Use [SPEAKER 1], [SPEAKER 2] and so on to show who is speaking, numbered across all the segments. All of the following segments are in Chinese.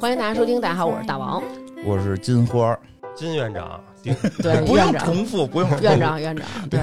[SPEAKER 1] 欢迎大家收听，大家好，我是大王，
[SPEAKER 2] 我是金花儿，
[SPEAKER 3] 金院长，丁
[SPEAKER 1] 对，
[SPEAKER 2] 不
[SPEAKER 1] 院
[SPEAKER 2] 用
[SPEAKER 1] 长，
[SPEAKER 2] 重复，不用重复
[SPEAKER 1] 院长， 院长，对，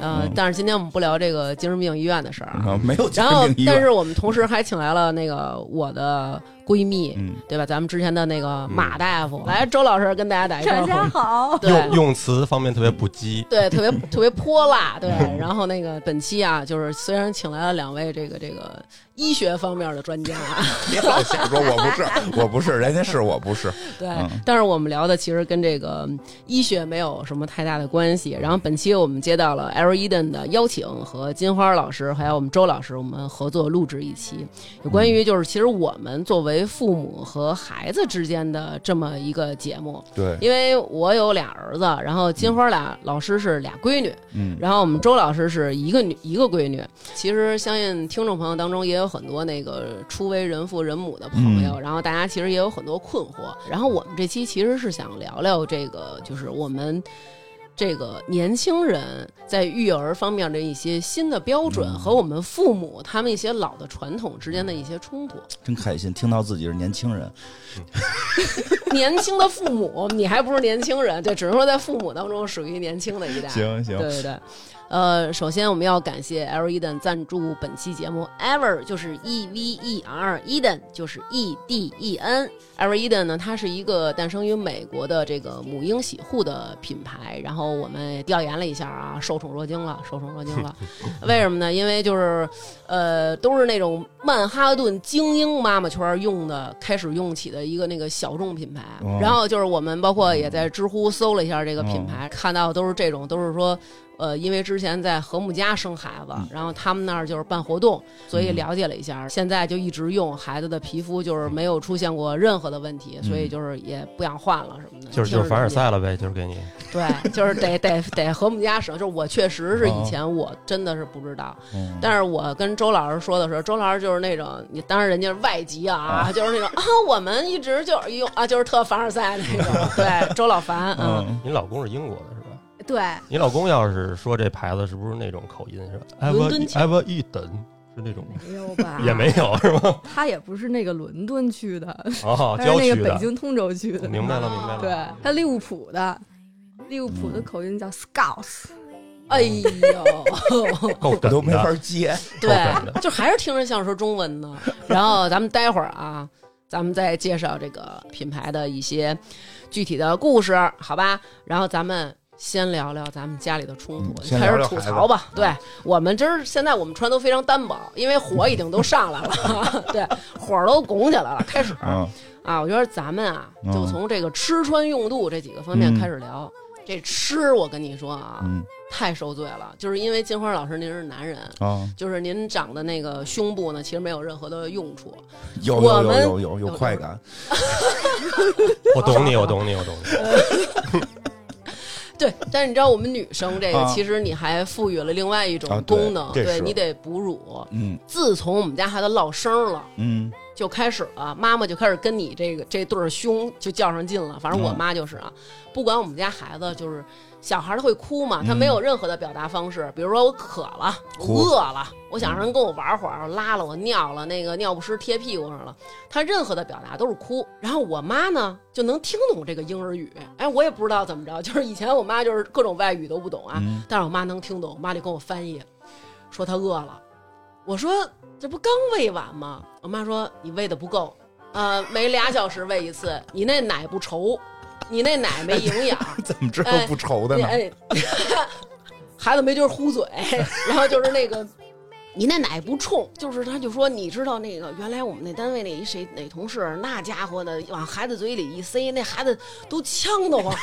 [SPEAKER 1] 呃
[SPEAKER 2] 嗯，
[SPEAKER 1] 但是今天我们不聊这个精神病医院的事儿啊，
[SPEAKER 2] 啊，没有
[SPEAKER 1] 然
[SPEAKER 2] 全
[SPEAKER 1] 后
[SPEAKER 2] 民医，
[SPEAKER 1] 但
[SPEAKER 2] 院，
[SPEAKER 1] 是我们同时还请来了那个我的闺蜜，
[SPEAKER 2] 嗯，
[SPEAKER 1] 对吧？咱们之前的那个马大夫，来，周老师跟大家打一
[SPEAKER 4] 大
[SPEAKER 1] 招
[SPEAKER 4] 家
[SPEAKER 1] 呼，
[SPEAKER 4] 好，
[SPEAKER 1] 对
[SPEAKER 3] 用。用词方面特别不羁，
[SPEAKER 1] 对，特别特别泼辣，对。
[SPEAKER 2] 嗯
[SPEAKER 1] 然后那个本期啊，就是虽然请来了两位这个这个医学方面的专家啊，
[SPEAKER 2] 别老瞎说，我不是，我不是，人家是我不是，
[SPEAKER 1] 对，
[SPEAKER 2] 嗯
[SPEAKER 1] 但是我们聊的其实跟这个嗯医学没有什么太大的关系。然后本期我们接到了 L Eden 的邀请，和金花老师还有我们周老师，我们合作录制一期有关于就是其实我们作为父母和孩子之间的这么一个节目。
[SPEAKER 2] 对，
[SPEAKER 1] 因为我有俩儿子，然后金花俩老师是俩闺女，
[SPEAKER 2] 嗯，
[SPEAKER 1] 然后我们周老师是一个女一个闺女，其实相信听众朋友当中也有很多那个初为人父人母的朋
[SPEAKER 2] 嗯
[SPEAKER 1] 友，然后大家其实也有很多困惑。然后我们这期其实是想聊聊这个，就是我们这个年轻人在育儿方面的一些新的标
[SPEAKER 2] 嗯
[SPEAKER 1] 准和我们父母他们一些老的传统之间的一些冲突。
[SPEAKER 2] 真开心，听到自己是年轻人，
[SPEAKER 1] 年轻的父母，你还不是年轻人，对，只能说在父母当中属于年轻的一代。
[SPEAKER 2] 行行
[SPEAKER 1] 对对对，呃，首先我们要感谢 L Eden 赞助本期节目，Ever 就是 E V E R，Eden 就是 E D E N。Ever Eden 呢，它是一个诞生于美国的这个母婴洗护的品牌，然后我们调研了一下啊，受宠若惊了，受宠若惊了。为什么呢？因为就是呃，都是那种曼哈顿精英妈妈圈用的，开始用起的一个那个小众品牌。
[SPEAKER 2] 哦
[SPEAKER 1] 然后就是我们包括也在知乎搜了一下这个品
[SPEAKER 3] 哦
[SPEAKER 1] 牌，看到都是这种，都是说。呃，因为之前在和睦家生孩子，
[SPEAKER 2] 嗯
[SPEAKER 1] 然后他们那儿就是办活动，所以了解了一下，现在就一直用，孩子的皮肤就是没有出现过任何的问题，所以就是也不想换了什么的。
[SPEAKER 3] 嗯就是就是凡尔赛了呗，就是给你
[SPEAKER 1] 对，就是得得得和睦家省，就是我确实是
[SPEAKER 3] 哦
[SPEAKER 1] 以前我真的是不知道，
[SPEAKER 2] 嗯
[SPEAKER 1] 但是我跟周老师说的时候，周老师就是那种，你当然人家是外籍啊，
[SPEAKER 2] 啊
[SPEAKER 1] 就是那种啊，我们一直就是用啊，就是特凡尔赛那种，对，周老凡，嗯，
[SPEAKER 2] 嗯，
[SPEAKER 3] 你老公是英国的是吧？
[SPEAKER 4] 对，
[SPEAKER 3] 你老公要是说这牌子是不是那种口音是吧
[SPEAKER 1] 伦
[SPEAKER 3] ？Ever
[SPEAKER 1] 敦腔
[SPEAKER 3] Ever Eden 是那种吗
[SPEAKER 4] 没有吧
[SPEAKER 3] 也没，有是吗？
[SPEAKER 4] 他也不是那个伦敦区的，
[SPEAKER 3] 哦，
[SPEAKER 4] 他是
[SPEAKER 3] 郊
[SPEAKER 4] 那
[SPEAKER 3] 区
[SPEAKER 4] 个北
[SPEAKER 3] 的，
[SPEAKER 4] 京通州区的，
[SPEAKER 3] 明白了明白了。
[SPEAKER 4] 对，他利物浦的，利物浦的
[SPEAKER 3] 嗯
[SPEAKER 4] 口音叫 Scouse，
[SPEAKER 1] 哎呦，
[SPEAKER 3] 够
[SPEAKER 2] 我
[SPEAKER 3] 梗
[SPEAKER 2] 都没
[SPEAKER 3] 的，
[SPEAKER 2] 法接，
[SPEAKER 3] 好
[SPEAKER 1] 对，就还是听着像是中文呢。 然后咱们待会儿啊，咱们再介绍这个品牌的一些具体的故事，好吧？然后咱们。先聊聊咱们家里的冲突
[SPEAKER 2] 嗯，先
[SPEAKER 1] 开
[SPEAKER 2] 聊
[SPEAKER 1] 始
[SPEAKER 2] 聊
[SPEAKER 1] 吐
[SPEAKER 2] 孩子嗯
[SPEAKER 1] 槽吧。对我们真是现在我们穿都非常单薄，因为火已经都上来 了，对，火儿都拱起来了。开始
[SPEAKER 2] 嗯
[SPEAKER 1] 啊，我觉得咱们啊，
[SPEAKER 2] 嗯
[SPEAKER 1] 就从这个吃穿用度这几个方面
[SPEAKER 2] 嗯
[SPEAKER 1] 开始聊。这吃，我跟你说啊，
[SPEAKER 2] 嗯
[SPEAKER 1] 太受罪了，就是因为金花老师您是男人，
[SPEAKER 2] 啊，
[SPEAKER 1] 就是您长的那个胸部呢，其实没有任何的用处。
[SPEAKER 2] 有
[SPEAKER 1] 我
[SPEAKER 2] 有有
[SPEAKER 1] 们
[SPEAKER 2] 有有有快感，
[SPEAKER 3] 我懂你，我懂你，我懂你。
[SPEAKER 1] 对，但是你知道我们女生这个，
[SPEAKER 2] 啊
[SPEAKER 1] 其实你还赋予了另外一
[SPEAKER 2] 啊
[SPEAKER 1] 种
[SPEAKER 2] 对
[SPEAKER 1] 功能，
[SPEAKER 2] 这是
[SPEAKER 1] 你得哺乳。
[SPEAKER 2] 嗯
[SPEAKER 1] 自从我们家孩子落生了，
[SPEAKER 2] 嗯
[SPEAKER 1] 就开始了，妈妈就开始跟你这个这对儿胸就较上劲了。反正我
[SPEAKER 2] 嗯
[SPEAKER 1] 妈就是啊，不管我们家孩子就是。小孩儿他会哭嘛？他
[SPEAKER 2] 嗯
[SPEAKER 1] 没有任何的表达方式，比如说我渴了，
[SPEAKER 2] 哭嗯
[SPEAKER 1] 我饿了，我想让人跟我玩会儿，我拉了我尿了，那个尿不湿贴屁股上了，他任何的表达都是哭。然后我妈呢就能听懂这个婴儿语，哎，我也不知道怎么着，就是以前我妈就是各种外语都不懂啊，
[SPEAKER 2] 嗯
[SPEAKER 1] 但是我妈能听懂，我妈就跟我翻译，说她饿了。我说这不刚喂完吗？我妈说你喂的不够，呃，每俩小时喂一次，你那奶不稠，你那奶没营养，
[SPEAKER 2] 怎么知道
[SPEAKER 1] 哎
[SPEAKER 2] 不愁的
[SPEAKER 1] 你
[SPEAKER 2] 呢？
[SPEAKER 1] 哎， 孩子没地儿呼嘴，然后就是那个。 你那奶不冲，就是他就说，你知道那个原来我们那单位那一谁哪同事，那家伙的往孩子嘴里一塞，那孩子都呛得 慌。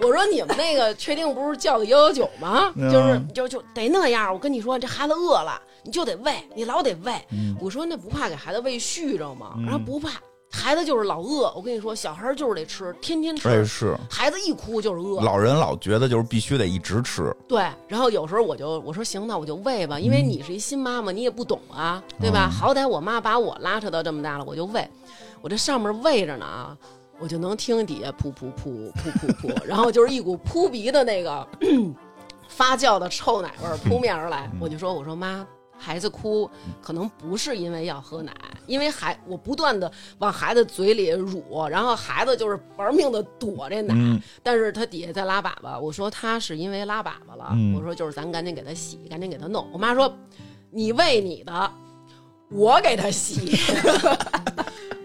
[SPEAKER 1] 我我说你们那个确定不是叫的幺幺九吗？
[SPEAKER 2] 嗯
[SPEAKER 1] 就是就就得那样。我跟你说，这孩子饿了，你就得喂，你老得喂。
[SPEAKER 2] 嗯
[SPEAKER 1] 我说那不怕给孩子喂续着吗？
[SPEAKER 2] 嗯
[SPEAKER 1] 然后不怕，孩子就是老饿。我跟你说，小孩就是得吃，天天吃。
[SPEAKER 2] 哎是，
[SPEAKER 1] 孩子一哭就是饿，
[SPEAKER 2] 老人老觉得就是必须得一直吃，
[SPEAKER 1] 对，然后有时候我就我说行，那我就喂吧，因为你是一新妈妈，你也不懂啊，对吧？好歹我妈把我拉扯到这么大了，我就喂，我这上面喂着呢啊，我就能听底下噗噗噗噗噗噗，然后就是一股扑
[SPEAKER 2] 嗯
[SPEAKER 1] 鼻的那个发酵的臭奶味儿扑面而来，我就说我说妈，孩子哭，可能不是因为要喝奶，因为孩我不断的往孩子嘴里乳，然后孩子就是玩命的躲这奶，
[SPEAKER 2] 嗯
[SPEAKER 1] 但是他底下在拉粑粑，我说他是因为拉粑粑了，
[SPEAKER 2] 嗯
[SPEAKER 1] 我说就是咱赶紧给他洗，赶紧给他弄。我妈说，你喂你的，我给他洗。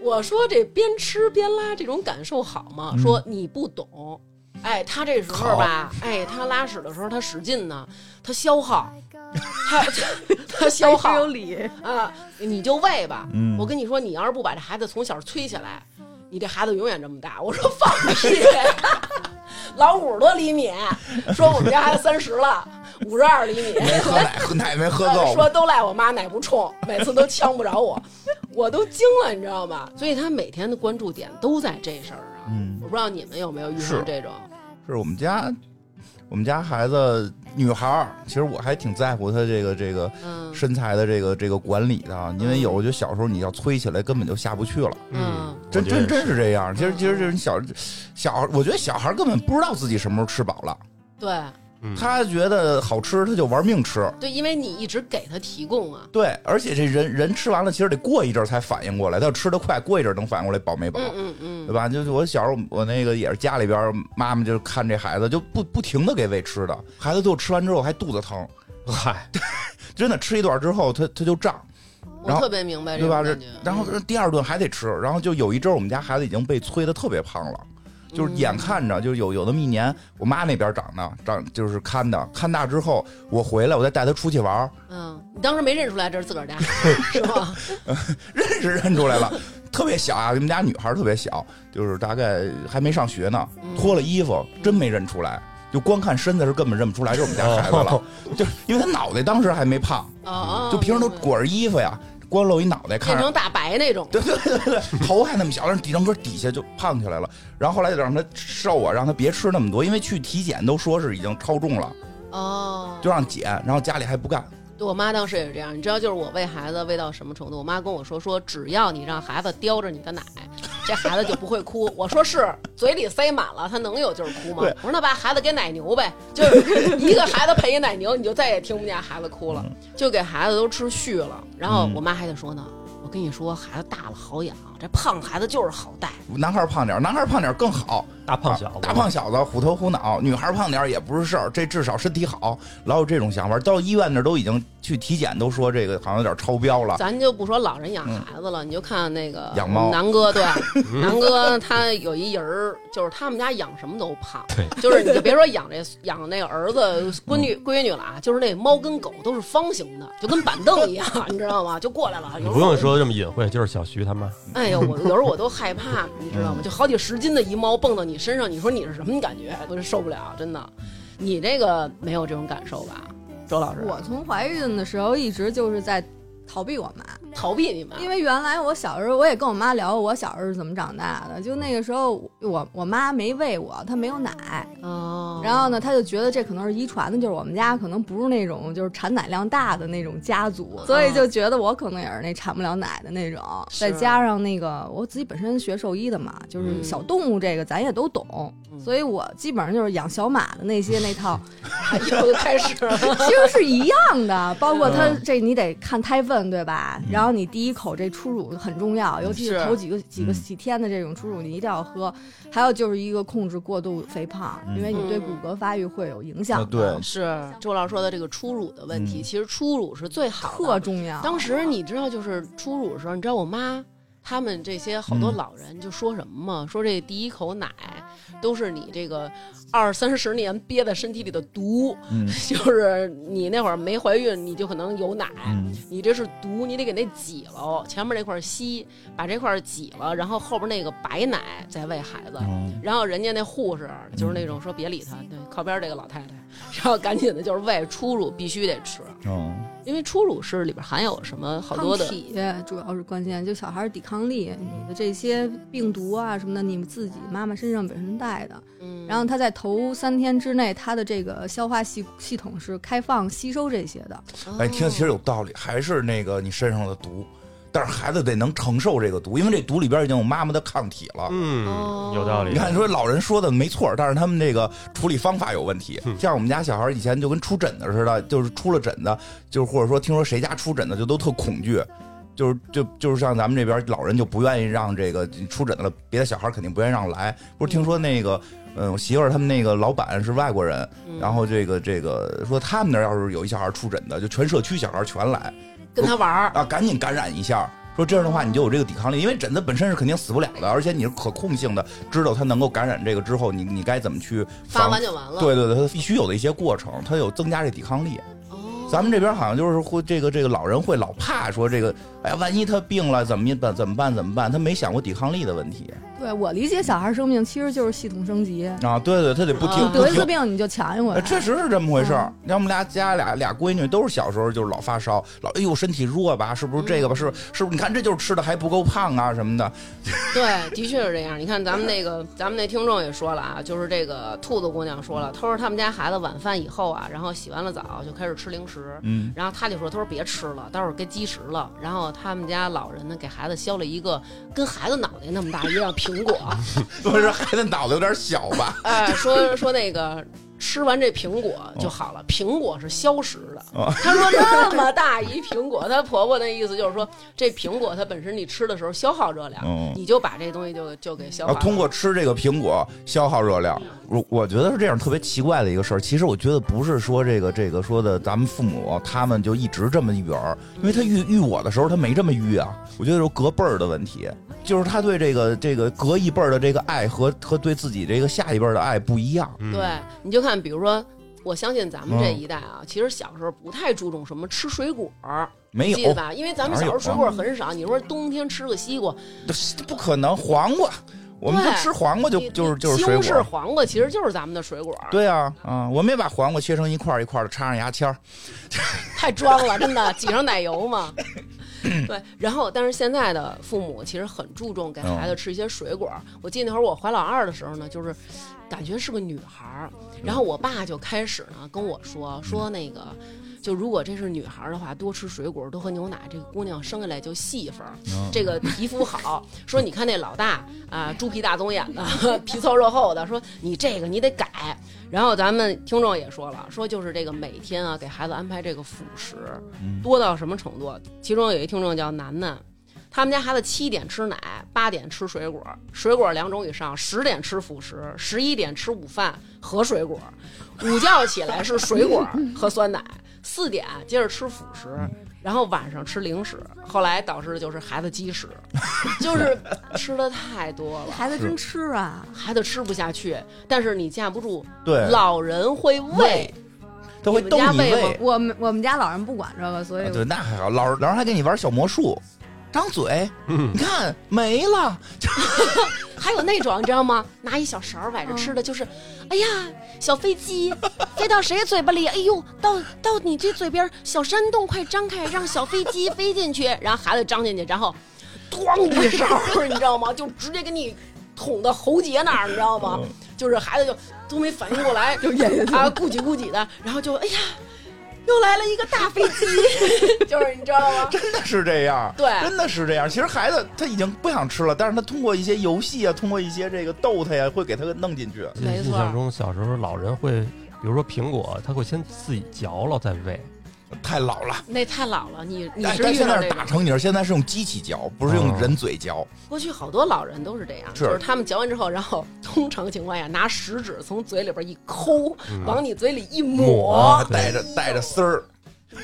[SPEAKER 1] 我说这边吃边拉这种感受好吗？
[SPEAKER 2] 嗯
[SPEAKER 1] 说你不懂。哎，他这时候吧，哎，他拉屎的时候他使劲呢，他消耗，他 他 消耗
[SPEAKER 4] 真有理，
[SPEAKER 1] 啊，你就喂吧。
[SPEAKER 2] 嗯
[SPEAKER 1] 我跟你说，你要是不把这孩子从小催起来，你这孩子永远这么大。我说放屁，老五十多厘米，说我们家孩子三十了，五十二厘米。
[SPEAKER 2] 没喝奶， 喝奶没喝够，
[SPEAKER 1] 说都赖我妈奶不冲，每次都呛不着我， 我都惊了，你知道吗？所以他每天的关注点都在这事儿上。
[SPEAKER 2] 嗯
[SPEAKER 1] 我不知道你们有没有遇
[SPEAKER 2] 是
[SPEAKER 1] 上这种，
[SPEAKER 2] 是我们家，我们家孩子女孩儿，其实我还挺在乎她这个这个
[SPEAKER 1] 嗯
[SPEAKER 2] 身材的这个这个管理的啊，因为有我觉得小时候你要催起来根本就下不去了，
[SPEAKER 1] 嗯，
[SPEAKER 2] 真
[SPEAKER 3] 我觉得
[SPEAKER 2] 真真是这样。其实其实就是你小小，我觉得小孩根本不知道自己什么时候吃饱了，
[SPEAKER 1] 对
[SPEAKER 3] 嗯
[SPEAKER 2] 他觉得好吃他就玩命吃。
[SPEAKER 1] 对，因为你一直给他提供啊，
[SPEAKER 2] 对，而且这人人吃完了，其实得过一阵儿才反应过来。他要吃的快，过一阵儿能反应过来饱没饱。
[SPEAKER 1] 嗯嗯嗯
[SPEAKER 2] 对，吧？就是我小时候，我那个也是家里边儿，妈妈就看这孩子，就不不停的给喂吃的，孩子最后吃完之后还肚子疼，
[SPEAKER 3] 嗨，
[SPEAKER 2] 真的吃一段之后，他他就胀，
[SPEAKER 1] 我
[SPEAKER 2] 然后
[SPEAKER 1] 特别明白这
[SPEAKER 2] 对
[SPEAKER 1] 种
[SPEAKER 2] 吧？
[SPEAKER 1] 哎感觉。
[SPEAKER 2] 然后呃第二顿还得吃，然后就有一阵儿，我们家孩子已经被催的特别胖了。就是
[SPEAKER 1] 嗯
[SPEAKER 2] 眼看着，就是有有那么一年，我妈那边长的，长就是看的，看大之后，我回来，我再带他出去玩儿，
[SPEAKER 1] 嗯，你当时没认出来这是自个儿 家是吗？
[SPEAKER 2] 认识认出来 了，特别小啊，我们家女孩儿特别小，就是大概还没上学呢，
[SPEAKER 1] 嗯
[SPEAKER 2] 脱了衣服真没认出来，就光看身子是根本认不出来是我们家孩子 了，就是因为他脑袋当时还没胖，
[SPEAKER 1] 哦哦，
[SPEAKER 2] 就平时都
[SPEAKER 1] 明白
[SPEAKER 2] 裹着衣服呀，光露一脑袋看
[SPEAKER 1] 变
[SPEAKER 2] 着
[SPEAKER 1] 成大白那种。
[SPEAKER 2] 对对对对，对，头还那么小，但是底整个底下就胖起来了。然后后来就让他瘦啊，让他别吃那么多，因为去体检都说是已经超重了，
[SPEAKER 1] 哦，
[SPEAKER 2] 就让减。然后家里还不干，
[SPEAKER 1] 对我妈当时也是这样，你知道，就是我喂孩子喂到什么程度？我妈跟我说说，只要你让孩子叼着你的奶，这孩子就不会哭。我说是，嘴里塞满了，他能有劲儿哭吗？
[SPEAKER 2] 对
[SPEAKER 1] 我说那把孩子给奶牛呗，就是 一个孩子配一奶牛，你就再也听不见孩子哭了，就给孩子都吃续了。然后我妈还得说呢，我跟你说，孩子大了好养，这胖孩子就是好带。
[SPEAKER 2] 男孩胖点儿，男孩胖点儿更好。啊
[SPEAKER 3] 大胖小子，
[SPEAKER 2] 大胖小子虎头虎脑，女孩胖点儿也不是事儿，这至少身体好，老有这种想法。到医院那儿都已经去体检，都说这个好像有点超标了。
[SPEAKER 1] 咱就不说老人
[SPEAKER 3] 嗯
[SPEAKER 1] 养孩子了，你就看那个
[SPEAKER 2] 养猫
[SPEAKER 1] 南哥对， 南哥他有一人儿，就是他们家养什么都胖，
[SPEAKER 3] 对嗯
[SPEAKER 1] 就是你就别说养这养那个儿子闺女闺女了啊，就是那猫跟狗都是方形的，就跟板凳一样， 你知道吗？就过来了，
[SPEAKER 3] 你
[SPEAKER 1] 有时候
[SPEAKER 3] 不用，说这么隐晦，就是小徐他妈，
[SPEAKER 1] 哎呦，我有时候我都害怕，你知道吗？
[SPEAKER 3] 嗯
[SPEAKER 1] 就好几十斤的一猫蹦到你身上，你说你是什么感觉？我就受不了，真的。你这个没有这种感受吧，周老师？
[SPEAKER 4] 我从怀孕的时候一直就是在逃避我妈，
[SPEAKER 1] 逃避你们，啊
[SPEAKER 4] 因为原来我小时候我也跟我妈聊过我小时候是怎么长大的，就那个时候我我妈没喂我，她没有奶，
[SPEAKER 1] 哦
[SPEAKER 4] 然后呢，她就觉得这可能是遗传的，就是我们家可能不是那种就是产奶量大的那种家族，所以就觉得我可能也是那产不了奶的那种。
[SPEAKER 1] 嗯是
[SPEAKER 4] 再加上那个我自己本身学兽医的嘛，就是
[SPEAKER 1] 嗯
[SPEAKER 4] 小动物这个咱也都懂，
[SPEAKER 1] 嗯
[SPEAKER 4] 所以我基本上就是养小马的那些那套，
[SPEAKER 1] 又开始了。
[SPEAKER 4] 其实是一 样的。包括它
[SPEAKER 2] 嗯
[SPEAKER 4] 这你得看胎分对吧？然后你第一口这初乳很重要，尤其是
[SPEAKER 1] 是
[SPEAKER 4] 头几个几个
[SPEAKER 2] 嗯
[SPEAKER 4] 几天的这种初乳你一定要喝。还有就是一个控制过度肥胖，因为你对骨骼发育会有影响
[SPEAKER 2] 嗯啊
[SPEAKER 4] 的。
[SPEAKER 2] 对
[SPEAKER 1] 是周老师说的这个初乳的问题，
[SPEAKER 2] 嗯
[SPEAKER 1] 其实初乳是最好
[SPEAKER 4] 特
[SPEAKER 1] 的。
[SPEAKER 4] 重要。
[SPEAKER 1] 当时你知道，就是初乳的时候，你知道我妈他们这些好
[SPEAKER 2] 嗯
[SPEAKER 1] 多老人就说什么吗？说这第一口奶都是你这个二三十年憋在身体里的毒，
[SPEAKER 2] 嗯
[SPEAKER 1] 就是你那会儿没怀孕，你就可能有奶。
[SPEAKER 2] 嗯
[SPEAKER 1] 你这是毒，你得给那挤了，前面那块儿吸，把这块儿挤了，然后后边那个白奶再喂孩子。
[SPEAKER 2] 嗯，
[SPEAKER 1] 然后人家那护士就是那种说别理他，对，靠边儿这个老太太，然后赶紧的就是喂初乳必须得吃，
[SPEAKER 2] 嗯
[SPEAKER 1] 因为初乳是里边含有什么好多的
[SPEAKER 4] 抗，体主要是关键，就小孩儿抵抗力，
[SPEAKER 2] 嗯
[SPEAKER 4] 你的这些病毒啊什么的，你们自己妈妈身上本身带的。
[SPEAKER 1] 嗯，
[SPEAKER 4] 然后他在头三天之内，他的这个消化系系统是开放吸收这些的。
[SPEAKER 1] 哦
[SPEAKER 2] 哎，听其实有道理，还是那个你身上的毒。但是孩子得能承受这个毒，因为这毒里边已经有妈妈的抗体了。
[SPEAKER 3] 嗯，有道理。
[SPEAKER 2] 你看，说老人说的没错，但是他们这个处理方法有问题。像我们家小孩以前就跟出疹子似的，就是出了疹子，就是或者说听说谁家出疹子，就都特恐惧。就是就就是像咱们这边老人就不愿意让这个出疹子了，别的小孩肯定不愿意让来。不是听说那个，嗯，我媳妇儿他们那个老板是外国人，
[SPEAKER 1] 嗯
[SPEAKER 2] 然后这个这个说他们那儿要是有一小孩出疹子，就全社区小孩全来
[SPEAKER 1] 嗯跟他玩儿，
[SPEAKER 2] 啊，赶紧感染一下。说这样的话，你就有这个抵抗力，因为疹子本身是肯定死不了的，而且你是可控性的，知道它能够感染这个之后，你你该怎么去
[SPEAKER 1] 发
[SPEAKER 2] 防
[SPEAKER 1] 完？就完了。，
[SPEAKER 2] 对对对，它必须有的一些过程，它有增加这抵抗力。
[SPEAKER 1] 哦，
[SPEAKER 2] 咱们这边好像就是会这个这个老人会老怕说这个，哎呀，万一他病了怎么办？怎么办？怎么办？他没想过抵抗力的问题
[SPEAKER 4] 对我理解，小孩生病其实就是系统升级，
[SPEAKER 2] 啊！对对，他得不停
[SPEAKER 1] 啊
[SPEAKER 4] 嗯得
[SPEAKER 2] 不
[SPEAKER 4] 一次嗯
[SPEAKER 2] 停。
[SPEAKER 4] 病你就强一回
[SPEAKER 2] 呃，。确实是这么回事儿。你看我们俩家俩俩闺女都是小时候就是老发烧，老哎呦身体弱吧，是不是这个吧？是是不是？你看这就是吃的还不够胖啊什么的。
[SPEAKER 1] 对，的确是这样。你看咱们那个， 咱们那听众也说了啊，就是这个兔子姑娘说了，她说他们家孩子晚饭以后啊，然后洗完了澡就开始吃零食，
[SPEAKER 2] 嗯，
[SPEAKER 1] 然后她就说，她说别吃了，待会儿该积食了。然后他们家老人呢，给孩子削了一个跟孩子脑袋那么大一样苹果，
[SPEAKER 2] 不是孩子脑袋有点小吧？
[SPEAKER 1] 哎，说说那个。吃完这苹果就好了，苹果是消食的
[SPEAKER 2] 哦。
[SPEAKER 1] 她说那么大一苹果，她婆婆那意思就是说，这苹果它本身你吃的时候消耗热量，
[SPEAKER 2] 嗯
[SPEAKER 1] 你就把这东西就就给消
[SPEAKER 2] 啊
[SPEAKER 1] 化，了。
[SPEAKER 2] 通过吃这个苹果消耗热
[SPEAKER 1] 嗯
[SPEAKER 2] 量。我我觉得是这样特别奇怪的一个事儿。其实我觉得不是说这个这个说的咱们父母他们就一直这么育儿，因为他育育我的时候他没这么育啊。我觉得有隔辈儿的问题，就是他对这个这个隔一辈儿的这个爱和和对自己这个下一辈儿的爱不一样。
[SPEAKER 3] 嗯
[SPEAKER 1] 对，你就看，比如说，我相信咱们这
[SPEAKER 2] 嗯
[SPEAKER 1] 一代啊，其实小时候不太注重什么吃水果儿，
[SPEAKER 2] 没
[SPEAKER 1] 记得
[SPEAKER 2] 有，
[SPEAKER 1] 吧？因为咱们
[SPEAKER 2] 哎哪
[SPEAKER 1] 小
[SPEAKER 2] 有
[SPEAKER 1] 时候
[SPEAKER 2] 啊
[SPEAKER 1] 水果很少，你说冬天吃个西瓜，
[SPEAKER 2] 这不可能。黄瓜，我们都
[SPEAKER 1] 对
[SPEAKER 2] 吃黄瓜就
[SPEAKER 1] 你
[SPEAKER 2] 就是
[SPEAKER 1] 你
[SPEAKER 2] 就是
[SPEAKER 1] 西
[SPEAKER 2] 水
[SPEAKER 1] 红柿、
[SPEAKER 2] 果。
[SPEAKER 1] 黄瓜其实就是咱们的水果儿，
[SPEAKER 2] 对啊，啊，我们也把黄瓜切成一块儿一块儿的，插上牙签儿。
[SPEAKER 1] 太装了，真的挤上奶油嘛。对，然后但是现在的父母其实很注重给孩子吃一些水果儿。我记得那会儿我怀老二的时候呢，就是感觉是个女孩儿，然后我爸就开始呢跟我说说那个。就如果这是女孩儿的话，多吃水果，多喝牛奶，这个姑娘生下来就细粉儿，
[SPEAKER 2] 嗯
[SPEAKER 1] 这个皮肤好。说你看那老大啊、猪皮大棕眼的， 皮糙肉厚的，说你这个你得改。然后咱们听众也说了，说就是这个每天啊给孩子安排这个辅食，多到什么程度？其中有一听众叫楠楠，他们家孩子七点吃奶，八点吃水果，水果两种以上，十点吃辅食，十一点吃午饭和水果， 午觉起来是水果和酸奶，四点接着吃辅食。然后晚上吃零食，后来导致就是孩子积食，就是吃的太多了，
[SPEAKER 4] 孩子真吃啊！
[SPEAKER 1] 孩子吃不下去。但是你架不住
[SPEAKER 2] 对，
[SPEAKER 1] 老人会喂，
[SPEAKER 2] 他会
[SPEAKER 1] 你们
[SPEAKER 2] 逗
[SPEAKER 1] 家
[SPEAKER 2] 你
[SPEAKER 1] 喂吗
[SPEAKER 2] 喂。
[SPEAKER 4] 我们我们家老人不管这个，
[SPEAKER 1] 哎
[SPEAKER 4] 所以
[SPEAKER 2] 啊，对，那还好，老老人还给你玩小魔术，张嘴，
[SPEAKER 3] 嗯
[SPEAKER 2] 你看没了，
[SPEAKER 1] 还有那种你知道吗？拿一小勺儿崴着吃的，就是，哎呀，小飞机飞到谁嘴巴里？哎呦，到到你这嘴边儿，小山洞快张开，让小飞机飞进去，然后孩子张进去，然后咣一勺儿，你知道吗？就直接给你捅到喉结那儿，你知道吗？就是孩子就都没反应过来，嗯 就啊顾几顾几的，然后就哎呀，又来了一个大飞机， 就是你知道吗？
[SPEAKER 2] 真的是这样，
[SPEAKER 1] 对
[SPEAKER 2] 真的是这样。其实孩子他已经不想吃了，但是他通过一些游戏啊，通过一些这个逗他呀，会给他弄进去。
[SPEAKER 1] 没错
[SPEAKER 3] 印象中小时候老人会，比如说苹果，他会先自己嚼了再喂。
[SPEAKER 2] 太老了，
[SPEAKER 1] 那太老了，你你
[SPEAKER 2] 哎，
[SPEAKER 1] 是
[SPEAKER 2] 但
[SPEAKER 1] 遇
[SPEAKER 2] 现
[SPEAKER 1] 到
[SPEAKER 2] 在
[SPEAKER 1] 这哦
[SPEAKER 2] 是
[SPEAKER 1] 种
[SPEAKER 2] 打。成泥，现在是用机器嚼，不是用人嘴嚼。
[SPEAKER 1] 过去好多老人都是这样，
[SPEAKER 2] 是
[SPEAKER 1] 就是他们嚼完之后，然后通常情况下拿食指从嘴里边一抠，
[SPEAKER 2] 嗯
[SPEAKER 1] 往你嘴里一抹
[SPEAKER 3] 抹，
[SPEAKER 2] 啊带着带着丝儿，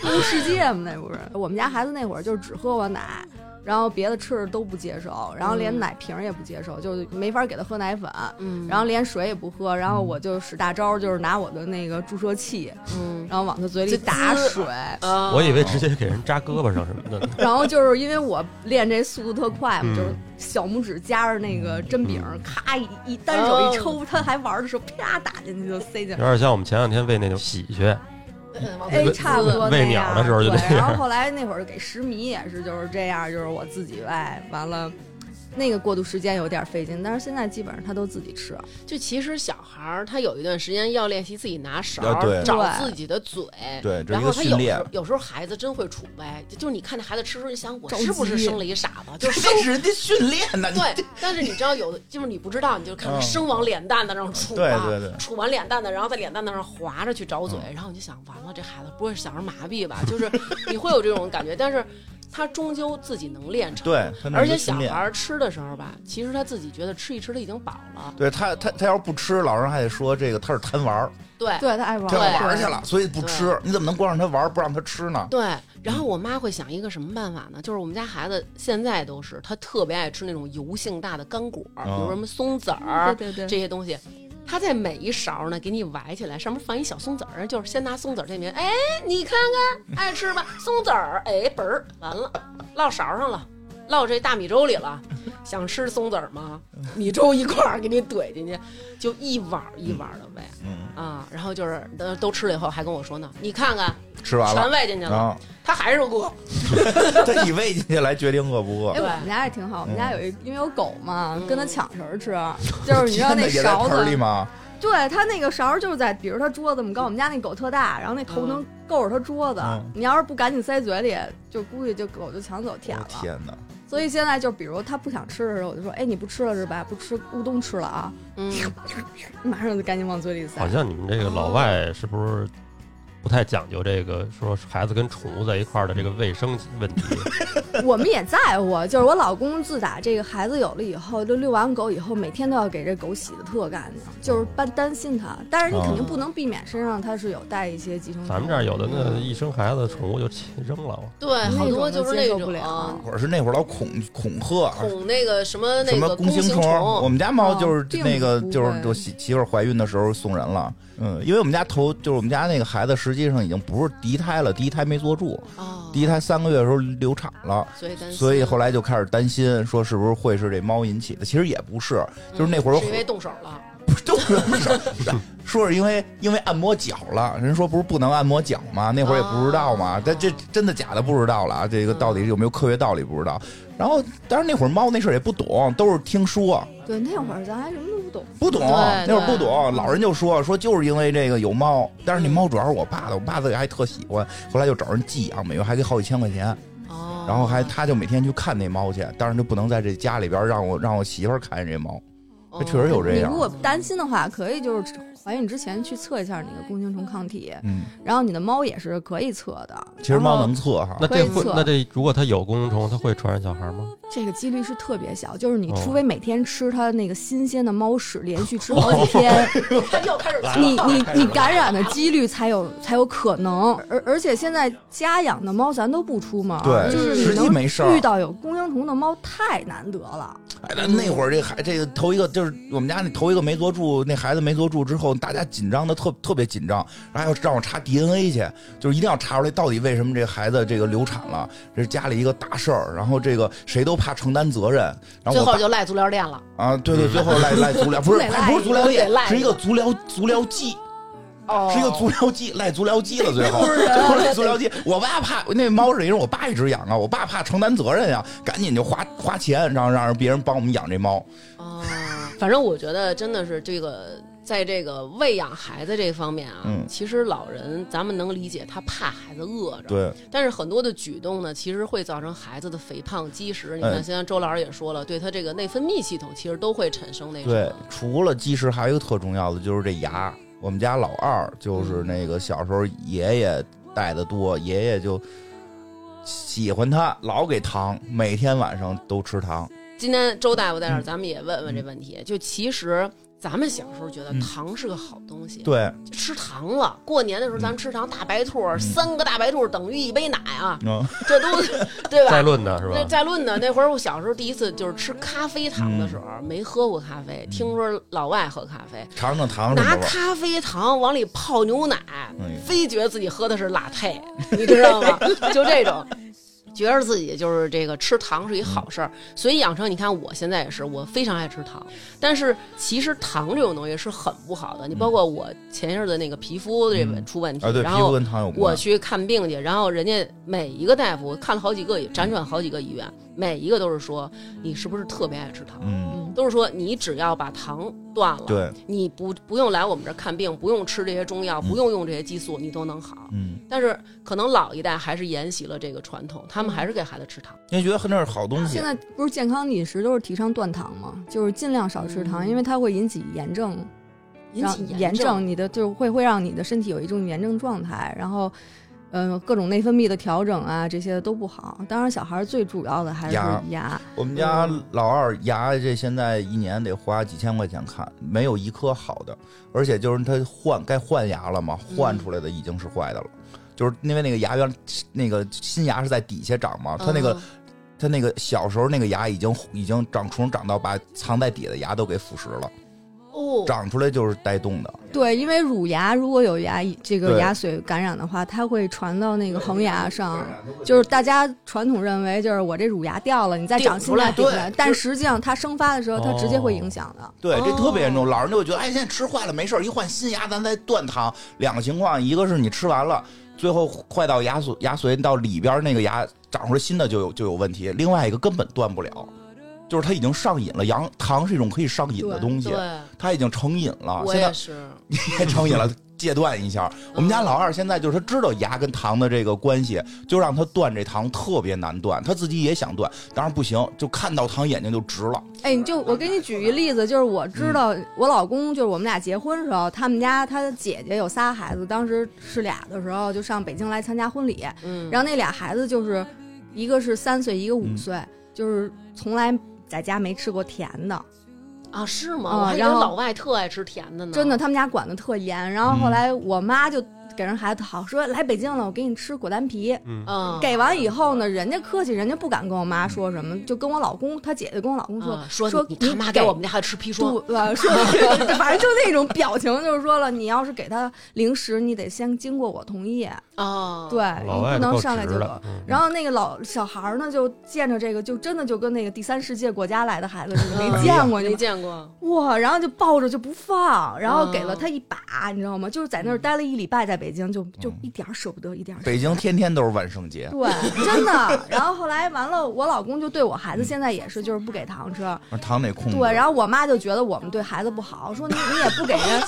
[SPEAKER 4] 物世界嘛，那不是？我们家孩子那会儿就是只喝我奶，然后别的吃的都不接受，然后连奶瓶儿也不接受，就没法给他喝奶粉，
[SPEAKER 1] 嗯
[SPEAKER 4] 然后连水也不喝，然后我
[SPEAKER 2] 嗯
[SPEAKER 4] 就使大招儿，就是拿我的那个注射器，
[SPEAKER 1] 嗯，
[SPEAKER 4] 然后往他嘴里打水。
[SPEAKER 1] 呃
[SPEAKER 3] 我以为直接给人扎胳膊上什么 的 呢。
[SPEAKER 4] 然后就是因为我练这速度特快嘛，
[SPEAKER 3] 嗯
[SPEAKER 4] 就是小拇指夹着那个针柄儿，咔一一单手一抽，他还玩的时候啪打进去就塞进
[SPEAKER 3] 有
[SPEAKER 4] 去。
[SPEAKER 3] 点像我们前两天喂那种喜鹊，
[SPEAKER 1] 嗯往
[SPEAKER 4] 哎
[SPEAKER 1] 嘴，里
[SPEAKER 4] 差不多
[SPEAKER 3] 喂
[SPEAKER 4] 那
[SPEAKER 3] 喂鸟
[SPEAKER 4] 样
[SPEAKER 3] 的时候就
[SPEAKER 4] 对
[SPEAKER 3] 这样
[SPEAKER 4] 哎然后后来那会儿给十米也是就是这样，就是我自己喂，完了那个过渡时间有点费劲，但是现在基本上他都自己吃。
[SPEAKER 2] 哎
[SPEAKER 1] 就其实小孩儿他有一段时间要练习自己拿勺
[SPEAKER 2] 啊对
[SPEAKER 1] 儿，找
[SPEAKER 4] 对
[SPEAKER 1] 自己的嘴，
[SPEAKER 2] 对，这是
[SPEAKER 1] 然
[SPEAKER 2] 一
[SPEAKER 1] 后
[SPEAKER 2] 个
[SPEAKER 1] 他
[SPEAKER 2] 训
[SPEAKER 1] 有
[SPEAKER 2] 练
[SPEAKER 1] 时候。有时候孩子真会杵呗，就就是你看那孩子吃的时候，你想我
[SPEAKER 4] 着
[SPEAKER 1] 是不是
[SPEAKER 4] 急
[SPEAKER 1] 生了一傻子？就是生
[SPEAKER 2] 这是人家训练呢，你
[SPEAKER 1] 对，但是你知道有的就是你不知道，你就看他
[SPEAKER 2] 嗯
[SPEAKER 1] 生往脸蛋子上杵
[SPEAKER 2] 对
[SPEAKER 1] 啊，
[SPEAKER 2] 对嗯对
[SPEAKER 1] 杵完脸蛋子，然后在脸蛋子上划着去找嘴，然后你就想完了，这孩子不会是想着麻痹吧？就是你会有这种感觉，但是他终究自己能练成。
[SPEAKER 2] 对，他那
[SPEAKER 1] 而
[SPEAKER 2] 是一
[SPEAKER 1] 且
[SPEAKER 2] 个
[SPEAKER 1] 小
[SPEAKER 2] 训
[SPEAKER 1] 孩
[SPEAKER 2] 练。
[SPEAKER 1] 儿吃的时候吧，其实他自己觉得吃一吃他已经饱了，
[SPEAKER 2] 对他，他他要是不吃，老人还得说这个他是贪玩儿，
[SPEAKER 1] 对
[SPEAKER 4] 对他爱玩
[SPEAKER 2] 他要
[SPEAKER 1] 对
[SPEAKER 2] 玩儿去了，所以不吃。你怎么能光让他玩儿不让他吃呢？
[SPEAKER 1] 对，然
[SPEAKER 2] 嗯
[SPEAKER 1] 后我妈会想一个什么办法呢？就是我们家孩子现在都是，他特别爱吃那种油性大的干果儿，
[SPEAKER 2] 哦
[SPEAKER 1] 比如什么松子儿、
[SPEAKER 4] 对对
[SPEAKER 1] 这
[SPEAKER 4] 对，
[SPEAKER 1] 些东西。他在每一勺呢，给你崴起来，上面放一小松子儿，就是先拿松子儿这名，哎，你看看，爱吃吧，松子儿，哎，本儿完了，落勺上了，落这大米粥里了。想吃松子儿吗？米粥一块儿给你怼进去，就一碗儿一碗儿的喂
[SPEAKER 2] 嗯，
[SPEAKER 1] 啊。然后就是都都吃了以后，还跟我说呢，你看看
[SPEAKER 2] 吃完
[SPEAKER 1] 全
[SPEAKER 2] 了
[SPEAKER 1] 喂进去了。
[SPEAKER 2] 啊，
[SPEAKER 1] 他还是饿。
[SPEAKER 2] 他以喂进去来决定饿不饿
[SPEAKER 4] 哎，。我们家也挺好，我们家有一因为有狗嘛，跟它抢食儿吃，就是你知道那
[SPEAKER 2] 嗯 天哪
[SPEAKER 4] 勺
[SPEAKER 2] 也在盆儿里
[SPEAKER 4] 子，
[SPEAKER 2] 吗？
[SPEAKER 4] 对它那个勺儿就是在，比如它桌子这么高，我们家那狗特大，然后那
[SPEAKER 3] 嗯
[SPEAKER 4] 头能够着它桌子
[SPEAKER 2] 嗯，
[SPEAKER 4] 你要是不赶紧塞嘴里，就估计就狗就抢走舔
[SPEAKER 2] 我
[SPEAKER 4] 了
[SPEAKER 2] 的。天哪！
[SPEAKER 4] 所以现在就比如它不想吃的时候，我就说，哎，你不吃了是吧？不吃乌冬吃了啊，
[SPEAKER 1] 嗯，
[SPEAKER 4] 马上就赶紧往嘴里塞
[SPEAKER 3] 好。像你们这个老外是不是不太讲究这个说孩子跟宠物在一块儿的这个卫生问题？
[SPEAKER 4] 我们也在乎，啊就是我老公自打这个孩子有了以后，就遛完狗以后，每天都要给这狗洗的特干净，就是
[SPEAKER 3] 嗯
[SPEAKER 4] 担担心它。但是你肯定不能避免身上它是有带一些寄生虫。
[SPEAKER 3] 咱们这儿有的那一生孩子宠物就切扔了，
[SPEAKER 1] 对，好多就是那啊
[SPEAKER 4] 那种接受不了
[SPEAKER 2] 或者是那会儿老恐恐吓，啊
[SPEAKER 1] 恐那个什么
[SPEAKER 2] 什
[SPEAKER 1] 那
[SPEAKER 2] 么
[SPEAKER 1] 个
[SPEAKER 2] 弓
[SPEAKER 1] 形
[SPEAKER 2] 虫。我们家猫就是
[SPEAKER 4] 哦并
[SPEAKER 2] 那个，
[SPEAKER 4] 不会
[SPEAKER 2] 就是我媳媳妇儿怀孕的时候送人了。嗯，因为我们家头就是我们家那个孩子，实际上已经不是第一胎了，第一胎没坐住，
[SPEAKER 1] 哦
[SPEAKER 2] 第，一胎三个月的时候流产了。
[SPEAKER 1] 所以担心
[SPEAKER 2] 所以后来就开始担心，说是不是会是这猫引起的？其实也不是，就是那会
[SPEAKER 1] 嗯
[SPEAKER 2] 儿有
[SPEAKER 1] 是因为动手了，
[SPEAKER 2] 不是就是不是，说是因为因为按摩脚了，人说不是不能按摩脚吗？那会儿也不知道嘛
[SPEAKER 1] 哦，
[SPEAKER 2] 但这真的假的不知道了啊，这个到底有没有科学道理不知道。然后，当然那会儿猫那事儿也不懂，都是听说，
[SPEAKER 4] 对那会儿咱还什么都不懂，
[SPEAKER 2] 不懂
[SPEAKER 1] 对
[SPEAKER 2] 那会儿
[SPEAKER 1] 对
[SPEAKER 2] 不懂，老人就说说就是因为这个有猫，但是那猫主要是我爸的，我爸自己还特喜欢，后来就找人寄养，每月还给好几千块钱，
[SPEAKER 1] 哦，
[SPEAKER 2] 然后还他就每天去看那猫去，当然就不能在这家里边让我让我媳妇儿看见这猫，
[SPEAKER 1] 哦
[SPEAKER 2] 确实有这
[SPEAKER 4] 你
[SPEAKER 2] 样
[SPEAKER 4] 如果担心的话，可以就是怀孕之前去测一下你的弓形虫抗体，
[SPEAKER 2] 嗯，
[SPEAKER 4] 然后你的猫也是可以测的。
[SPEAKER 2] 其实
[SPEAKER 4] 然
[SPEAKER 2] 猫
[SPEAKER 4] 后
[SPEAKER 2] 能测哈，
[SPEAKER 3] 那这会
[SPEAKER 4] 可以测
[SPEAKER 3] 那这如果它有弓形虫，它会传染小孩吗？
[SPEAKER 4] 这个几率是特别小，就是你
[SPEAKER 3] 哦
[SPEAKER 4] 除非每天吃它那个新鲜的猫屎，连 续吃好几天，
[SPEAKER 1] 他又开始
[SPEAKER 4] 你你你感染的几率才有才有可能，而而且现在家养的猫咱都不出门，
[SPEAKER 2] 对
[SPEAKER 4] 就是
[SPEAKER 2] 实
[SPEAKER 4] 你
[SPEAKER 2] 际
[SPEAKER 4] 能
[SPEAKER 2] 没事儿
[SPEAKER 4] 遇到有弓形虫的猫太难得了，
[SPEAKER 2] 哎，那那会儿这孩这个头一个就是我们家那头一个没坐住，那孩子没坐住之后，大家紧张的特特别紧张，然后要让我查 DNA 去，就是一定要查出来到底为什么这孩子这个流产了，这是家里一个大事儿，然后这个谁都怕承担责任，然后
[SPEAKER 1] 最
[SPEAKER 2] 我
[SPEAKER 1] 后
[SPEAKER 2] 爸
[SPEAKER 1] 就赖足疗店了，
[SPEAKER 2] 啊，对对，最后赖赖足 疗，不是哎
[SPEAKER 4] 得
[SPEAKER 2] 还不是
[SPEAKER 4] 赖
[SPEAKER 2] 足疗
[SPEAKER 1] 得
[SPEAKER 2] 店
[SPEAKER 1] 赖，
[SPEAKER 2] 是一个足疗足疗剂。
[SPEAKER 1] 哦
[SPEAKER 2] 是一个足疗机，赖足疗机了，最 后就是赖足疗机。我爸怕那猫是因为我爸一直养啊，我爸怕承担责任呀、啊赶紧就花花钱让让别人帮我们养这猫。
[SPEAKER 1] 哦，反正我觉得真的是这个。在这个喂养孩子这方面啊，
[SPEAKER 2] 嗯
[SPEAKER 1] 其实老人咱们能理解，他怕孩子饿着，
[SPEAKER 2] 对，
[SPEAKER 1] 但是很多的举动呢，其实会造成孩子的肥胖、积食。你
[SPEAKER 2] 哎
[SPEAKER 1] 看，现在周老师也说了，对他这个内分泌系统其实都会产生那
[SPEAKER 2] 对
[SPEAKER 1] 种，
[SPEAKER 2] 除了积食，还有一个特重要的就是这牙。我们家老二就是那个小时候爷爷带的多，爷爷就喜欢他，老给糖，每天晚上都吃糖。
[SPEAKER 1] 今天周大夫在这儿，
[SPEAKER 2] 嗯
[SPEAKER 1] 咱们也问问这问题。就其实咱们小时候觉得
[SPEAKER 2] 嗯
[SPEAKER 1] 糖是个好东西，
[SPEAKER 2] 对，
[SPEAKER 1] 就吃糖了。过年的时候咱们吃糖，大白兔儿
[SPEAKER 2] 嗯
[SPEAKER 1] 三个大白兔儿等于一杯奶 啊，
[SPEAKER 2] 嗯，
[SPEAKER 1] 这都对吧？
[SPEAKER 3] 再论呢是
[SPEAKER 1] 那
[SPEAKER 3] 吧？
[SPEAKER 1] 再论呢，那会儿我小时候第一次就是吃咖啡糖的时候，
[SPEAKER 2] 嗯
[SPEAKER 1] 没喝过咖啡，听说老外喝咖啡，
[SPEAKER 2] 尝尝糖什么
[SPEAKER 1] 拿
[SPEAKER 2] 味儿？
[SPEAKER 1] 咖啡糖往里泡牛奶，
[SPEAKER 2] 嗯
[SPEAKER 1] 非觉得自己喝的是拉配， 你知道 吗？就这种。觉着自己就是这个吃糖是一好事儿，所以养成你看我现在也是，我非常爱吃糖。但是其实糖这种东西是很不好的，你包括我前一阵子那个皮肤这
[SPEAKER 2] 嗯
[SPEAKER 1] 出问题，
[SPEAKER 2] 啊，对，皮
[SPEAKER 1] 然
[SPEAKER 2] 肤
[SPEAKER 1] 后
[SPEAKER 2] 跟糖有
[SPEAKER 1] 我
[SPEAKER 2] 关。
[SPEAKER 1] 去看病去，然后人家每一个大夫看了好几个，辗转好几个医院，每一个都是说你是不是特别爱吃糖，
[SPEAKER 2] 嗯，
[SPEAKER 1] 都是说你只要把糖断了，
[SPEAKER 2] 对，
[SPEAKER 1] 你不不用来我们这儿看病，不用吃这些中药，不用用这些激素，你都能好。
[SPEAKER 2] 嗯，
[SPEAKER 1] 但是可能老一代还是沿袭了这个传统，他们还是给孩子吃糖。
[SPEAKER 2] 因为觉得那是好东西
[SPEAKER 4] 现，在不是健康饮食都是提倡断糖吗？就是尽量少吃糖，
[SPEAKER 1] 嗯
[SPEAKER 4] 因为它会引起炎症，
[SPEAKER 1] 引
[SPEAKER 4] 让
[SPEAKER 1] 起
[SPEAKER 4] 炎症，你的就是会会让你的身体有一种炎症状态，然后，嗯、各种内分泌的调整啊，这些都不好。当然，小孩最主要的还是
[SPEAKER 2] 牙
[SPEAKER 4] 牙，
[SPEAKER 2] 我们家老二牙这现在一年得花几千块钱看，没有一颗好的，而且就是他换该换牙了嘛，换出来的已经是坏的了，就是因为那个牙原那个新牙是在底下长
[SPEAKER 1] 嗯
[SPEAKER 2] 嘛，啊他那个、他那个小时候那个牙已经已经长虫长到把藏在底下的牙都给腐蚀了，
[SPEAKER 1] 哦，
[SPEAKER 2] 长出来就是带动的，
[SPEAKER 4] 对，因为乳牙如果有牙这个
[SPEAKER 2] 对
[SPEAKER 4] 牙髓感染的话，它会传到那个恒牙上。就是大家传统认为，就是我这乳牙掉了，你再长
[SPEAKER 1] 顶
[SPEAKER 4] 新
[SPEAKER 1] 出
[SPEAKER 4] 牙
[SPEAKER 1] 来
[SPEAKER 4] 顶出
[SPEAKER 2] 对
[SPEAKER 4] 来
[SPEAKER 2] 就，
[SPEAKER 4] 但实际上它生发的时候，它直接会影响的。
[SPEAKER 2] 对，这
[SPEAKER 1] 哦
[SPEAKER 2] 特别严重。老人就会觉得，哎，现在吃坏了没事儿，一换新牙咱再断糖。两个情况，一个是你吃完了，最后坏到牙髓牙髓到里边那个牙长出来新的就有就有问题；另外一个根本断不了，就是它已经上瘾了。羊糖是一种可以上瘾的东西
[SPEAKER 1] 对，，
[SPEAKER 2] 它已经成瘾了，
[SPEAKER 1] 我
[SPEAKER 2] 啊现在
[SPEAKER 1] 也是。
[SPEAKER 2] 太 成瘾了。戒断一下，我们家老二现在就是他知道牙跟糖的这个关系，就让他断这糖特别难断，他自己也想断，当然不行，就看到糖眼睛就直了。
[SPEAKER 4] 哎，你就我给你举一例子，就是我
[SPEAKER 1] 嗯
[SPEAKER 4] 知道我老公，就是我们俩结婚的时候，他们家他的姐姐有仨孩子，当时是俩的时候就上北京来参加婚礼，
[SPEAKER 1] 嗯，
[SPEAKER 4] 然后那俩孩子就是一个是三岁，一个五
[SPEAKER 2] 嗯
[SPEAKER 4] 岁，就是从来在家没吃过甜的。
[SPEAKER 1] 啊，是吗？
[SPEAKER 4] 啊
[SPEAKER 1] 我还以为
[SPEAKER 4] 然后
[SPEAKER 1] 老外特爱吃甜的呢。
[SPEAKER 4] 真的，，他们家管的特严。然后
[SPEAKER 1] 嗯
[SPEAKER 4] 后来我妈就给人孩子好说，来北京了，我给你吃果丹皮。
[SPEAKER 3] 嗯，
[SPEAKER 1] 嗯，
[SPEAKER 4] 给完以后呢，人家客气，人家不敢跟我妈说什么，就跟我老公，他姐姐跟我老公说、
[SPEAKER 1] 啊说
[SPEAKER 4] 说
[SPEAKER 1] 你你他妈给
[SPEAKER 4] 给
[SPEAKER 1] 我们家孩子吃砒霜，
[SPEAKER 4] 对呃，说 反正就那种表情，就是说了，你要是给他零食，你得先经过我同意，
[SPEAKER 1] 哦，
[SPEAKER 4] 对，
[SPEAKER 3] 老
[SPEAKER 4] 你
[SPEAKER 3] 外
[SPEAKER 4] 不
[SPEAKER 3] 够
[SPEAKER 4] 能
[SPEAKER 3] 直
[SPEAKER 4] 上来就给我
[SPEAKER 3] 的，嗯
[SPEAKER 4] 然后那个老小孩儿呢，就见着这个，就真的就跟那个第三世界国家来的孩子似的，
[SPEAKER 1] 嗯
[SPEAKER 4] 没见过，
[SPEAKER 1] 没
[SPEAKER 4] 你
[SPEAKER 1] 见过，
[SPEAKER 4] 哇，然后就抱着就不放，然后给
[SPEAKER 1] 哦
[SPEAKER 4] 了他一把，你知道吗？就是在
[SPEAKER 3] 嗯
[SPEAKER 4] 那儿待了一礼拜，在北京就就
[SPEAKER 2] 嗯
[SPEAKER 4] 一点儿舍不得，一点儿舍
[SPEAKER 2] 北京天天都是万圣节，
[SPEAKER 4] 不得。对，真的。然后后来完了，我老公就对我孩子现在也是，就是不给糖吃。
[SPEAKER 2] 糖得控制。啊
[SPEAKER 4] 对，然后我妈就觉得我们对孩子不好，说你你也不给人，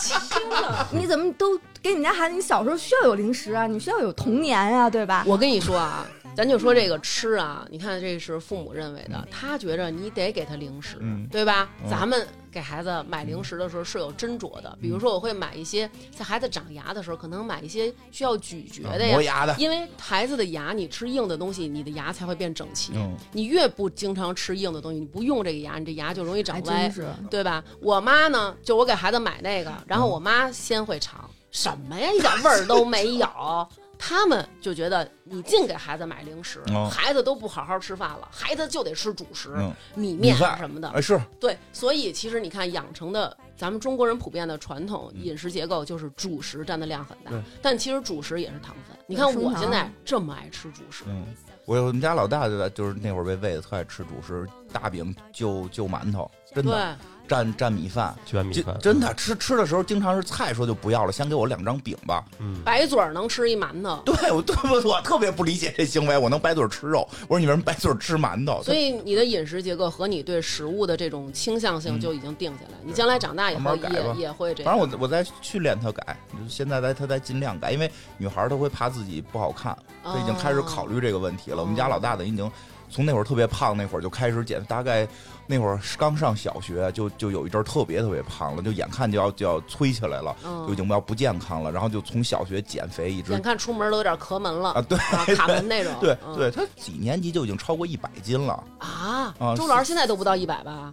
[SPEAKER 4] 你怎么都给你们家孩子？你小时候需要有零食啊，你需要有童年啊，对吧？
[SPEAKER 1] 我跟你说啊，咱就说这个吃啊，你看这是父母认为的，他觉着你得给他零食，
[SPEAKER 2] 嗯
[SPEAKER 1] 对吧？
[SPEAKER 2] 嗯
[SPEAKER 1] 咱们给孩子买零食的时候是有斟酌的，比如说我会买一些在孩子长牙的时候，可能买一些需要咀嚼的呀
[SPEAKER 2] 啊磨。牙的，
[SPEAKER 1] 因为孩子的牙，你吃硬的东西，你的牙才会变整齐。
[SPEAKER 2] 嗯，
[SPEAKER 1] 你越不经常吃硬的东西，你不用这个牙，你这牙就容易
[SPEAKER 4] 还
[SPEAKER 1] 长歪
[SPEAKER 4] 哎真。是。
[SPEAKER 1] 对吧？我妈呢，就我给孩子买那个，然后我妈先会尝，嗯什么呀，一点味儿都没有。 他们就觉得你净给孩子买零食，
[SPEAKER 2] 哦
[SPEAKER 1] 孩子都不好好吃饭了，孩子就得吃主食、
[SPEAKER 2] 嗯
[SPEAKER 1] 米
[SPEAKER 2] 米
[SPEAKER 1] 面啊
[SPEAKER 2] 饭
[SPEAKER 1] 什么的。
[SPEAKER 2] 哎是，
[SPEAKER 3] 嗯
[SPEAKER 1] 对，所以其实你看养成的咱们中国人普遍的传统饮食结构就是主食占的量很大
[SPEAKER 3] 对，
[SPEAKER 1] 但其实主食也是啊糖分。你看
[SPEAKER 4] 升
[SPEAKER 1] 我
[SPEAKER 4] 糖
[SPEAKER 1] 现在这么爱吃主食，
[SPEAKER 2] 嗯，我我们家老大就在就是那会儿被喂的特爱吃主食，大饼就就馒头，真的
[SPEAKER 1] 对，
[SPEAKER 2] 蘸蘸米饭，
[SPEAKER 3] 卷米
[SPEAKER 2] 就
[SPEAKER 3] 饭，嗯
[SPEAKER 2] 真的吃吃的时候经常是菜说就不要了，先给我两张饼吧。
[SPEAKER 3] 嗯，
[SPEAKER 1] 白嘴儿能吃一馒头，
[SPEAKER 2] 对我对不我特别不理解这行为，我能掰嘴吃肉，我说你为什么掰嘴吃馒头？
[SPEAKER 1] 所以你的饮食结构和你对食物的这种倾向性就已经定下来，你将来长大以后
[SPEAKER 2] 嗯慢慢改吧
[SPEAKER 1] 也也会这
[SPEAKER 2] 反
[SPEAKER 1] 样。
[SPEAKER 2] 正我我在训练他改，就是现在在他在尽量改，因为女孩儿她会怕自己不好看，她已经开始考虑这个问题了。
[SPEAKER 1] 哦
[SPEAKER 2] 我们家老大的已经从那会儿特别胖那会儿就开始减，大概那会儿刚上小学就就有一阵儿特别特别胖了，就眼看就要就要催起来了，
[SPEAKER 1] 嗯
[SPEAKER 2] 就已经要不健康了。然后就从小学减肥一直
[SPEAKER 1] 眼看出门都有点咳门了
[SPEAKER 2] 啊，对
[SPEAKER 1] 啊卡门那种。
[SPEAKER 2] 对
[SPEAKER 1] 嗯
[SPEAKER 2] 对，他几年级就已经超过一百斤了，
[SPEAKER 1] 啊
[SPEAKER 2] 啊，
[SPEAKER 1] 周老师现在都不到一百吧？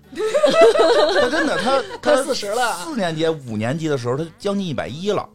[SPEAKER 2] 他真的 他
[SPEAKER 1] 快
[SPEAKER 2] 他
[SPEAKER 1] 40了
[SPEAKER 2] 四年级五年级的时候他将近一百一了，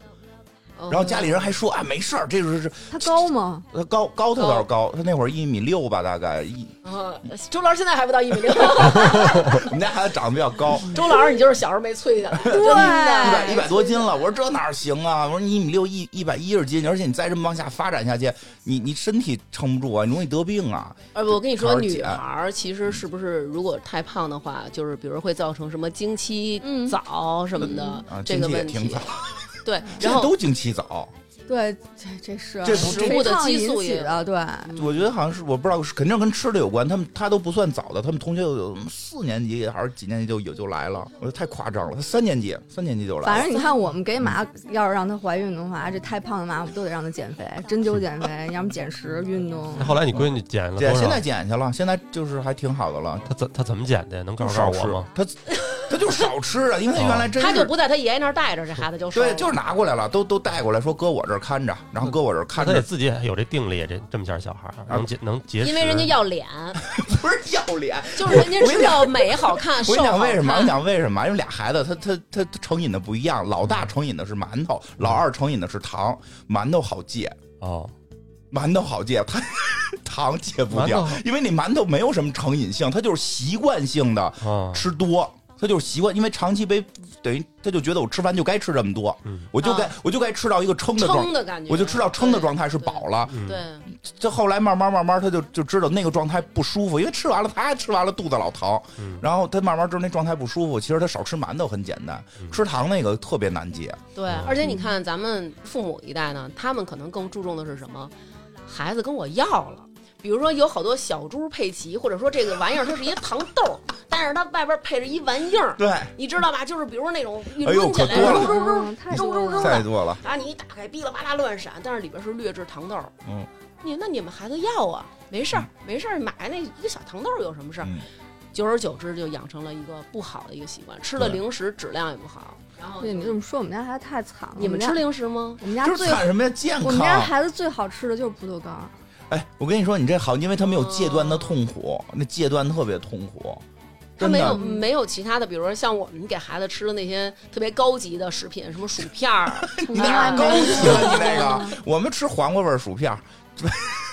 [SPEAKER 1] 然
[SPEAKER 2] 然后家里人还说啊没事儿，这就是
[SPEAKER 4] 他高吗？
[SPEAKER 2] 他高高，他倒是高，他那会儿一米六吧，大概一。
[SPEAKER 1] 嗯呃周老师现在还不到一米六。
[SPEAKER 2] 我们家孩子长得比较 高，一
[SPEAKER 1] 周老师，你就是小时候没催下来，真
[SPEAKER 4] 对
[SPEAKER 1] 的
[SPEAKER 2] 百一百多斤了。我说这哪儿行啊？我说你一米六一一百一十斤，而且你再这么往下发展下去，你你身体撑不住啊，你容易得病啊。
[SPEAKER 1] 呃，我跟你说，
[SPEAKER 2] 孩儿
[SPEAKER 1] 女
[SPEAKER 2] 姐
[SPEAKER 1] 孩儿其实是不是如果太胖的话，就是比如会造成什么经期
[SPEAKER 4] 嗯
[SPEAKER 1] 早什么的
[SPEAKER 2] 啊，
[SPEAKER 1] 这个
[SPEAKER 2] 经期也
[SPEAKER 1] 问
[SPEAKER 2] 挺
[SPEAKER 1] 题
[SPEAKER 2] 早。
[SPEAKER 1] 对，
[SPEAKER 2] 现
[SPEAKER 1] 然
[SPEAKER 2] 在
[SPEAKER 1] 后
[SPEAKER 2] 都经期早，
[SPEAKER 4] 对，这这是
[SPEAKER 2] 这
[SPEAKER 4] 是
[SPEAKER 1] 食物的
[SPEAKER 4] 肥胖
[SPEAKER 1] 激
[SPEAKER 4] 引
[SPEAKER 1] 素
[SPEAKER 4] 起
[SPEAKER 1] 也
[SPEAKER 4] 的，对，
[SPEAKER 1] 嗯
[SPEAKER 2] 我觉得好像是我不知道，肯定跟吃的有关。他们他都不算早的，他们同学有四年级还是几年级就有就来了，我觉得太夸张了。他三年级，三年级就来了。
[SPEAKER 4] 反正你看，我们给马要是让它怀孕的话，这太胖的马我们都得让它减肥，针灸减肥，要么减食运动。
[SPEAKER 3] 那后来你闺女减了多
[SPEAKER 2] 减现
[SPEAKER 3] 少
[SPEAKER 2] 在？减去了，现在就是还挺好的了。
[SPEAKER 3] 她怎她怎么减的？能告
[SPEAKER 2] 就
[SPEAKER 3] 诉
[SPEAKER 2] 少
[SPEAKER 3] 告诉
[SPEAKER 2] 吃
[SPEAKER 3] 我吗？，哦
[SPEAKER 2] 他他就少吃啊，因为他原来真
[SPEAKER 1] 他就是不在他爷爷那儿带着，这孩子就瘦
[SPEAKER 2] 对，
[SPEAKER 1] 了。
[SPEAKER 2] 就是拿过来了，都都带过来说搁我这儿看着，然后搁我这儿
[SPEAKER 3] 她
[SPEAKER 2] 看
[SPEAKER 3] 得
[SPEAKER 2] 着，
[SPEAKER 3] 自己有这定力，这这么点小孩儿啊能节能节食，
[SPEAKER 1] 啊因为人家要 脸，
[SPEAKER 2] 不是要脸。
[SPEAKER 1] 就是人家知道美好看、
[SPEAKER 2] 我
[SPEAKER 1] 瘦
[SPEAKER 2] 跟你
[SPEAKER 1] 好
[SPEAKER 2] 讲为什么？我跟
[SPEAKER 1] 看
[SPEAKER 2] 你。讲为什么？因为俩孩子他他他他成瘾的不一样，老大成瘾的是馒头，老二成瘾的是糖，馒头好戒。
[SPEAKER 3] 哦，
[SPEAKER 2] 馒头好戒，它 糖戒不
[SPEAKER 3] 馒头
[SPEAKER 2] 掉
[SPEAKER 3] 好，
[SPEAKER 2] 因为你馒头没有什么成瘾性，它就是习惯性的
[SPEAKER 3] 哦，
[SPEAKER 2] 吃多，它就是习惯，因为长期被等于他就觉得我吃饭就该吃这么多，
[SPEAKER 3] 嗯
[SPEAKER 2] 我就该、
[SPEAKER 1] 啊
[SPEAKER 2] 我就该吃到一个撑的状
[SPEAKER 1] 撑，的感觉，
[SPEAKER 2] 我就吃到撑的状态是饱了。
[SPEAKER 3] 嗯
[SPEAKER 1] 对，
[SPEAKER 2] 这后来慢慢慢慢，他就就知道那个状态不舒服，因为吃完了他吃完了肚子老疼，
[SPEAKER 3] 嗯
[SPEAKER 2] 然后他慢慢知道那状态不舒服。其实他少吃馒头很简单，
[SPEAKER 3] 嗯
[SPEAKER 2] 吃糖那个特别难戒。
[SPEAKER 1] 对对。而且你看，咱们父母一代呢，他们可能更注重的是什么？孩子跟我要了。比如说有好多小猪佩奇，或者说这个玩意儿它是一糖豆，但是它外边配着一玩意儿，
[SPEAKER 2] 对，
[SPEAKER 1] 你知道吧？就是比如那种一
[SPEAKER 2] 哎呦
[SPEAKER 1] 抡起
[SPEAKER 2] 可
[SPEAKER 1] 来，
[SPEAKER 2] 多了
[SPEAKER 1] 揉揉揉，
[SPEAKER 4] 嗯太多了
[SPEAKER 1] 肉肉肉
[SPEAKER 2] 太多了，
[SPEAKER 1] 啊，你一打开哔啦吧啦乱闪，但是里边是劣质糖豆。
[SPEAKER 2] 嗯，
[SPEAKER 1] 你那你们孩子要啊，没事儿，没事儿，买那一个小糖豆有什么事儿？
[SPEAKER 2] 嗯
[SPEAKER 1] 久而久之就养成了一个不好的一个习惯，吃的
[SPEAKER 2] 对
[SPEAKER 1] 零食质量也不好。然后
[SPEAKER 4] 对，你这么说，我们家孩子太惨了。
[SPEAKER 1] 你们
[SPEAKER 4] 我家
[SPEAKER 1] 吃零食吗？
[SPEAKER 4] 我们家
[SPEAKER 2] 就是
[SPEAKER 4] 最
[SPEAKER 2] 惨什么呀？健
[SPEAKER 4] 我们家
[SPEAKER 2] 康。
[SPEAKER 4] 孩子最好吃的就是葡萄干，
[SPEAKER 2] 哎，我跟你说，你这好，因为他没有戒断的痛苦，那戒断特别痛苦，
[SPEAKER 1] 他
[SPEAKER 2] 真
[SPEAKER 1] 没有
[SPEAKER 2] 的。
[SPEAKER 1] 没有其他的，比如说像我们给孩子吃的那些特别高级的食品，什么薯片儿，
[SPEAKER 2] 你哪儿高啊级了？你那个，我们吃黄瓜味儿薯片儿，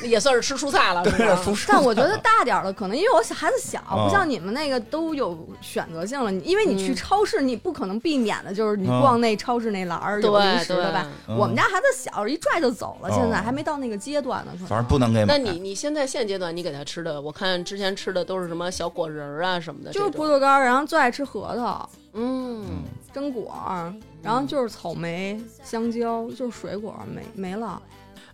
[SPEAKER 1] 也算是吃蔬菜了，是
[SPEAKER 2] 对，
[SPEAKER 1] 吗？
[SPEAKER 2] 薯薯
[SPEAKER 4] 但我觉得大点儿的可能，因为我小孩子小，
[SPEAKER 2] 哦
[SPEAKER 4] 不像你们那个都有选择性了。你因为你去
[SPEAKER 1] 嗯
[SPEAKER 4] 超市，你不可能避免的就是你
[SPEAKER 2] 嗯
[SPEAKER 4] 逛那超市那栏儿有零
[SPEAKER 1] 对
[SPEAKER 4] 食的
[SPEAKER 1] 对
[SPEAKER 4] 吧？。
[SPEAKER 2] 嗯
[SPEAKER 4] 我们家孩子小，一拽就走了，
[SPEAKER 2] 哦
[SPEAKER 4] 现在还没到那个阶段呢。可能
[SPEAKER 2] 反正不能给
[SPEAKER 1] 那
[SPEAKER 2] 买。
[SPEAKER 1] 你你现在现阶段你给他吃的，我看之前吃的都是什么小果仁儿啊什么的这
[SPEAKER 4] 就
[SPEAKER 1] 种，
[SPEAKER 4] 是葡萄干儿，然后最爱吃核桃、
[SPEAKER 1] 嗯，
[SPEAKER 4] 榛果儿，然后就是草莓、香蕉，就是水果儿没没了。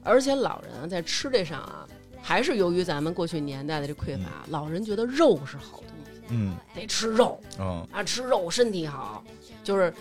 [SPEAKER 1] 而且老人啊，在吃这上啊，还是由于咱们过去年代的这匮乏，老人觉得肉是好东西，
[SPEAKER 2] 嗯
[SPEAKER 1] 得吃肉
[SPEAKER 2] 嗯
[SPEAKER 1] 啊，吃肉身体好，就是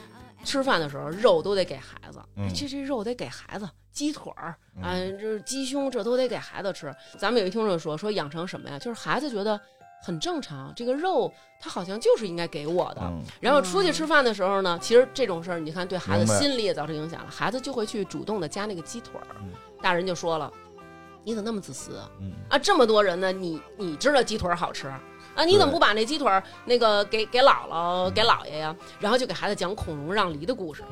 [SPEAKER 1] 吃饭的时候肉都得给孩子，哎
[SPEAKER 2] 嗯
[SPEAKER 1] 这这肉得给孩子，鸡腿儿
[SPEAKER 2] 嗯
[SPEAKER 1] 啊，这鸡胸这都得给孩子吃。咱们有一听众说说养成什么呀？就是孩子觉得很正常，这个肉它好像就是应该给我的。
[SPEAKER 2] 嗯，
[SPEAKER 1] 然后出去吃饭的时候呢，其实这种事儿，你看对孩
[SPEAKER 2] 明
[SPEAKER 1] 子
[SPEAKER 2] 白
[SPEAKER 1] 心理也造成影响了，孩子就会去主动的夹那个鸡腿儿
[SPEAKER 2] 嗯。
[SPEAKER 1] 大人就说了：“你怎么那么自私啊？
[SPEAKER 2] 嗯
[SPEAKER 1] 啊，这么多人呢，你你知道鸡腿儿好吃啊？你怎么
[SPEAKER 2] 对嗯
[SPEAKER 1] 不把那鸡腿儿那个给给姥姥给姥爷呀？”然后就给孩子讲孔融让梨的故事，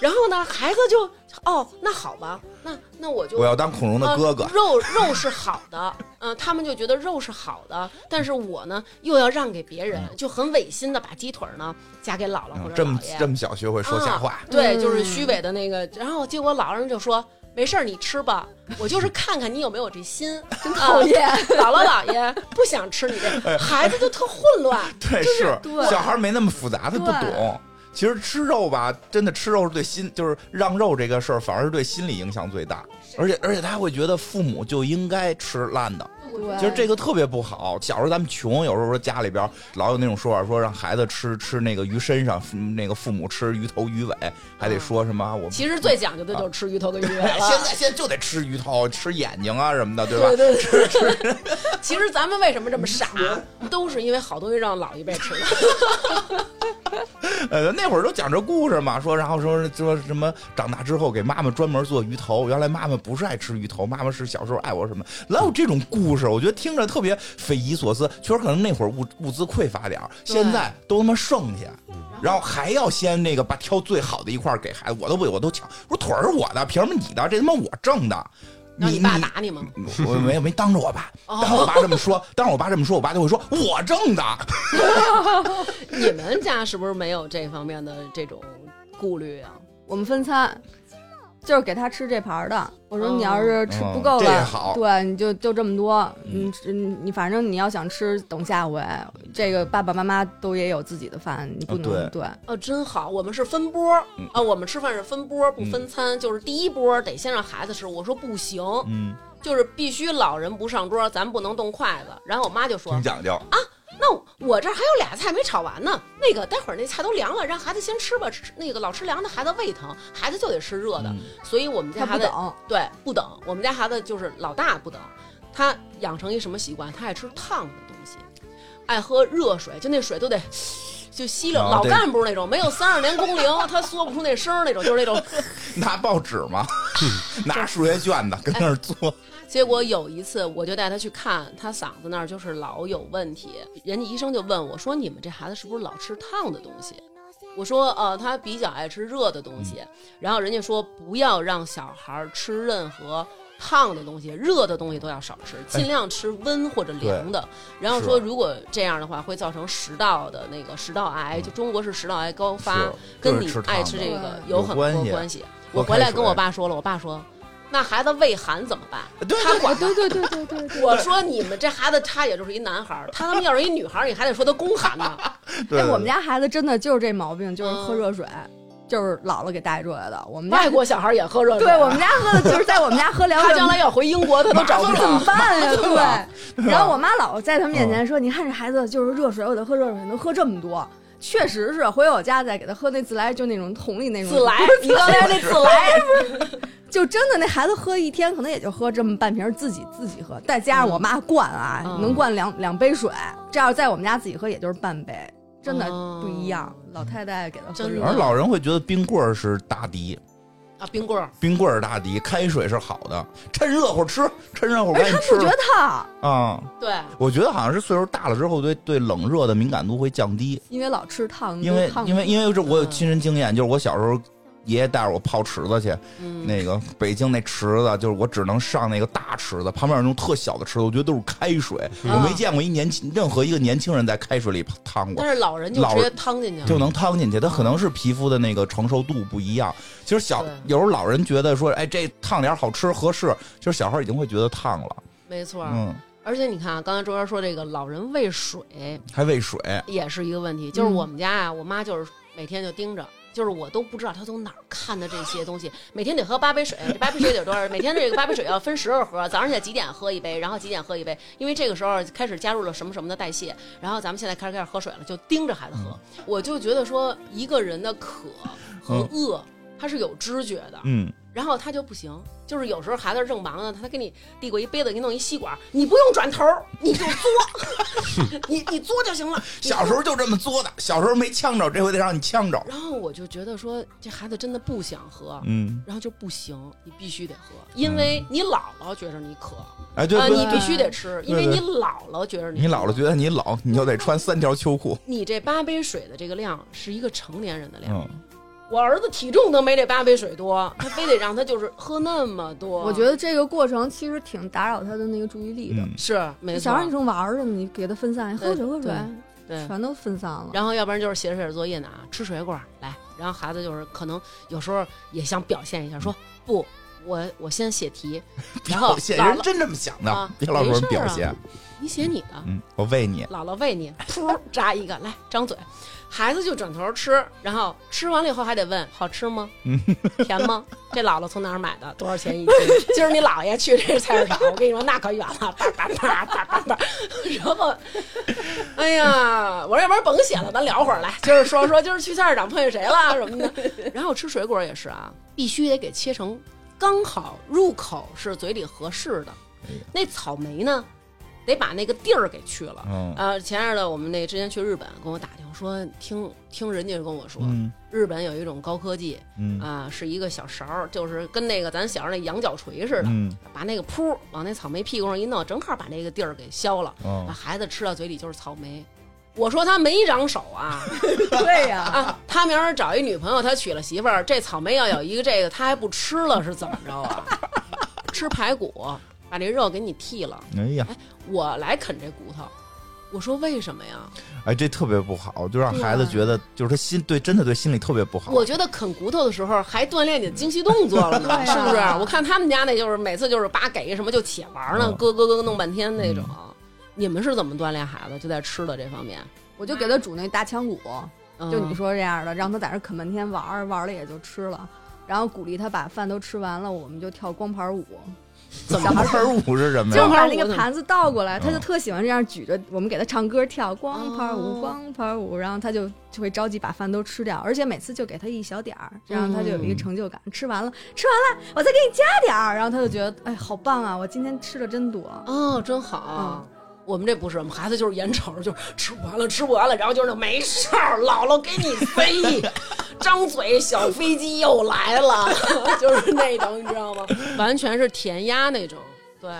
[SPEAKER 1] 然后呢，孩子就哦，那好吧，那那我就
[SPEAKER 2] 我要当孔融的哥哥
[SPEAKER 1] 呃。肉肉是好的，嗯、他们就觉得肉是好的，但是我呢又要让给别人，就很违心的把鸡腿儿呢嫁给姥姥或
[SPEAKER 2] 嗯
[SPEAKER 1] 者
[SPEAKER 2] 这么
[SPEAKER 1] 姥爷。
[SPEAKER 2] 这么小学会说瞎话
[SPEAKER 1] 啊，对，
[SPEAKER 4] 嗯
[SPEAKER 1] 就是虚伪的那个。然后结果老人就说：“没事儿，你吃吧，我就是看看你有没有这 心。”真
[SPEAKER 4] 讨厌，
[SPEAKER 1] 姥姥姥爷不想吃你
[SPEAKER 2] 哎
[SPEAKER 1] 这，孩子就特混乱。
[SPEAKER 2] 对，是
[SPEAKER 4] 对
[SPEAKER 2] 小孩没那么复杂，他不
[SPEAKER 4] 对
[SPEAKER 2] 懂。其实吃肉吧，真的吃肉是对心，就是让肉这个事儿，反而是对心理影响最大。而且而且他会觉得父母就应该吃烂的，
[SPEAKER 4] 对，
[SPEAKER 2] 其实这个特别不好。小时候咱们穷，有时候说家里边老有那种说法，说让孩子吃吃那个鱼身上，父那个父母吃鱼头鱼尾，还得说什么啊我们。
[SPEAKER 1] 其实最讲究的就是吃鱼头跟鱼尾了。
[SPEAKER 2] 现在现在就得吃鱼头、吃眼睛啊什么的，对吧？
[SPEAKER 1] 对对对，其实咱们为什么这么傻，
[SPEAKER 2] 嗯
[SPEAKER 1] 都是因为好东西让老一辈吃了。
[SPEAKER 2] 呃，那会儿都讲这故事嘛，说然后说说什么长大之后给妈妈专门做鱼头，原来妈妈不是爱吃鱼头，妈妈是小时候爱我什么，老有这种故事，我觉得听着特别匪夷所思。确实可能那会儿物物资匮乏点儿，现在都他妈剩下，
[SPEAKER 1] 嗯
[SPEAKER 2] 然后还要先那个把挑最好的一块儿给孩子，我都不我都抢，我说腿儿是我的，凭什么你的？这他妈我挣的。
[SPEAKER 1] 然后
[SPEAKER 2] 你
[SPEAKER 1] 你爸打哦你吗？
[SPEAKER 2] 我没有没当着我爸，当着我爸这么说，当着我爸这么说，我爸就会说我挣的。
[SPEAKER 1] 哦你们家是不是没有这方面的这种顾虑啊？
[SPEAKER 4] 我们分餐，就是给他吃这盘儿的。我说
[SPEAKER 1] 嗯
[SPEAKER 4] 你要是吃不
[SPEAKER 2] 嗯
[SPEAKER 4] 够
[SPEAKER 2] 这也
[SPEAKER 4] 了，
[SPEAKER 2] 好
[SPEAKER 4] 对，你就就这么多，
[SPEAKER 2] 嗯
[SPEAKER 4] 你吃你反正你要想吃，等下回。这个爸爸妈妈都也有自己的饭，你不能、
[SPEAKER 2] 啊
[SPEAKER 4] 对
[SPEAKER 1] 哦，真好，我们是分波儿
[SPEAKER 2] 嗯
[SPEAKER 1] 啊，我们吃饭是分波儿不分餐，就是第一波儿得先让孩子吃。我说不行，
[SPEAKER 2] 嗯，
[SPEAKER 1] 就是必须老人不上桌，咱不能动筷子。然后我妈就说
[SPEAKER 2] 挺讲究。：“
[SPEAKER 1] 那我这儿还有俩菜没炒完呢，那个待会儿那菜都凉了，让孩子先吃吧。吃那个老吃凉的，孩子胃疼，孩子就得吃热的。
[SPEAKER 2] 嗯
[SPEAKER 1] 所以我们家
[SPEAKER 4] 他
[SPEAKER 1] 孩
[SPEAKER 4] 不
[SPEAKER 1] 子
[SPEAKER 4] 等。
[SPEAKER 1] 对不等，我们家孩子就是老大不等，他养成一什么习惯？他爱吃烫的东西，爱喝热水，就那水都得。” 就吸溜
[SPEAKER 2] 啊
[SPEAKER 1] 老
[SPEAKER 2] 对
[SPEAKER 1] 干部那种，没有三二年工龄，他缩不出那声儿那种，就是那种
[SPEAKER 2] 拿报纸 吗？拿数学卷子跟那儿做，
[SPEAKER 4] 哎
[SPEAKER 1] 结果有一次，我就带他去看，他嗓子那儿就是老有问题，人家医生就问我说：“你们这孩子是不是老吃烫的东西？”我说：“呃，他比较爱吃热的东西。
[SPEAKER 2] 嗯
[SPEAKER 1] 然后人家说：“不要让小孩儿吃任何。”烫的东西、热的东西都要少吃，尽量吃温或者凉的。然后说，
[SPEAKER 2] 是
[SPEAKER 1] 如果这样的话，会造成食道的那个食道癌，就中国是食道癌高发。
[SPEAKER 2] 嗯是
[SPEAKER 1] 跟
[SPEAKER 2] 就是
[SPEAKER 1] 你
[SPEAKER 2] 吃
[SPEAKER 1] 爱
[SPEAKER 2] 糖
[SPEAKER 1] 吃
[SPEAKER 2] 的
[SPEAKER 1] 这个
[SPEAKER 2] 有
[SPEAKER 1] 有很多
[SPEAKER 2] 关系
[SPEAKER 1] 关系。我
[SPEAKER 2] 多开
[SPEAKER 1] 回来跟我
[SPEAKER 2] 水
[SPEAKER 1] 爸说了，我爸说，那孩子胃寒怎么办？
[SPEAKER 2] 对
[SPEAKER 1] 他管。
[SPEAKER 4] 对对对对对对，
[SPEAKER 1] 我说你们这孩子他也就是一男孩儿，他他妈要是一女孩儿，你还得说他宫寒呢。
[SPEAKER 2] 对
[SPEAKER 4] 哎，我们家孩子真的就是这毛病，就是喝
[SPEAKER 1] 嗯
[SPEAKER 4] 热水，就是姥姥给带出来的。我们家
[SPEAKER 1] 外国小孩儿也喝热水，啊
[SPEAKER 4] 对我们家喝的就是在我们家喝 凉
[SPEAKER 1] 他
[SPEAKER 4] 水，
[SPEAKER 1] 将来要回英国，他都 找不
[SPEAKER 4] 怎么
[SPEAKER 1] 着。
[SPEAKER 4] 办
[SPEAKER 2] 啊
[SPEAKER 4] 呀？对。
[SPEAKER 2] 吧
[SPEAKER 4] 然后我妈老在他们面
[SPEAKER 2] 嗯
[SPEAKER 4] 前说：“你看这孩子就是热水，我得喝热水，能喝这么多。”确实是，回我家再给他喝那自来，就那种桶里那种
[SPEAKER 1] 自来，你刚才那自来，
[SPEAKER 4] 就真的那孩子喝一天，可能也就喝这么半瓶儿，自己自己喝，再加上我妈灌啊，
[SPEAKER 1] 嗯
[SPEAKER 4] 能灌两两杯水，这要是在我们家自己喝，也就是半杯，真的
[SPEAKER 1] 哦
[SPEAKER 4] 不一样。老太太给他喝
[SPEAKER 1] 真
[SPEAKER 4] 热
[SPEAKER 1] 的
[SPEAKER 2] 而
[SPEAKER 4] 水，
[SPEAKER 2] 老人会觉得冰棍儿是大敌，
[SPEAKER 1] 啊，冰棍儿，
[SPEAKER 2] 冰棍儿是大敌，开水是好的，趁热乎吃，趁热乎
[SPEAKER 4] 而
[SPEAKER 2] 赶
[SPEAKER 4] 且
[SPEAKER 2] 紧
[SPEAKER 4] 他
[SPEAKER 2] 吃
[SPEAKER 4] 不觉得烫，
[SPEAKER 2] 啊、
[SPEAKER 1] 对，
[SPEAKER 2] 我觉得好像是岁数大了之后，对对冷热的敏感度会降低，
[SPEAKER 4] 因为老吃
[SPEAKER 1] 嗯
[SPEAKER 4] 烫，
[SPEAKER 2] 因为
[SPEAKER 4] 烫
[SPEAKER 2] 因为因为这我有亲身经验，就是我小时候。爷爷带着我泡池子去，
[SPEAKER 1] 嗯，
[SPEAKER 2] 那个北京那池子，就是我只能上那个大池子，旁边有那种特小的池子，我觉得都是开水，
[SPEAKER 1] 嗯
[SPEAKER 2] 我没见过一年轻任何一个年轻人在开水里烫过
[SPEAKER 1] 但。是老人就直接趟进去了。
[SPEAKER 2] 就能趟进去，它可能是皮肤的那个承受度不一样。其实小
[SPEAKER 1] 对
[SPEAKER 2] 有时候老人觉得说，哎，这烫点儿好吃合适，其实小孩已经会觉得烫了，
[SPEAKER 1] 没错儿，
[SPEAKER 2] 嗯，
[SPEAKER 1] 而且你看啊，刚才周源说这个老人喂水，
[SPEAKER 2] 还喂水，
[SPEAKER 1] 也是一个问题，就是
[SPEAKER 4] 嗯
[SPEAKER 1] 我们家啊，我妈就是每天就盯着。就是我都不知道她从哪儿看的这些东西， 每天得喝八杯水，这八杯水得多少？ 每天这个八杯水要分时候喝，早上起来几点喝一杯，然后几点喝一杯，因为这个时候开始加入了什么什么的代谢，然后咱们现在开始开始喝水了，就盯着孩子喝。
[SPEAKER 2] 嗯
[SPEAKER 1] 我就觉得说，一个人的渴和饿，他是有知觉的，
[SPEAKER 2] 嗯，
[SPEAKER 1] 然后他就不行，就是有时候孩子正忙呢，他给你递过一杯子，给你弄一吸管，你不用转头，你 就嘬，你你嘬就行了。你
[SPEAKER 2] 小时候就这么作的，小时候没呛着，这回得让你呛着，
[SPEAKER 1] 然后我就觉得说，这孩子真的不想喝，
[SPEAKER 2] 嗯，
[SPEAKER 1] 然后就不行，你必须得喝，因为你姥姥觉着你渴，
[SPEAKER 2] 哎，对
[SPEAKER 1] 呃，
[SPEAKER 2] 对
[SPEAKER 1] 你
[SPEAKER 2] 对，
[SPEAKER 1] 必须得吃，因为你姥姥觉着
[SPEAKER 2] 你姥姥觉
[SPEAKER 1] 得
[SPEAKER 2] 得你老，你就得穿三条秋裤，
[SPEAKER 1] 你这八杯水的这个量是一个成年人的量，
[SPEAKER 2] 嗯，
[SPEAKER 1] 我儿子体重都没这八杯水多，他非得让他就是喝那么多，
[SPEAKER 4] 我觉得这个过程其实挺打扰他的那个注意力的。
[SPEAKER 2] 嗯
[SPEAKER 1] 是没错
[SPEAKER 4] 小孩，你正玩儿着呢，你给他分散，喝水喝水，
[SPEAKER 1] 对。
[SPEAKER 4] 全都分散了。
[SPEAKER 1] 然后要不然就是写着写着作业呢啊，吃水果儿来，然后孩子就是可能有时候也想表现一下，说
[SPEAKER 2] 嗯
[SPEAKER 1] 不，我我先写题，然后
[SPEAKER 2] 表现
[SPEAKER 1] 姥
[SPEAKER 2] 人
[SPEAKER 1] 姥
[SPEAKER 2] 真这么想的
[SPEAKER 1] 啊，
[SPEAKER 2] 别老说人
[SPEAKER 1] 没事儿
[SPEAKER 2] 表
[SPEAKER 1] 啊
[SPEAKER 2] 现，
[SPEAKER 1] 你写你的，
[SPEAKER 2] 嗯，我喂你，
[SPEAKER 1] 姥姥喂你，噗扎一个，来张嘴，孩子就转头吃，然后吃完了以后还得问好吃吗？ 甜吗？这姥姥从哪儿买的？多少钱一斤？ 今儿你姥爷去这菜市场，我跟你说那可远了，叭叭叭叭叭叭。然后，哎呀，我说要不然甭写了，咱聊会儿来，今儿说说今儿去菜市场碰见谁了什么 的。然后吃水果也是啊，必须得给切成刚好入口是嘴里合适的
[SPEAKER 2] 哎呀。
[SPEAKER 1] 那草莓呢，得把那个地儿给去了。
[SPEAKER 2] 嗯
[SPEAKER 1] 呃，前日的我们那之前去日本，跟我打听说，听听人家跟我说，
[SPEAKER 2] 嗯
[SPEAKER 1] 日本有一种高科技
[SPEAKER 2] 嗯
[SPEAKER 1] 啊、是一个小勺儿，就是跟那个咱小时候那羊角锤似的，
[SPEAKER 2] 嗯
[SPEAKER 1] 把那个噗往那草莓屁股上一弄，正好把那个地儿给削了，把
[SPEAKER 2] 嗯，
[SPEAKER 1] 孩子吃到嘴里就是草莓。我说他没长手 啊
[SPEAKER 4] 对呀、
[SPEAKER 1] 啊！他明儿找一女朋友，他娶了媳妇儿，这草莓要有一个这个，他还不吃了是怎么着啊？ 吃排骨，把这肉给你剔了，
[SPEAKER 2] 哎呀，
[SPEAKER 1] 我来啃这骨头，我说为什么呀？
[SPEAKER 2] 哎，这特别不好，就让
[SPEAKER 4] 对
[SPEAKER 2] 孩子觉得就是他心对真的对心理特别不好。
[SPEAKER 1] 啊我觉得啃骨头的时候还锻炼你的精细动作了呢，
[SPEAKER 4] 对呀
[SPEAKER 1] 是不是？我看他们家那就是每次就是叭给一什么就且玩呢，
[SPEAKER 2] 嗯
[SPEAKER 1] 咯咯咯弄半天那种。你们是怎么锻炼孩子？就在吃的这方面，
[SPEAKER 4] 我就给他煮那大腔骨，
[SPEAKER 1] 嗯
[SPEAKER 4] 就你说这样的，让他在这啃半天玩儿，玩儿了也就吃了。然后鼓励他把饭都吃完了，我们就跳光盘舞。
[SPEAKER 1] 怎
[SPEAKER 4] 小
[SPEAKER 1] 么
[SPEAKER 4] 孩
[SPEAKER 2] 八
[SPEAKER 4] 儿
[SPEAKER 2] 十五是什么
[SPEAKER 4] 就
[SPEAKER 1] 光
[SPEAKER 2] 呀？
[SPEAKER 1] 盘
[SPEAKER 4] 把
[SPEAKER 1] 舞
[SPEAKER 4] 那个
[SPEAKER 1] 怎么
[SPEAKER 4] 盘子倒过来，他就
[SPEAKER 2] 嗯
[SPEAKER 4] 特喜欢这样举着我们给他唱歌跳光盘
[SPEAKER 1] 哦
[SPEAKER 4] 舞，光盘舞，然后他就就会着急把饭都吃掉，而且每次就给他一小点儿，这样他就有
[SPEAKER 1] 嗯
[SPEAKER 4] 一个成就感。吃完了，吃完了，我再给你加点儿，然后他就觉得哎，好棒啊，我今天吃的真多。
[SPEAKER 1] 哦，真好、
[SPEAKER 2] 嗯
[SPEAKER 1] 我们这不是，我们孩子就是眼瞅着就是吃不完了，吃不完了，然后就是没事儿，姥姥给你 飞，张嘴小飞机又来了，就是那种，你知道吗？完全是填鸭那种。对，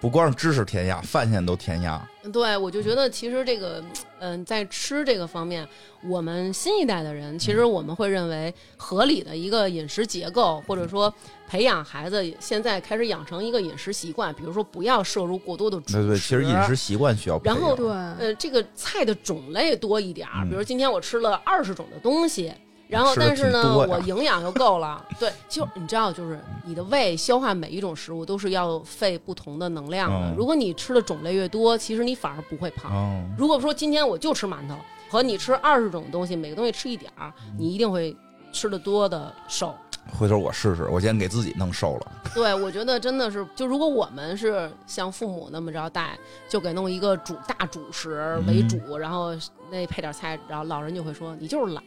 [SPEAKER 2] 不光是知识填鸭，饭现在都填鸭。
[SPEAKER 1] 对，我就觉得其实这个，嗯、在吃这个方面，我们新一代的人，其
[SPEAKER 2] 嗯
[SPEAKER 1] 实我们会认为合理的一个饮食结构，或者说培养孩子现在开始养成一个饮食习惯，比如说不要摄入过多的主
[SPEAKER 2] 对对，其实饮食习惯需要培养。
[SPEAKER 1] 啊然后
[SPEAKER 4] 对，
[SPEAKER 1] 呃，这个菜的种类多一点儿，
[SPEAKER 2] 嗯
[SPEAKER 1] 比如今天我吃了二十种的东西，然后
[SPEAKER 2] 吃得
[SPEAKER 1] 但是
[SPEAKER 2] 挺
[SPEAKER 1] 呢，
[SPEAKER 2] 多呀
[SPEAKER 1] 我营养又够 了。对，就你知道，就是你的胃消化每一种食物都是要费不同的能量的。
[SPEAKER 2] 嗯
[SPEAKER 1] 如果你吃的种类越多，其实你反而不会胖。
[SPEAKER 2] 嗯，
[SPEAKER 1] 如果说今天我就吃馒头，和你吃二十种东西，每个东西吃一点儿，
[SPEAKER 2] 嗯
[SPEAKER 1] 你一定会吃的多的瘦。
[SPEAKER 2] 回头我试试，我先给自己弄瘦了。
[SPEAKER 1] 对，我觉得真的是，就如果我们是像父母那么着带，就给弄一个主大主食
[SPEAKER 2] 嗯
[SPEAKER 1] 为主，然后那配点菜，然后老人就会说你就是懒，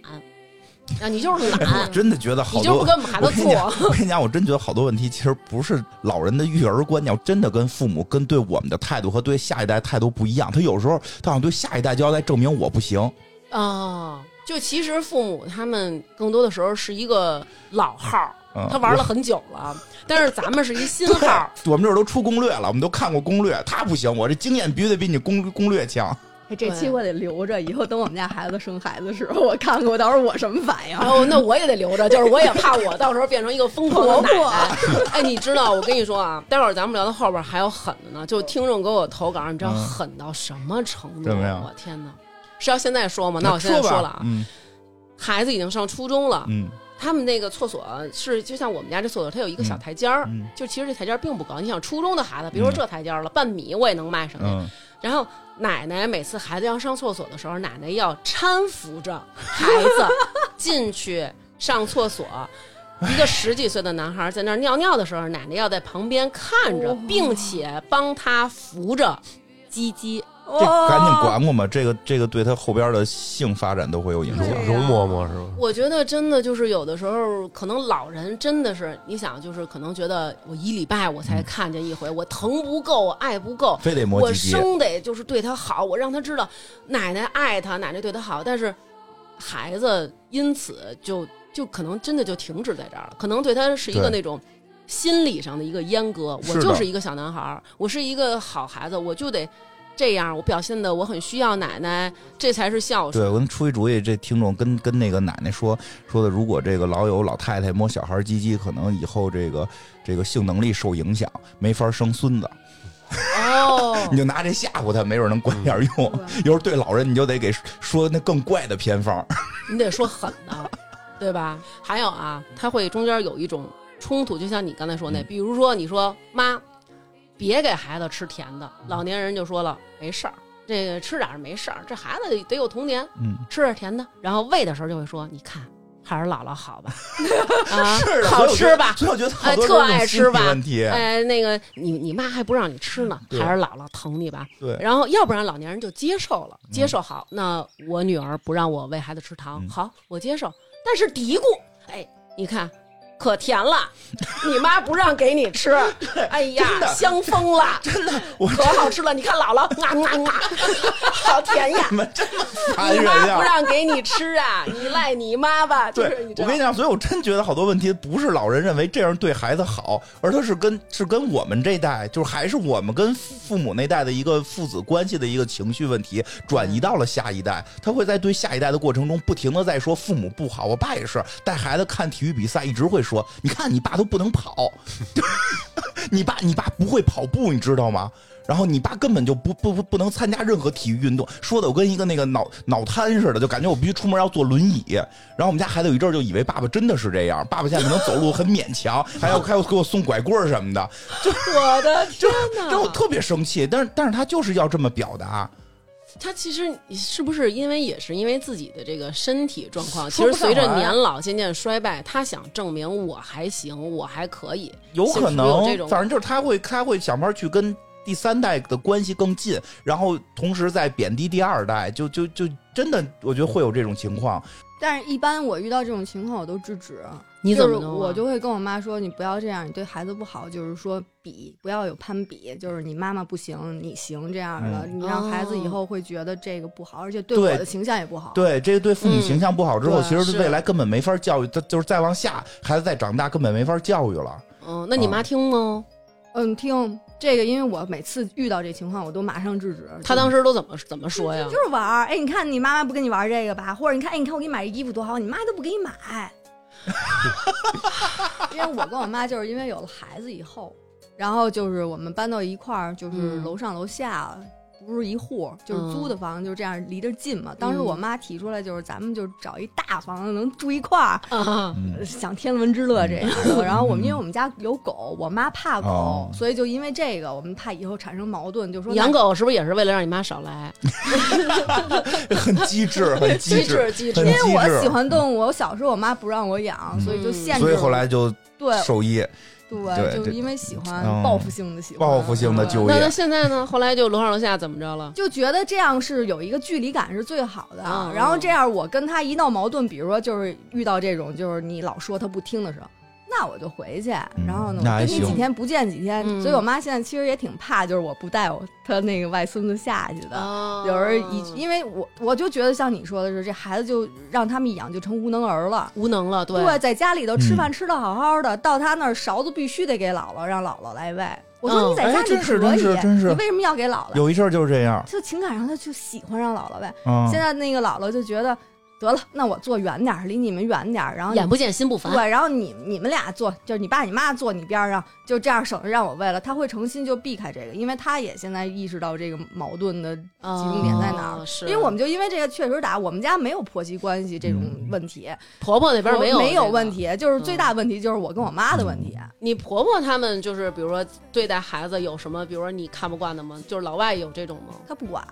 [SPEAKER 1] 啊，你就是懒，
[SPEAKER 2] 真的觉得
[SPEAKER 1] 你
[SPEAKER 2] 好
[SPEAKER 1] 就是不
[SPEAKER 2] 多，
[SPEAKER 1] 跟我们孩
[SPEAKER 2] 我
[SPEAKER 1] 子
[SPEAKER 2] 跟你讲
[SPEAKER 1] 做。，
[SPEAKER 2] 我跟你讲，我真觉得好多问题其实不是老人的育儿观，你要真的跟父母跟对我们的态度和对下一代态度不一样，他有时候他好像对下一代交代证明我不行。
[SPEAKER 1] 啊、就其实父母他们更多的时候是一个老号儿，
[SPEAKER 2] 嗯
[SPEAKER 1] 他玩了很久了，但是咱们是一新号 儿。
[SPEAKER 2] 我们这儿都出攻略了，我们都看过攻略，他不行，我这经验必须得比你攻攻略强。
[SPEAKER 1] 啊
[SPEAKER 4] 哎这期我得留着，以后等我们家孩子生孩子的时候，我看看我到时候我什么反应。
[SPEAKER 1] 哦，那我也得留着，就是我也怕我到时候变成一个疯狂的奶奶。哎，你知道，我跟你说啊，待会儿咱们聊到后边还有狠的呢，就是听众给我投稿，你知道
[SPEAKER 2] 嗯
[SPEAKER 1] 狠到什么程度？啊
[SPEAKER 2] 怎么样
[SPEAKER 1] 我天哪！是要现在说吗？那我现在
[SPEAKER 2] 吧
[SPEAKER 1] 了啊，
[SPEAKER 2] 嗯
[SPEAKER 1] 孩子已经上初中了，
[SPEAKER 2] 嗯
[SPEAKER 1] 他们那个厕所是就像我们家这厕所，它有一个小台阶儿，
[SPEAKER 2] 嗯
[SPEAKER 1] 就其实这台阶儿并不高。你想初中的孩子，别说
[SPEAKER 2] 嗯
[SPEAKER 1] 这台阶儿了，半米我也能迈上去。
[SPEAKER 2] 嗯，
[SPEAKER 1] 然后奶奶每次孩子要上厕所的时候，奶奶要搀扶着孩子进去上厕所。一个十几岁的男孩在那儿尿尿的时候，奶奶要在旁边看着
[SPEAKER 4] 哇，
[SPEAKER 1] 并且帮他扶着鸡鸡。
[SPEAKER 2] 这
[SPEAKER 4] 哇
[SPEAKER 2] 赶紧管管吧，这个这个对他后边的性发展都会有影响
[SPEAKER 4] 对。
[SPEAKER 1] 啊
[SPEAKER 4] 呀
[SPEAKER 3] 容嬷嬷是吧？
[SPEAKER 1] 我觉得真的就是有的时候，可能老人真的是，你想，就是可能觉得我一礼拜我才看见一回，我疼不够，我爱不够，
[SPEAKER 2] 非得摸
[SPEAKER 1] 我
[SPEAKER 2] 鸡鸡，
[SPEAKER 1] 生得就是对他好，我让他知道奶奶爱他，奶奶对他好。但是孩子因此就就可能真的就停止在这儿了，可能对他是一个
[SPEAKER 2] 对
[SPEAKER 1] 那种心理上的一个阉割。
[SPEAKER 2] 是
[SPEAKER 1] 我
[SPEAKER 2] 的
[SPEAKER 1] 就是一个小男孩儿，我是一个好孩子，我就得这样，我表现的我很需要奶奶，这才是孝顺。
[SPEAKER 2] 对，我给你出一主意，这听众跟跟那个奶奶说说的，如果这个老有老太太摸小孩鸡鸡，可能以后这个这个性能力受影响，没法生孙子。
[SPEAKER 1] 哦
[SPEAKER 2] 你就拿这吓唬他，没准能管点用。有时候对老人，你就得给说那更怪的偏方。
[SPEAKER 1] 你得说狠的，对吧？还有啊，他会中间有一种冲突，就像你刚才说那，
[SPEAKER 2] 嗯
[SPEAKER 1] 比如说你说妈，别给孩子吃甜的，老年人就说了没事儿，这个吃点儿没事儿，这孩子得有童年，
[SPEAKER 2] 嗯，
[SPEAKER 1] 吃点甜的。然后喂的时候就会说，你看还是姥姥好 吧，啊
[SPEAKER 2] 是，的，
[SPEAKER 1] 好吃吧。
[SPEAKER 2] 所以我觉得好
[SPEAKER 1] 哎
[SPEAKER 2] 多
[SPEAKER 1] 特
[SPEAKER 2] 都是这种
[SPEAKER 1] 爱
[SPEAKER 2] 心
[SPEAKER 1] 吃
[SPEAKER 2] 理
[SPEAKER 1] 吧
[SPEAKER 2] 问题，
[SPEAKER 1] 哎，那个你你妈还不让你吃呢，
[SPEAKER 2] 嗯对
[SPEAKER 1] 还是姥姥疼你吧？
[SPEAKER 2] 对
[SPEAKER 1] 然后要不然老年人就接受了，接受好，那我女儿不让我喂孩子吃糖，
[SPEAKER 2] 嗯
[SPEAKER 1] 好，我接受，但是嘀咕，哎，你看。可甜了， 你妈不让给你吃，哎
[SPEAKER 2] 真
[SPEAKER 1] 呀，
[SPEAKER 2] 的
[SPEAKER 1] 香疯了，
[SPEAKER 2] 真的，我
[SPEAKER 1] 可好吃了！你看姥 姥，啊啊啊，好甜 呀！
[SPEAKER 2] 你们这么啊烦
[SPEAKER 1] 你
[SPEAKER 2] 人
[SPEAKER 1] 妈 不
[SPEAKER 2] 呀！
[SPEAKER 1] 让给你吃啊，你赖你妈吧。就
[SPEAKER 2] 对
[SPEAKER 1] 是你，知
[SPEAKER 2] 我
[SPEAKER 1] 道
[SPEAKER 2] 跟你讲，所以我真觉得好多问题不是老人认为这样对孩子好，而他是跟是跟我们这代，就是还是我们跟父母那代的一个父子关系的一个情绪问题转移到了下一代。他会在对下一代的过程中不停的在说父母不好。我爸也是带孩子看体育比赛，一直会说：“你看你爸都不能跑，你爸你爸不会跑步，你知道吗？”然后你爸根本就不不不不能参加任何体育运动，说的我跟一个那个脑脑瘫似的，就感觉我必须出门要坐轮椅。然后我们家孩子有一阵儿就以为爸爸真的是这样，爸爸现在可能走路很勉强，还要还要给我送拐棍儿什么的，
[SPEAKER 1] 我的 天哪！
[SPEAKER 2] 让我特别生气。但是但是他就是要这么表达，
[SPEAKER 1] 他其实是不是因为也是因为自己的这个身体状况，其
[SPEAKER 2] 说不
[SPEAKER 1] 实
[SPEAKER 2] 上
[SPEAKER 1] 随着
[SPEAKER 2] 来
[SPEAKER 1] 年老渐渐衰败，他想证明我还行，我还可以。
[SPEAKER 2] 有可能
[SPEAKER 1] 是不是有这，种
[SPEAKER 2] 反正就是他会他会想法去跟第三代的关系更近，然后同时在贬低第二代，就就就真的我觉得会有这种情况。
[SPEAKER 4] 但是，一般我遇到这种情况，我都制止。
[SPEAKER 1] 你
[SPEAKER 4] 就
[SPEAKER 1] 怎
[SPEAKER 4] 是
[SPEAKER 1] 么弄啊、
[SPEAKER 4] 我就会跟我妈说，你不要这样，你对孩子不好。就是说比，不要有攀比，就是你妈妈不行，你行这样的，你让孩子以后会觉得这个不好，而且对我
[SPEAKER 2] 对
[SPEAKER 4] 的形象也不好。
[SPEAKER 2] 对，这个对父母
[SPEAKER 1] 嗯
[SPEAKER 2] 形象不好之后，
[SPEAKER 4] 对
[SPEAKER 2] 其实
[SPEAKER 1] 是
[SPEAKER 2] 未来根本没法教育，他就是再往下，孩子再长大根本没法教育了。
[SPEAKER 1] 嗯，那你妈听吗？
[SPEAKER 4] 嗯，听这个，因为我每次遇到这情况，我都马上制止。
[SPEAKER 1] 她当时都怎么怎么说呀
[SPEAKER 4] 就？是玩儿，哎，你看你妈妈不跟你玩这个吧，或者你看，哎，你看我给你买这衣服多好，你妈都不给你买。因为我跟我妈就是因为有了孩子以后，然后就是我们搬到一块儿，就是
[SPEAKER 1] 嗯
[SPEAKER 4] 楼上楼下。不是一户，就是租的房，就这样离着近嘛。
[SPEAKER 1] 嗯
[SPEAKER 4] 当时我妈提出来，就是咱们就找一大房子，能住一块儿，
[SPEAKER 1] 啊，
[SPEAKER 2] 嗯，
[SPEAKER 4] 享天伦之乐这样
[SPEAKER 1] 嗯
[SPEAKER 4] 的。然后我们因为我们家有狗，我妈怕狗，
[SPEAKER 2] 哦
[SPEAKER 4] 所以就因为这个，我们怕以后产生矛盾，就说
[SPEAKER 1] 养
[SPEAKER 4] 那
[SPEAKER 1] 狗是不是也是为了让你妈少来？
[SPEAKER 2] 很机智，很机智，
[SPEAKER 1] 机
[SPEAKER 2] 很
[SPEAKER 4] 因
[SPEAKER 2] 机
[SPEAKER 4] 为我喜
[SPEAKER 2] 智。
[SPEAKER 4] 欢动物，我小时候我妈不让我养，
[SPEAKER 2] 嗯
[SPEAKER 4] 所以就限制我。
[SPEAKER 2] 所以后来就
[SPEAKER 4] 对
[SPEAKER 2] 受益，对
[SPEAKER 4] 对，就是
[SPEAKER 2] 对
[SPEAKER 4] 因为喜欢
[SPEAKER 2] 嗯
[SPEAKER 4] 报复性的喜欢，
[SPEAKER 2] 报复性的
[SPEAKER 4] 对
[SPEAKER 2] 就
[SPEAKER 1] 那
[SPEAKER 2] 业
[SPEAKER 1] 那。现在呢？后来就楼上楼下怎么着了？
[SPEAKER 4] 就觉得这样是有一个距离感是最好的。
[SPEAKER 1] 嗯
[SPEAKER 4] 然后这样我跟他一闹矛盾，比如说就是遇到这种就是你老说他不听的时候。那我就回去，然后呢，
[SPEAKER 2] 嗯那
[SPEAKER 4] 我
[SPEAKER 2] 还
[SPEAKER 4] 跟你
[SPEAKER 2] 行
[SPEAKER 4] 几天不见几天，
[SPEAKER 1] 嗯
[SPEAKER 4] 所以我妈现在其实也挺怕，就是我不带我她那个外孙子下去的。
[SPEAKER 1] 哦
[SPEAKER 4] 有人一，因为我我就觉得像你说的是，这孩子就让他们一养就成无能儿了。
[SPEAKER 1] 无能了，对，
[SPEAKER 4] 对，在家里头吃
[SPEAKER 2] 嗯
[SPEAKER 4] 饭吃的好好的，到他那儿勺子必须得给姥姥，让姥姥来喂。我说
[SPEAKER 1] 嗯
[SPEAKER 4] 你在家
[SPEAKER 2] 哎
[SPEAKER 4] 里
[SPEAKER 2] 真是
[SPEAKER 4] 可以，
[SPEAKER 2] 真是真是
[SPEAKER 4] 你为什么要给姥姥？
[SPEAKER 2] 嗯有一阵儿就是这样，
[SPEAKER 4] 就情感上他就喜欢让姥姥喂。
[SPEAKER 2] 嗯，
[SPEAKER 4] 现在那个姥姥就觉得，得了，那我坐远点儿，离你们远点儿，然后你
[SPEAKER 1] 眼不见心不烦。
[SPEAKER 4] 对，然后你你们俩坐，就是你爸你妈坐你边儿上，就这样省着让我喂了。他会诚心就避开这个，因为他也现在意识到这个矛盾的集中点在哪儿。
[SPEAKER 1] 哦是
[SPEAKER 4] 因为我们就因为这个确实打，我们家没有婆媳关系这种
[SPEAKER 2] 嗯
[SPEAKER 4] 问题，
[SPEAKER 1] 婆婆那边
[SPEAKER 4] 我
[SPEAKER 1] 有嗯没
[SPEAKER 4] 没有问。题，就是最大问题就是我跟我妈的
[SPEAKER 1] 嗯
[SPEAKER 4] 问题。
[SPEAKER 1] 你婆婆他们就是，比如说对待孩子有什么，比如说你看不惯的吗？就是老外有这种吗？
[SPEAKER 4] 她不管，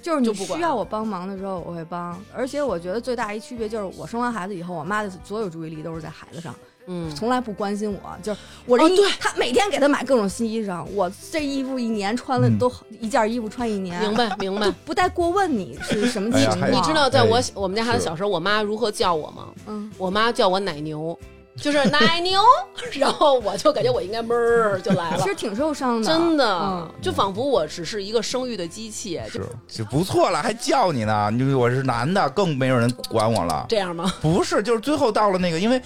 [SPEAKER 4] 就是你
[SPEAKER 1] 就不管
[SPEAKER 4] 需要我帮忙的时候，我会帮。而且我觉得最大一区别就是，我生完孩子以后，我妈的所有注意力都是在孩子上，
[SPEAKER 1] 嗯，
[SPEAKER 4] 从来不关心我。就是我这
[SPEAKER 1] 哦
[SPEAKER 4] 衣，
[SPEAKER 1] 对
[SPEAKER 4] 她每天给她买各种新衣裳，我这衣服一年穿了
[SPEAKER 2] 嗯
[SPEAKER 4] 都好一件衣服穿一年，
[SPEAKER 1] 明白明 白
[SPEAKER 4] 就。不带过问你 是什么
[SPEAKER 2] 哎
[SPEAKER 4] 情
[SPEAKER 2] 呀
[SPEAKER 4] 况。
[SPEAKER 2] 还
[SPEAKER 1] 你知道，在我
[SPEAKER 2] 哎
[SPEAKER 1] 我们家孩子
[SPEAKER 2] 是
[SPEAKER 1] 小时候，我妈如何叫我吗？
[SPEAKER 4] 嗯，
[SPEAKER 1] 我妈叫我奶牛，就是奶牛， 然后我就感觉我应该哞儿就来了
[SPEAKER 4] 其实。挺受伤的，
[SPEAKER 1] 真的
[SPEAKER 4] 嗯，
[SPEAKER 1] 就仿佛我只是一个生育的机器，就是
[SPEAKER 2] 就不错了，还叫你呢。你我是男的，更没有人管我了。
[SPEAKER 1] 这样吗？
[SPEAKER 2] 不是，就是最后到了那个，因为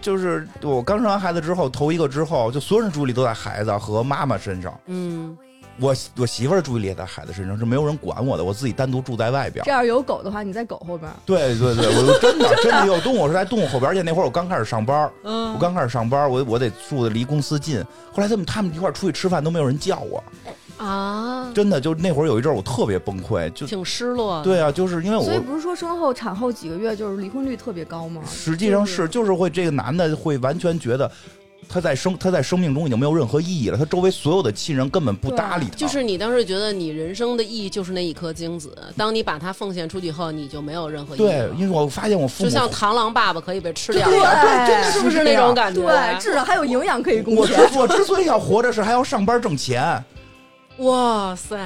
[SPEAKER 2] 就是我刚生完孩子之后，头一个之后，就所有人注意力都在孩子和妈妈身上。
[SPEAKER 1] 嗯，
[SPEAKER 2] 我我媳妇儿注意力也在孩子身上，是没有人管我的，我自己单独住在外边
[SPEAKER 4] 这。要有狗的话，你在狗后边。
[SPEAKER 2] 对对对，我就真的真的有动物，我是在动物后边，而且那会儿我刚开始上班，我
[SPEAKER 1] 嗯
[SPEAKER 2] 刚开始上班，我我得住的离公司近。后来他们他们一块儿出去吃饭都没有人叫我，
[SPEAKER 1] 啊，
[SPEAKER 2] 真的就那会儿有一阵儿我特别崩溃，就
[SPEAKER 1] 挺失落。，
[SPEAKER 2] 对啊，就是因为我
[SPEAKER 4] 所以不是说生后产后几个月就是离婚率特别高吗？
[SPEAKER 2] 实际上，
[SPEAKER 4] 就是
[SPEAKER 2] 就是会这个男的会完全觉得他在生他在生命中已经没有任何意义了，他周围所有的亲人根本不搭理他，
[SPEAKER 1] 就是你当时觉得你人生的意义就是那一颗精子，当你把它奉献出去以后，你就没有任何意义
[SPEAKER 2] 对
[SPEAKER 1] 了，。
[SPEAKER 2] 因为我发现我父
[SPEAKER 1] 就
[SPEAKER 2] 母
[SPEAKER 1] 像螳螂爸爸可以被吃掉，
[SPEAKER 4] 对对真的
[SPEAKER 1] 是不是那种感觉？
[SPEAKER 4] 对，至少还有营养可以供
[SPEAKER 2] 我
[SPEAKER 4] 给
[SPEAKER 2] 之。我之所以要活着，是还要上班挣钱。
[SPEAKER 1] 哇塞，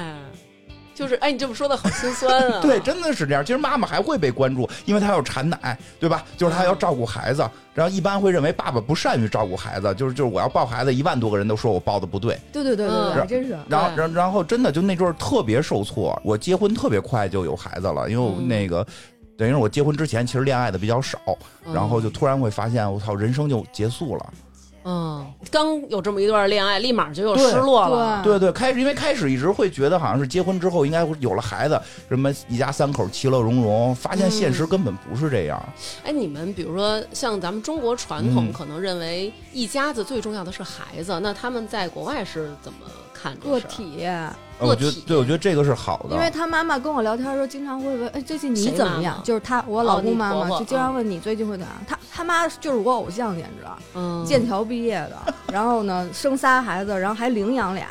[SPEAKER 1] 就是哎，你这么说的好心酸 啊。
[SPEAKER 2] 对，真的是这样。其实妈妈还会被关注，因为她要产奶，对吧？就是她要照顾孩子，然后一般会认为爸爸不善于照顾孩子，就是就是我要抱孩子，一万多个人都说我抱的不对。
[SPEAKER 4] 对对对对
[SPEAKER 1] 嗯
[SPEAKER 4] 对，还真是。
[SPEAKER 2] 然后，
[SPEAKER 1] 对
[SPEAKER 2] 然然后真的就那阵儿特别受挫。我结婚特别快就有孩子了，因为我
[SPEAKER 1] 嗯
[SPEAKER 2] 那个、等于是我结婚之前其实恋爱的比较少，
[SPEAKER 1] 嗯
[SPEAKER 2] 然后就突然会发现，我操，人生就结束了。
[SPEAKER 1] 嗯，刚有这么一段恋爱，立马就又失落了。
[SPEAKER 2] 对对，开始因为开始一直会觉得好像是结婚之后应该会有了孩子，什么一家三口其乐融融，发现
[SPEAKER 1] 嗯
[SPEAKER 2] 现实根本不是这样。
[SPEAKER 1] 哎，你们比如说像咱们中国传统，
[SPEAKER 2] 嗯
[SPEAKER 1] 可能认为一家子最重要的是孩子，那他们在国外是怎么看看这
[SPEAKER 4] 个
[SPEAKER 1] 事儿
[SPEAKER 4] 体，
[SPEAKER 2] 呃我觉
[SPEAKER 1] 个
[SPEAKER 2] 得
[SPEAKER 1] 体
[SPEAKER 2] 对，我觉得这个是好的，
[SPEAKER 4] 因为他妈妈跟我聊天的时候，经常会问：“哎，最近你
[SPEAKER 1] 谁
[SPEAKER 4] 怎
[SPEAKER 1] 妈
[SPEAKER 4] 么样
[SPEAKER 1] 妈？”
[SPEAKER 4] 就是他，我老公妈
[SPEAKER 1] 哦你
[SPEAKER 4] 妈
[SPEAKER 1] 婆婆
[SPEAKER 4] 就经常问你最近会怎样。他他妈就是我偶像，简直
[SPEAKER 1] 嗯，
[SPEAKER 4] 剑桥毕业 的，然后呢生仨孩子，然后还领养俩，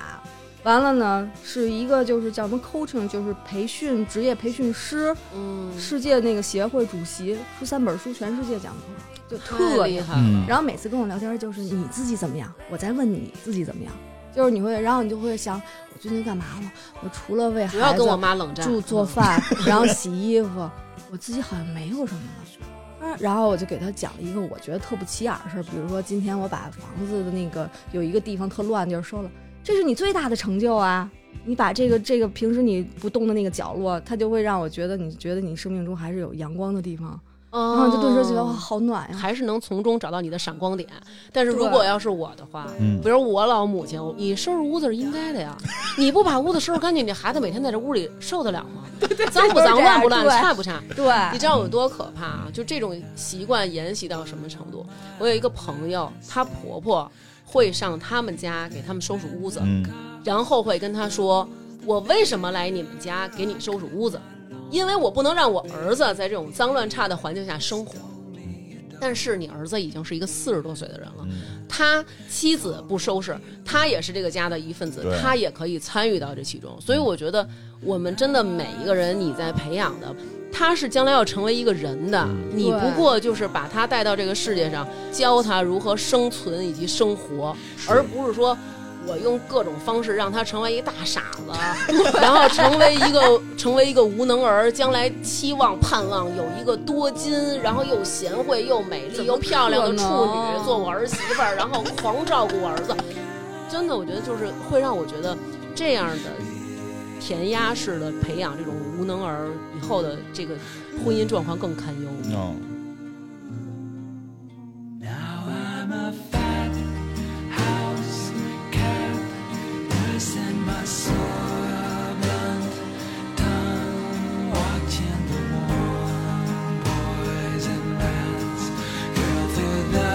[SPEAKER 4] 完了呢是一个就是叫什么 coaching，就是培训职业培训师，
[SPEAKER 1] 嗯
[SPEAKER 4] 世界那个协会主席，出三本书，全世界讲课，就特
[SPEAKER 1] 特
[SPEAKER 4] 厉
[SPEAKER 1] 厉
[SPEAKER 4] 害。
[SPEAKER 1] 害
[SPEAKER 2] 嗯
[SPEAKER 1] 了，
[SPEAKER 4] 然后每次跟我聊天就是你自己怎么样，我在问你自己怎么样，就是你会，然后你就会想我最近干嘛了？我除了为孩子
[SPEAKER 1] 不要跟我妈冷战，
[SPEAKER 4] 住 做饭，然后洗衣服，我自己好像没有什么了。啊然后我就给他讲了一个我觉得特不起眼的事儿，比如说今天我把房子的那个有一个地方特乱地儿收了，这是你最大的成就啊！你把这个这个平时你不动的那个角落，它就会让我觉得你觉得你生命中还是有阳光的地方，
[SPEAKER 1] 嗯，
[SPEAKER 4] 然后就顿时觉得哇好暖呀、
[SPEAKER 1] 还是能从中找到你的闪光点。但是如
[SPEAKER 4] 对
[SPEAKER 1] 果要是我的话，
[SPEAKER 2] 嗯
[SPEAKER 1] 比如我老母亲，你收拾屋子是应该的呀，你不把屋子收拾干净，这孩子每天在这屋里受得了吗？脏不脏，
[SPEAKER 4] 就是这样
[SPEAKER 1] 乱不乱，
[SPEAKER 4] 对
[SPEAKER 1] 差不差？你
[SPEAKER 4] 对，
[SPEAKER 1] 知道有多可怕啊？就这种习惯沿袭到什么程度？我有一个朋友，她婆婆会上他们家给他们收拾屋子，
[SPEAKER 2] 嗯
[SPEAKER 1] 然后会跟她说：“我为什么来你们家给你收拾屋子？因为我不能让我儿子在这种脏乱差的环境下生活。”但是你儿子已经是一个四十多岁的人了，
[SPEAKER 2] 嗯
[SPEAKER 1] 他妻子不收拾，他也是这个家的一份子
[SPEAKER 2] 对，
[SPEAKER 1] 他也可以参与到这其中。所以我觉得，我们真的每一个人，你在培养的，他是将来要成为一个人的，你
[SPEAKER 4] 对
[SPEAKER 1] 不过就是把他带到这个世界上，教他如何生存以及生活，而不是说。我用各种方式让他成为一大傻子， 然后成为一个 成为一个无能儿，将来期望盼望有一个多金，然后又贤惠又美丽
[SPEAKER 4] 怎么
[SPEAKER 1] 又漂亮的
[SPEAKER 4] 可
[SPEAKER 1] 处
[SPEAKER 4] 能
[SPEAKER 1] 女做我儿媳妇儿，然后狂照顾我儿 子，真的，我觉得就是会让我觉得这样的填鸭式的培养这种无能儿以后的这个婚姻状况更堪忧。
[SPEAKER 2] 嗯，
[SPEAKER 5] Now I'm a fat house cat, nursing my sorbent tongue, watching the warm boys and rats curl through the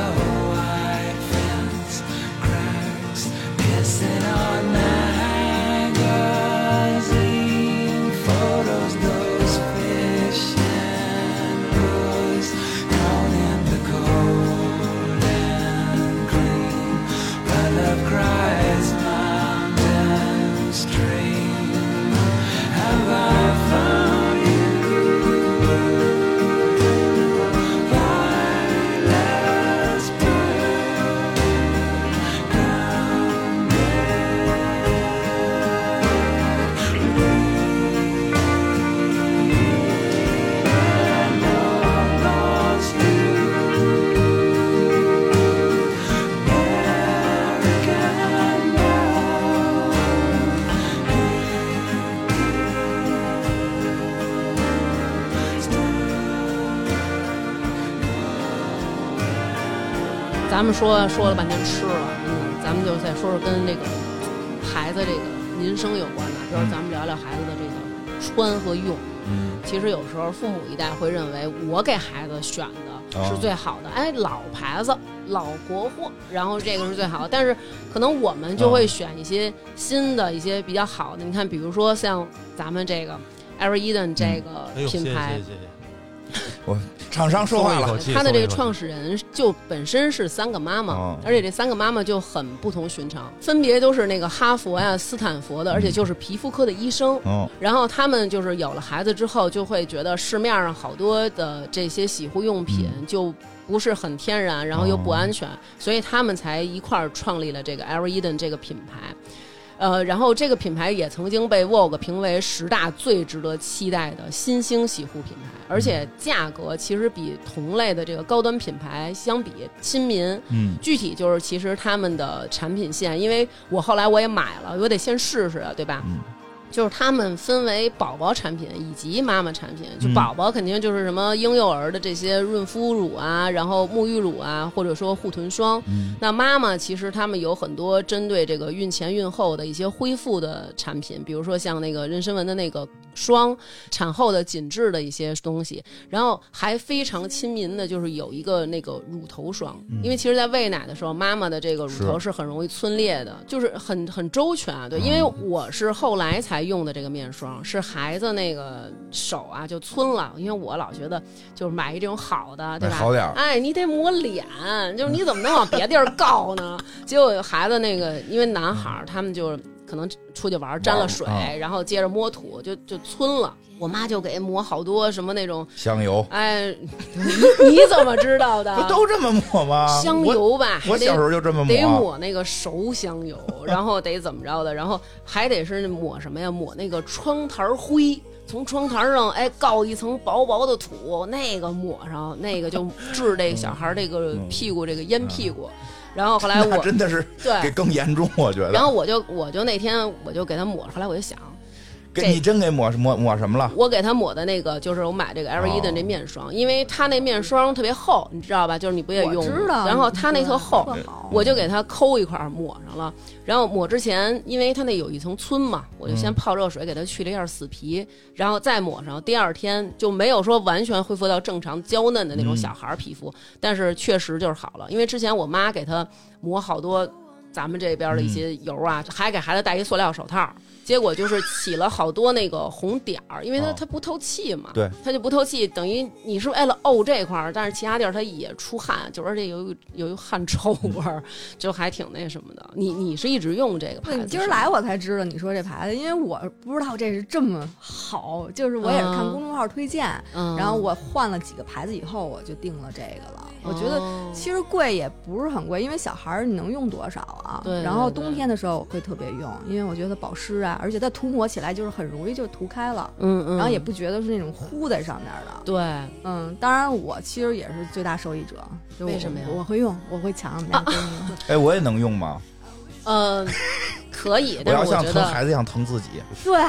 [SPEAKER 5] white fence, cracks pissing on magazine photos, those fish and rose caught in the cold and clean. But love cries mountain stream. Have I found you? Lilacs burn, lost you. American love. Still
[SPEAKER 1] 咱们说说了半天吃了，嗯，咱们就再说说跟这个孩子这个民生有关的，比
[SPEAKER 3] 嗯
[SPEAKER 1] 如咱们聊聊孩子的这个穿和用。其实有时候父母一代会认为我给孩子选的
[SPEAKER 3] 哦
[SPEAKER 1] 是最好的，哎，老牌子、老国货，然后这个是最好的。但是可能我们
[SPEAKER 3] 哦
[SPEAKER 1] 就会选一些新的、一些比较好的。你看，比如说像咱们这个 Ever Eden 这个
[SPEAKER 3] 哎呦，谢谢
[SPEAKER 1] 品
[SPEAKER 3] 谢
[SPEAKER 1] 牌
[SPEAKER 3] 谢，谢谢，
[SPEAKER 2] 厂商说话
[SPEAKER 3] 松一
[SPEAKER 2] 了
[SPEAKER 3] 口，气
[SPEAKER 1] 他的这个
[SPEAKER 3] 松一口气
[SPEAKER 1] 创始人就本身是三个妈妈
[SPEAKER 2] 哦，
[SPEAKER 1] 而且这三个妈妈就很不同寻常，分别都是那个哈佛呀、斯坦福的，而且就是皮肤科的医生。
[SPEAKER 2] 嗯
[SPEAKER 1] 然后他们就是有了孩子之后，就会觉得市面上好多的这些洗护用品就不是很天然，然后又不安全，所以他们才一块儿创立了这个 Ever Eden 这个品牌。呃，然后这个品牌也曾经被 Vogue 评为十大最值得期待的新兴洗护品牌，而且价格其实比同类的这个高端品牌相比亲民，
[SPEAKER 2] 嗯
[SPEAKER 1] 具体就是其实他们的产品线，因为我后来我也买了，我得先试试，对吧？
[SPEAKER 2] 嗯
[SPEAKER 1] 就是他们分为宝宝产品以及妈妈产品，就
[SPEAKER 2] 嗯
[SPEAKER 1] 宝宝肯定就是什么婴幼儿的这些润肤乳啊，然后沐浴乳啊，或者说护臀霜。
[SPEAKER 2] 嗯
[SPEAKER 1] 那妈妈其实他们有很多针对这个孕前孕后的一些恢复的产品，比如说像那个妊娠纹的那个霜、产后的紧致的一些东西，然后还非常亲民的，就是有一个那个乳头霜，因为其实，在喂奶的时候，妈妈的这个乳头是很容易皴裂的，就是很很周全啊。对，因为我是后来才用的这个面霜，是孩子那个手啊就皴了，因为我老觉得就是买一这种好的，对吧？
[SPEAKER 2] 买好点儿
[SPEAKER 1] 哎，你得抹脸，啊就是你怎么能往别地儿告呢？结果孩子那个，因为男孩儿他们就可能出去玩儿沾了水，
[SPEAKER 2] 啊
[SPEAKER 1] 然后接着摸土就就皴了。我妈就给抹好多什么那种，
[SPEAKER 2] 香油，
[SPEAKER 1] 哎，你你怎么知道的
[SPEAKER 2] 不？都这么抹吗？
[SPEAKER 1] 啊香
[SPEAKER 2] 我，
[SPEAKER 1] 油吧，
[SPEAKER 2] 我
[SPEAKER 1] 得
[SPEAKER 2] 小时候就这么
[SPEAKER 1] 得
[SPEAKER 2] 抹。啊
[SPEAKER 1] 抹那个熟香油，然后得怎么着的，然后还得是抹什么呀？抹那个窗台灰，从窗台上哎告一层薄薄的土，那个抹上，那个就治这个小孩儿这个屁股这个烟屁股。然后后来
[SPEAKER 2] 嗯那
[SPEAKER 1] 我
[SPEAKER 2] 真的是给
[SPEAKER 1] 对，
[SPEAKER 2] 更严重，我觉
[SPEAKER 1] 然
[SPEAKER 2] 得。
[SPEAKER 1] 后我就我就那天我就给他抹，后来我就想，
[SPEAKER 2] 给
[SPEAKER 1] 这
[SPEAKER 2] 你真给抹抹抹什么
[SPEAKER 4] 啊
[SPEAKER 2] 了？
[SPEAKER 1] 我给他抹的那个就是我买这个 L E
[SPEAKER 4] 哦
[SPEAKER 1] 一的那面霜，因为它那面霜特别厚，你知道吧？就是你不也
[SPEAKER 4] 我
[SPEAKER 1] 用吗？
[SPEAKER 4] 哦知道。
[SPEAKER 1] 然后它那特厚，
[SPEAKER 4] 特好
[SPEAKER 1] 我就给它抠一块儿抹上了。然后抹之前，因为它那有一层皴嘛，我就先泡热水给它去了一下死皮，然后再抹上。第二天就没有说完全恢复到正常娇嫩的那种小孩儿皮肤，但是确实就是好了。因为之前我妈给他抹好多咱们这边的一些油啊，还给孩子戴一塑料手套。结果就是起了好多那个红点儿，因为它
[SPEAKER 2] 哦
[SPEAKER 1] 它不透气嘛，
[SPEAKER 2] 对，
[SPEAKER 1] 它就不透气，等于你是为了沤这块儿，但是其他地儿它也出汗，就而且有一有一汗臭味
[SPEAKER 2] 嗯
[SPEAKER 1] 儿，就还挺那什么的。你你是一直用这个牌
[SPEAKER 4] 对，
[SPEAKER 1] 子？
[SPEAKER 4] 你今儿
[SPEAKER 1] 是吗
[SPEAKER 4] 来我才知道你说这牌子，因为我不知道这是这么好，就是我也是看
[SPEAKER 1] 嗯
[SPEAKER 4] 公众号推荐，
[SPEAKER 1] 嗯，
[SPEAKER 4] 然后我换了几个牌子以后，我就定了这个了。我觉得
[SPEAKER 1] 哦
[SPEAKER 4] 其实贵也不是很贵，因为小孩儿你能用多少啊？
[SPEAKER 1] 对对
[SPEAKER 4] 然后
[SPEAKER 1] 对
[SPEAKER 4] 冬天的时候我会特别用，因为我觉得保湿啊，而且它涂抹起来就是很容易就涂开了，
[SPEAKER 1] 嗯嗯，
[SPEAKER 4] 然后也不觉得是那种糊在上面的。
[SPEAKER 1] 对
[SPEAKER 4] 嗯，当然我其实也是最大受益者。就
[SPEAKER 1] 为
[SPEAKER 4] 我
[SPEAKER 1] 什么呀
[SPEAKER 4] 我会用，我会抢我们家闺 女用。
[SPEAKER 2] 哎，我也能用吗？
[SPEAKER 1] 呃，可 以，
[SPEAKER 2] 我
[SPEAKER 1] 但
[SPEAKER 2] 要
[SPEAKER 1] 是我
[SPEAKER 2] 像
[SPEAKER 1] 觉
[SPEAKER 2] 疼
[SPEAKER 1] 得啊
[SPEAKER 2] 孩子一样疼自己。
[SPEAKER 4] 对，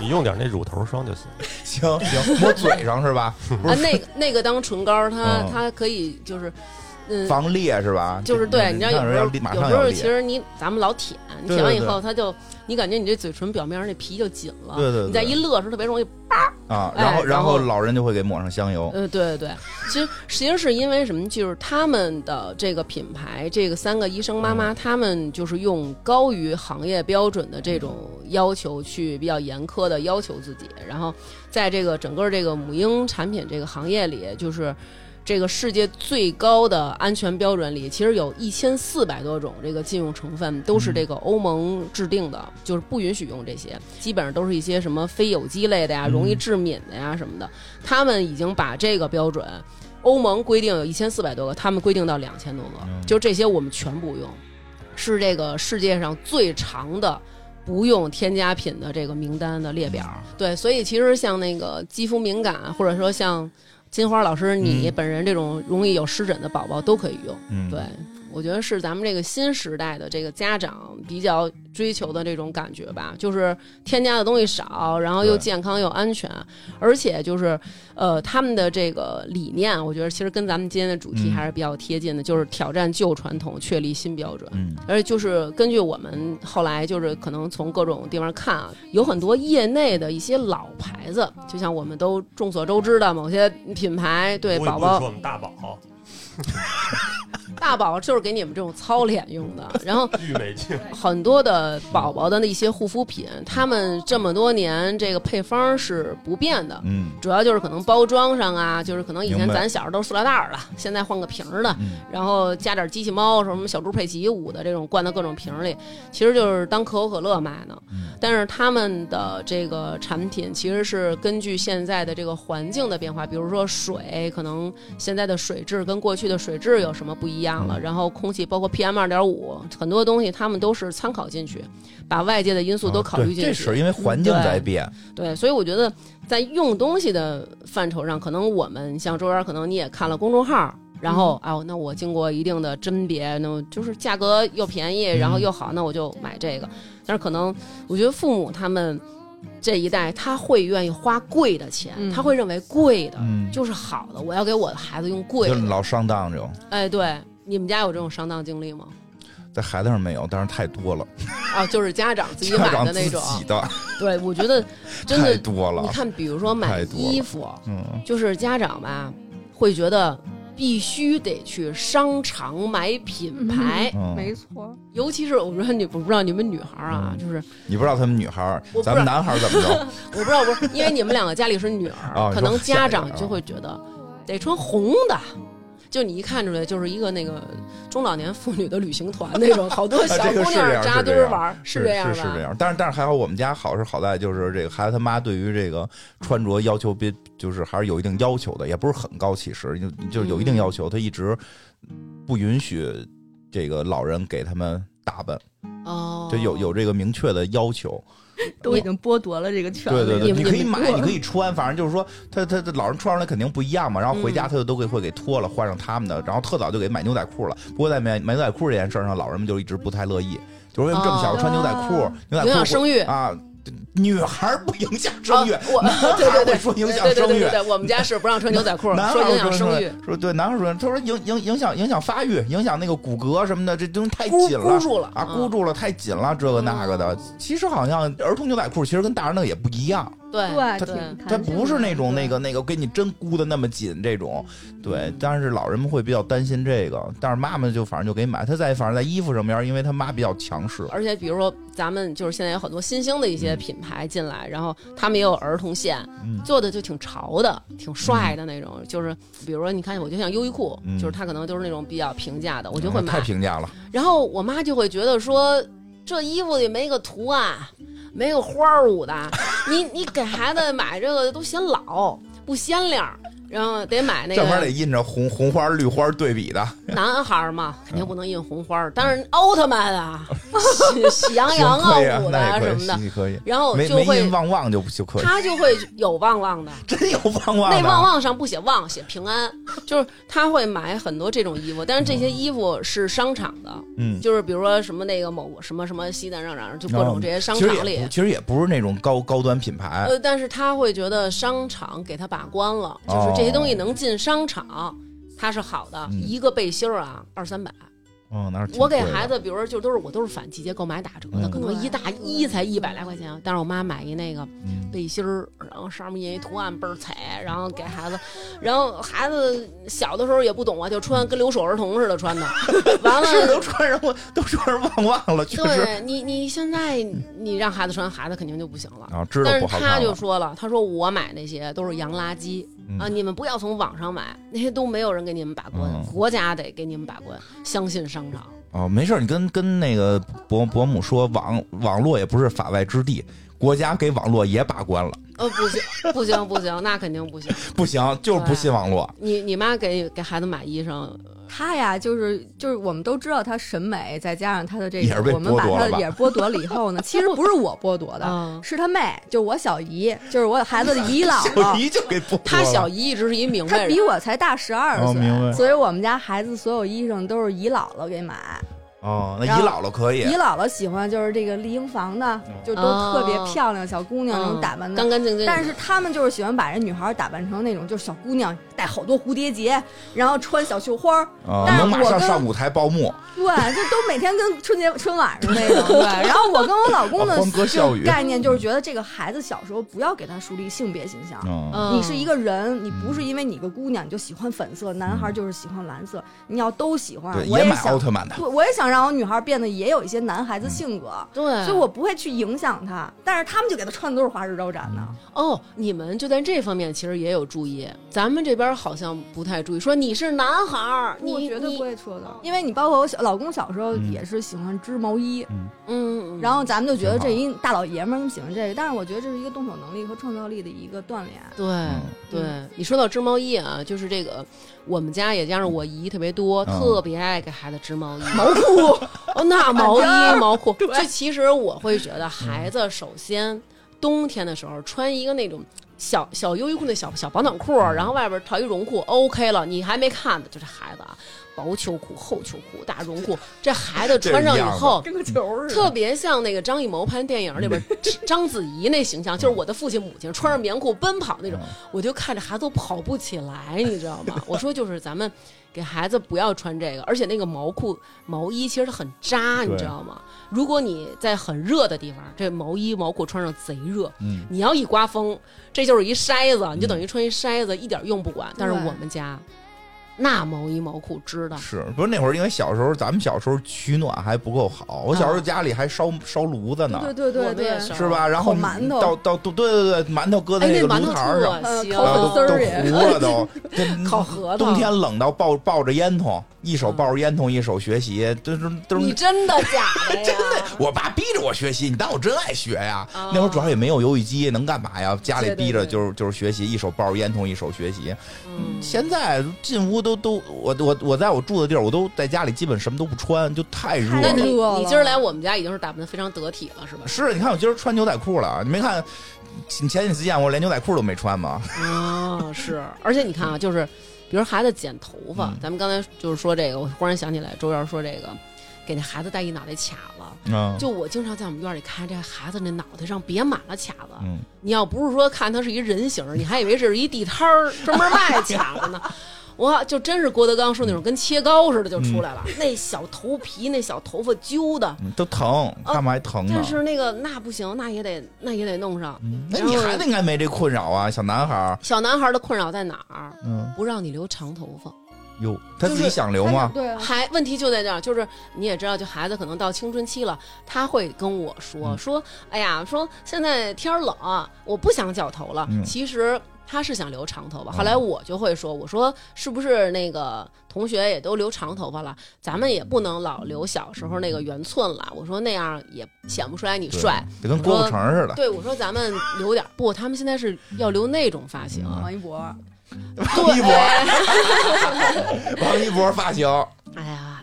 [SPEAKER 3] 你用点那乳头霜就行。
[SPEAKER 2] 行行，抹嘴上是吧？不
[SPEAKER 1] 啊
[SPEAKER 2] 是，
[SPEAKER 1] 那个那个当唇膏，它
[SPEAKER 2] 嗯
[SPEAKER 1] 它可以就是 嗯。
[SPEAKER 2] 防裂是吧？
[SPEAKER 1] 就是对，你知道有
[SPEAKER 2] 看
[SPEAKER 1] 时
[SPEAKER 2] 人
[SPEAKER 1] 候
[SPEAKER 2] 要立马
[SPEAKER 1] 有
[SPEAKER 2] 上
[SPEAKER 1] 时
[SPEAKER 2] 要
[SPEAKER 1] 候
[SPEAKER 2] 裂。
[SPEAKER 1] 其实你咱们老舔，你
[SPEAKER 2] 对
[SPEAKER 1] 舔完
[SPEAKER 2] 对
[SPEAKER 1] 以
[SPEAKER 2] 对
[SPEAKER 1] 后，它就你感觉你这嘴唇表面上这皮就紧了，
[SPEAKER 2] 对对对
[SPEAKER 1] 你再一乐的时候特别容易，
[SPEAKER 2] 啊，
[SPEAKER 1] 哎
[SPEAKER 2] 然后
[SPEAKER 1] 然
[SPEAKER 2] 然后
[SPEAKER 1] 后
[SPEAKER 2] 老人就会给抹上香油。
[SPEAKER 1] 呃，对对对，其实其实是因为什么？就是他们的这个品牌，这个三个医生妈妈，他们就是用高于行业标准的这种要求去比较严苛的要求自己，然后在这个整个这个母婴产品这个行业里，就是。这个世界最高的安全标准里，其实有一千四百多种这个禁用成分，都是这个欧盟制定的，就是不允许用这些，基本上都是一些什么非有机类的呀、容易致敏的呀什么的。他们已经把这个标准，欧盟规定有一千四百多个，他们规定到两千多个，
[SPEAKER 2] 嗯
[SPEAKER 1] 就这些我们全不用，是这个世界上最长的。不用添加品的这个名单的列表，
[SPEAKER 2] 嗯
[SPEAKER 1] 对，所以其实像那个肌肤敏感，或者说像金花老师你本人这种容易有湿疹的宝宝都可以用。
[SPEAKER 2] 嗯，
[SPEAKER 1] 对，我觉得是咱们这个新时代的这个家长比较追求的这种感觉吧，就是添加的东西少，然后又
[SPEAKER 2] 对
[SPEAKER 1] 健康又安全，而且就是呃他们的这个理念，我觉得其实跟咱们今天的主题
[SPEAKER 2] 嗯
[SPEAKER 1] 还是比较贴近的，就是挑战旧传统，确立新标准。
[SPEAKER 2] 嗯，
[SPEAKER 1] 而且就是根据我们后来就是可能从各种地方看啊，有很多业内的一些老牌子，就像我们都众所周知的某些品牌，对
[SPEAKER 3] 不会
[SPEAKER 1] 宝
[SPEAKER 3] 不是
[SPEAKER 1] 宝
[SPEAKER 3] 说我们大 宝
[SPEAKER 1] 大宝就是给你们这种操脸用的。然后
[SPEAKER 3] 郁美净，
[SPEAKER 1] 很多的宝宝的那些护肤品，他们这么多年这个配方是不变的，
[SPEAKER 2] 嗯
[SPEAKER 1] 主要就是可能包装上啊，就是可能以前
[SPEAKER 2] 明白
[SPEAKER 1] 咱小时候都是塑料袋儿的，现在换个瓶儿的，
[SPEAKER 2] 嗯
[SPEAKER 1] 然后加点机器猫什么小猪佩奇捂的这种灌到各种瓶儿里，其实就是当可口可乐卖呢。
[SPEAKER 2] 嗯
[SPEAKER 1] 但是他们的这个产品其实是根据现在的这个环境的变化，比如说水，可能现在的水质跟过去的水质有什么不一样
[SPEAKER 2] 嗯
[SPEAKER 1] 了，然后空气包括 PM 二点五，很多东西他们都是参考进去，把外界的因素都考虑
[SPEAKER 2] 啊对
[SPEAKER 1] 进
[SPEAKER 2] 这
[SPEAKER 1] 去。
[SPEAKER 2] 是因为环境
[SPEAKER 1] 嗯对
[SPEAKER 2] 在变，
[SPEAKER 1] 对，所以我觉得在用东西的范畴上，可能我们像周边，可能你也看了公众号，然后
[SPEAKER 2] 嗯
[SPEAKER 1] 啊、哦，那我经过一定的甄别，那就是价格又便宜，然后
[SPEAKER 2] 嗯
[SPEAKER 1] 又好，那我就买这个。但是可能我觉得父母他们这一代，他会愿意花贵的钱，
[SPEAKER 4] 嗯
[SPEAKER 1] 他会认为贵的、
[SPEAKER 2] 嗯
[SPEAKER 1] 就是好的，我要给我的孩子用贵
[SPEAKER 2] 就
[SPEAKER 1] 的。
[SPEAKER 2] 是老上当这种。
[SPEAKER 1] 哎，对，你们家有这种上当经历吗？
[SPEAKER 2] 在孩子上没有，但是太多了，
[SPEAKER 1] 啊，就是家长自己
[SPEAKER 2] 家
[SPEAKER 1] 买
[SPEAKER 2] 长
[SPEAKER 1] 的
[SPEAKER 2] 自
[SPEAKER 1] 那种。啊
[SPEAKER 2] 己的
[SPEAKER 1] 对，我觉得真
[SPEAKER 2] 太
[SPEAKER 1] 的，
[SPEAKER 2] 多
[SPEAKER 1] 你
[SPEAKER 2] 了，
[SPEAKER 1] 看，比如说买
[SPEAKER 2] 太多了
[SPEAKER 1] 衣服，
[SPEAKER 2] 嗯，
[SPEAKER 1] 就是家长吧，会觉得必须得去商场买品牌，
[SPEAKER 2] 嗯
[SPEAKER 4] 没错，
[SPEAKER 1] 尤其是我说你，我不知道你们女孩儿啊，
[SPEAKER 2] 嗯
[SPEAKER 1] 就是
[SPEAKER 2] 你不知道他们女孩儿
[SPEAKER 1] 我不，知道
[SPEAKER 2] 咱们男孩儿怎么 着？
[SPEAKER 1] 我不知道，不是因为你们两个家里是女儿，
[SPEAKER 2] 哦你说
[SPEAKER 1] 可能家
[SPEAKER 2] 吓
[SPEAKER 1] 长
[SPEAKER 2] 人啊
[SPEAKER 1] 就会觉得得穿红的。就你一看出来，就是一个那个中老年妇女的旅行团那种，好多 小
[SPEAKER 2] 啊这个
[SPEAKER 1] 姑
[SPEAKER 2] 是这
[SPEAKER 1] 娘
[SPEAKER 2] 样
[SPEAKER 1] 扎
[SPEAKER 2] 是
[SPEAKER 1] 堆
[SPEAKER 2] 这
[SPEAKER 1] 儿
[SPEAKER 2] 样
[SPEAKER 1] 玩儿，
[SPEAKER 2] 是
[SPEAKER 1] 这样吧？
[SPEAKER 2] 是这样，但是但是还好，我们家好是好在就是这个孩子他妈对于这个穿着要求别就是还是有一定要求的，也不是很高其实，就就是有一定要
[SPEAKER 1] 嗯
[SPEAKER 2] 求，他一直不允许这个老人给他们打扮，
[SPEAKER 1] 哦，
[SPEAKER 2] 就有有这个明确的要求。
[SPEAKER 1] 都已
[SPEAKER 4] 经剥夺了这个权
[SPEAKER 2] 对对对，
[SPEAKER 1] 你
[SPEAKER 2] 你可以
[SPEAKER 1] 你们
[SPEAKER 2] 买，你可以穿，反正就是说他他他老人穿上来肯定不一样嘛，然后回家
[SPEAKER 1] 嗯
[SPEAKER 2] 他就都给会给脱了，换上他们的，然后特早就给买牛仔裤了。不过在买买牛仔裤这件事儿上，老人们就一直不太乐意，就说为什么这么小
[SPEAKER 1] 哦
[SPEAKER 2] 穿牛仔裤
[SPEAKER 4] 啊？
[SPEAKER 2] 牛
[SPEAKER 1] 影
[SPEAKER 2] 仔
[SPEAKER 1] 响
[SPEAKER 2] 裤
[SPEAKER 1] 生育
[SPEAKER 2] 啊，女孩儿不影响生育，
[SPEAKER 1] 哦我
[SPEAKER 2] 男孩
[SPEAKER 1] 对对
[SPEAKER 2] 儿
[SPEAKER 1] 对
[SPEAKER 2] 会说 影响
[SPEAKER 1] 对对
[SPEAKER 2] 生
[SPEAKER 1] 对
[SPEAKER 2] 育
[SPEAKER 1] 对。对，我们家是不让穿牛仔 裤，
[SPEAKER 2] 男孩
[SPEAKER 1] 说
[SPEAKER 2] 儿
[SPEAKER 1] 影
[SPEAKER 2] 会
[SPEAKER 1] 响生育，，
[SPEAKER 2] 说对男孩儿说，他说影影影响影响发育，影响那个骨骼什么的，这东西太
[SPEAKER 1] 箍
[SPEAKER 2] 紧了
[SPEAKER 1] 箍，住了
[SPEAKER 2] 啊，箍。
[SPEAKER 1] 嗯
[SPEAKER 2] 住了太紧了，这个那个的
[SPEAKER 1] 哦。
[SPEAKER 2] 其实好像儿童牛仔裤其实跟大人那个也不一样，
[SPEAKER 1] 对
[SPEAKER 4] 对
[SPEAKER 2] 它
[SPEAKER 1] 对
[SPEAKER 2] 它不是那种那个那个给你真箍的那么紧这种，
[SPEAKER 1] 嗯
[SPEAKER 2] 对。但是老人们会比较担心这个，但是妈妈就反正就给买。她在反正在衣服上面，因为她妈比较强势，
[SPEAKER 1] 而且比如说咱们就是现在有很多新兴的一些品牌进来，然后他们也有儿童线，
[SPEAKER 2] 嗯
[SPEAKER 1] 做的就挺潮的、挺帅的那种。就是比如说，你看我就像优衣库，
[SPEAKER 2] 嗯啊
[SPEAKER 1] 就是它可能就是那种比较平价的，我就会
[SPEAKER 2] 太
[SPEAKER 1] 买。
[SPEAKER 2] 平价了。
[SPEAKER 1] 然后我妈就会觉得说，这衣服里没个图案，没个花儿舞的，你你给孩子买这个都显老不鲜亮，然后得买那个
[SPEAKER 2] 上面得印着红红花绿花对比的，
[SPEAKER 1] 男孩儿嘛，肯定不能印红花儿，当然奥特曼啊、 喜喜羊羊
[SPEAKER 2] 行可以
[SPEAKER 1] 啊、
[SPEAKER 2] 啊
[SPEAKER 1] 舞，的
[SPEAKER 2] 那
[SPEAKER 1] 啊什
[SPEAKER 2] 也可
[SPEAKER 1] 么
[SPEAKER 2] 以，
[SPEAKER 1] 的，
[SPEAKER 2] 你可以，
[SPEAKER 1] 然后
[SPEAKER 2] 没
[SPEAKER 1] 就
[SPEAKER 2] 没
[SPEAKER 1] 会
[SPEAKER 2] 印旺旺就不就可以，
[SPEAKER 1] 他就会有旺旺的，
[SPEAKER 2] 真有旺 旺的
[SPEAKER 1] 那
[SPEAKER 2] 啊，
[SPEAKER 1] 旺旺上不写旺，写平安，就是他会买很多这种衣服，但是这些衣服是商场的，
[SPEAKER 2] 嗯。
[SPEAKER 1] 就是比如说什么那个某什么什么西单上上，就各种这些商
[SPEAKER 2] 嗯其实也
[SPEAKER 1] 场里
[SPEAKER 2] 不，其实也不是那种高高端品牌，
[SPEAKER 1] 呃，但是他会觉得商场给他把关了，就是这些东西能进商场，它是好的，
[SPEAKER 2] 哦嗯
[SPEAKER 1] 一个背心儿啊二三百。
[SPEAKER 2] 嗯，那是挺
[SPEAKER 1] 我给
[SPEAKER 2] 贵的
[SPEAKER 1] 孩子，比如说，就都是我都是反季节购买打折的，
[SPEAKER 2] 嗯
[SPEAKER 1] 可能一大衣才一百来块钱，但是我妈买一那个
[SPEAKER 2] 嗯
[SPEAKER 1] 背心儿，然后上面印一图案倍儿彩，然后给孩子，然后孩子小的时候也不懂啊，就穿跟留守儿童似的穿的，完
[SPEAKER 2] 是都
[SPEAKER 1] 了。
[SPEAKER 2] 穿上我都穿上旺旺了，确实
[SPEAKER 1] 对你，你现在你让孩子穿，孩子肯定就不行了。
[SPEAKER 2] 啊，知道
[SPEAKER 1] 但是
[SPEAKER 2] 不好
[SPEAKER 1] 他
[SPEAKER 2] 看
[SPEAKER 1] 就
[SPEAKER 2] 了。
[SPEAKER 1] 说了，他说我买那些都是洋垃圾、
[SPEAKER 2] 嗯
[SPEAKER 1] 啊，你们不要从网上买，那些都没有人给你们把关，
[SPEAKER 2] 嗯
[SPEAKER 1] 国家得给你们把关，相信商场。
[SPEAKER 2] 哦，没事儿，你跟跟那个伯伯母说，网网络也不是法外之地，国家给网络也把关了，
[SPEAKER 1] 呃，不行，不行，不行，那肯定不行。
[SPEAKER 2] 不行，就是不信网络。
[SPEAKER 1] 你你妈给给孩子买衣裳，
[SPEAKER 4] 他呀，就是就是，我们都知道他审美，再加上他的这
[SPEAKER 2] 也是被
[SPEAKER 4] 个，我们把
[SPEAKER 2] 剥夺
[SPEAKER 4] 他
[SPEAKER 2] 了吧
[SPEAKER 4] 的也剥夺了以后 呢，其实不是我剥夺
[SPEAKER 1] 嗯
[SPEAKER 4] 的，是他妹，就是我小姨，就是我孩子的姨姥
[SPEAKER 2] 小
[SPEAKER 4] 姥，
[SPEAKER 2] 姨就给不
[SPEAKER 1] 她小姨一直是一明白
[SPEAKER 4] 她
[SPEAKER 1] 人
[SPEAKER 4] 比，我才大十二
[SPEAKER 2] 哦明白
[SPEAKER 4] 岁，所以我们家孩子所有衣裳都是姨姥姥给买。
[SPEAKER 2] 哦，那
[SPEAKER 4] 然
[SPEAKER 2] 姨
[SPEAKER 4] 后
[SPEAKER 2] 姥姥可以
[SPEAKER 4] 姨，姥姥喜欢就是这个丽婴房
[SPEAKER 2] 哦
[SPEAKER 4] 的，就都特别漂亮，小姑娘那种打扮
[SPEAKER 1] 嗯干
[SPEAKER 4] 的。
[SPEAKER 1] 干净净。
[SPEAKER 4] 但是他们就是喜欢把人女孩打扮成那种，就是小姑娘，戴好多蝴蝶结，然后穿小绣花儿，
[SPEAKER 2] 啊，
[SPEAKER 4] 但是
[SPEAKER 2] 能马
[SPEAKER 4] 我
[SPEAKER 2] 上
[SPEAKER 4] 跟
[SPEAKER 2] 上舞台报幕，
[SPEAKER 4] 对，就都每天跟春节春晚似的那种。对，然后我跟我 老公的
[SPEAKER 2] 啊欢歌笑语
[SPEAKER 4] 就概念就是觉得这个孩子小时候不要给他树立性别形象。
[SPEAKER 2] 嗯，
[SPEAKER 1] 嗯
[SPEAKER 4] 你是一个人，你不是因为你个姑娘你就喜欢粉色，男孩就是喜欢蓝色，你要都喜欢
[SPEAKER 2] 嗯对，。
[SPEAKER 4] 我
[SPEAKER 2] 也买
[SPEAKER 4] 想
[SPEAKER 2] 奥，特曼的，
[SPEAKER 4] 对，我也想让我女孩变得也有一些男孩子性格。
[SPEAKER 2] 嗯
[SPEAKER 1] 对，
[SPEAKER 4] 所以我不会去影响他，但是他们就给他穿的都是花枝招展的。
[SPEAKER 1] 哦，你们就在这方面其实也有注意，咱们这边好像不太注意。说你是男孩儿，你
[SPEAKER 4] 我绝对
[SPEAKER 1] 你
[SPEAKER 4] 不会说的，因为你包括我小老公小时候
[SPEAKER 2] 嗯
[SPEAKER 4] 也是喜欢织毛衣，
[SPEAKER 1] 嗯，嗯
[SPEAKER 4] 然后咱们就觉得
[SPEAKER 2] 挺好
[SPEAKER 4] 这一大老爷们儿怎么喜欢这个，但是我觉得这是一个动手能力和创造力的一个锻炼。
[SPEAKER 1] 对、对，你说到织毛衣啊，就是这个，我们家也加上我姨特别多，
[SPEAKER 2] 嗯
[SPEAKER 1] 特别爱给孩子织毛衣、毛裤。哦，那毛衣、毛裤，这其实我会觉得，孩子首先冬天的时候穿一个那种。小小优衣库那小小保暖裤，然后外边套一绒裤，OK 了。你还没看呢，就这孩子啊，薄秋裤、厚秋裤、大绒裤，这孩子穿上以后。
[SPEAKER 4] 跟个球似的。
[SPEAKER 1] 特别像那个张艺谋拍电影里边章子怡那形象，就是我的父亲母亲穿着棉裤奔跑那种，我就看着孩子都跑不起来，你知道吗？我说就是咱们给孩子不要穿这个，而且那个毛裤毛衣其实很扎，你
[SPEAKER 2] 对
[SPEAKER 1] 知道吗？如果你在很热的地方，这毛衣毛裤穿上贼热，
[SPEAKER 2] 嗯，
[SPEAKER 1] 你要一刮风，这就是一筛子，你就等于穿一筛子，一点用不管。但是我们家那毛衣毛裤织
[SPEAKER 4] 嗯
[SPEAKER 1] 的，
[SPEAKER 2] 是不是那会儿？因为小时候，咱们小时候取暖还不够好。我小时候家里还烧烧炉子呢，
[SPEAKER 4] 嗯对对
[SPEAKER 1] 我
[SPEAKER 4] 对
[SPEAKER 1] 们也是
[SPEAKER 4] 对，
[SPEAKER 2] 是吧？然后
[SPEAKER 4] 烤馒头
[SPEAKER 2] 到到对对对，馒头搁在
[SPEAKER 1] 哎，
[SPEAKER 2] 那
[SPEAKER 1] 那
[SPEAKER 2] 个
[SPEAKER 1] 馒
[SPEAKER 2] 炉
[SPEAKER 1] 头
[SPEAKER 2] 台儿
[SPEAKER 1] 特
[SPEAKER 2] 上，
[SPEAKER 1] 恶心
[SPEAKER 4] 呃烤
[SPEAKER 2] 然后
[SPEAKER 4] 豆丝
[SPEAKER 2] 都都
[SPEAKER 4] 儿也
[SPEAKER 2] 糊了都。这
[SPEAKER 1] 烤核桃嗯
[SPEAKER 2] 冬天冷到抱抱着烟囱，一手抱着烟囱，一手学习，都是都
[SPEAKER 1] 你
[SPEAKER 2] 是。
[SPEAKER 1] 真的假的呀？
[SPEAKER 2] 我爸逼着我学习，你当我真爱学呀？
[SPEAKER 1] 啊
[SPEAKER 2] 那会儿主要也没有游戏机，能干嘛呀？家里
[SPEAKER 1] 对对
[SPEAKER 2] 逼着
[SPEAKER 1] 对
[SPEAKER 2] 就是就是学习，一手抱着烟囱，一手学习。
[SPEAKER 1] 嗯
[SPEAKER 2] 现在进屋都都，我我我在我住的地儿，我都在家里基本什么都不穿，就太热
[SPEAKER 1] 那
[SPEAKER 4] 太
[SPEAKER 1] 你
[SPEAKER 2] 了。
[SPEAKER 4] 热了
[SPEAKER 1] 你今儿来我们家已经是打扮得非常得体了，是吧？
[SPEAKER 2] 是，你看我今儿穿牛仔裤了，你没看？你前几次见我连牛仔裤都没穿吗？哦
[SPEAKER 1] 啊，是。而且你看啊，就是比如孩子剪头发，
[SPEAKER 2] 嗯
[SPEAKER 1] 咱们刚才就是说这个，我忽然想起来周元说这个，给那孩子戴一脑袋卡子。
[SPEAKER 2] 嗯，
[SPEAKER 1] 就我经常在我们院里看这孩子那脑袋上别满了卡子，
[SPEAKER 2] 嗯，
[SPEAKER 1] 你要不是说看它是一人形儿，你还以为是一地摊 儿专门卖卡子呢。哇，就真是郭德纲说那种跟切糕似的就出来了，那小头皮、那小头发揪的，
[SPEAKER 2] 嗯都疼，干嘛还疼呢
[SPEAKER 1] 哦但？是那个那不行，那也得那也得弄上。
[SPEAKER 2] 嗯那你孩子应该没这困扰啊，小男孩儿，
[SPEAKER 1] 小男孩的困扰在哪儿？
[SPEAKER 2] 嗯，
[SPEAKER 1] 不让你留长头发，
[SPEAKER 2] 哟，他自己想留吗？
[SPEAKER 4] 对啊，
[SPEAKER 1] 还问题就在这儿，就是你也知道，就孩子可能到青春期了，他会跟我说、
[SPEAKER 2] 嗯
[SPEAKER 1] 说，哎呀，说现在天儿冷啊，我不想绞头了。
[SPEAKER 2] 嗯
[SPEAKER 1] 其实他是想留长头发，
[SPEAKER 2] 嗯
[SPEAKER 1] 后来我就会说，我说是不是那个同学也都留长头发了，咱们也不能老留小时候那个圆寸了。我说那样也显不出来你
[SPEAKER 2] 嗯对
[SPEAKER 1] 帅。，
[SPEAKER 2] 就跟郭富城似的。
[SPEAKER 1] 对，我说咱们留点儿不，他们现在是要留那种发
[SPEAKER 2] 嗯
[SPEAKER 1] 型，
[SPEAKER 4] 王一博，
[SPEAKER 2] 王一博，王一博发型，
[SPEAKER 1] 哎呀，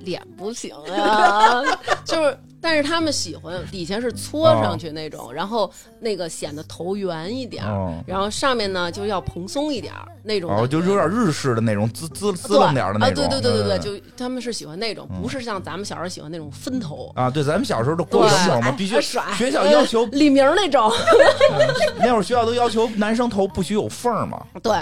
[SPEAKER 1] 脸不行呀， 就是，但是他们喜欢以前是搓上去那种，然后那个显得头圆一点儿，
[SPEAKER 2] 哦
[SPEAKER 1] 然后上面呢就要蓬松一点儿那种感觉，
[SPEAKER 2] 哦，就是有点日式的那种，滋滋滋
[SPEAKER 1] 对
[SPEAKER 2] 楞点儿的那种。嗯
[SPEAKER 1] 啊，对对对
[SPEAKER 2] 对嗯
[SPEAKER 1] 对对，就他们是喜欢那种，不是像咱们小时候喜欢那种分头。
[SPEAKER 2] 啊，对，咱们小时候的郭德纲嘛，
[SPEAKER 1] 哎
[SPEAKER 2] 必须
[SPEAKER 1] 哎甩
[SPEAKER 2] 学校要 求
[SPEAKER 1] 呃李明儿那种，
[SPEAKER 2] 那会儿学校都要求男生头不许有缝儿嘛，
[SPEAKER 1] 对，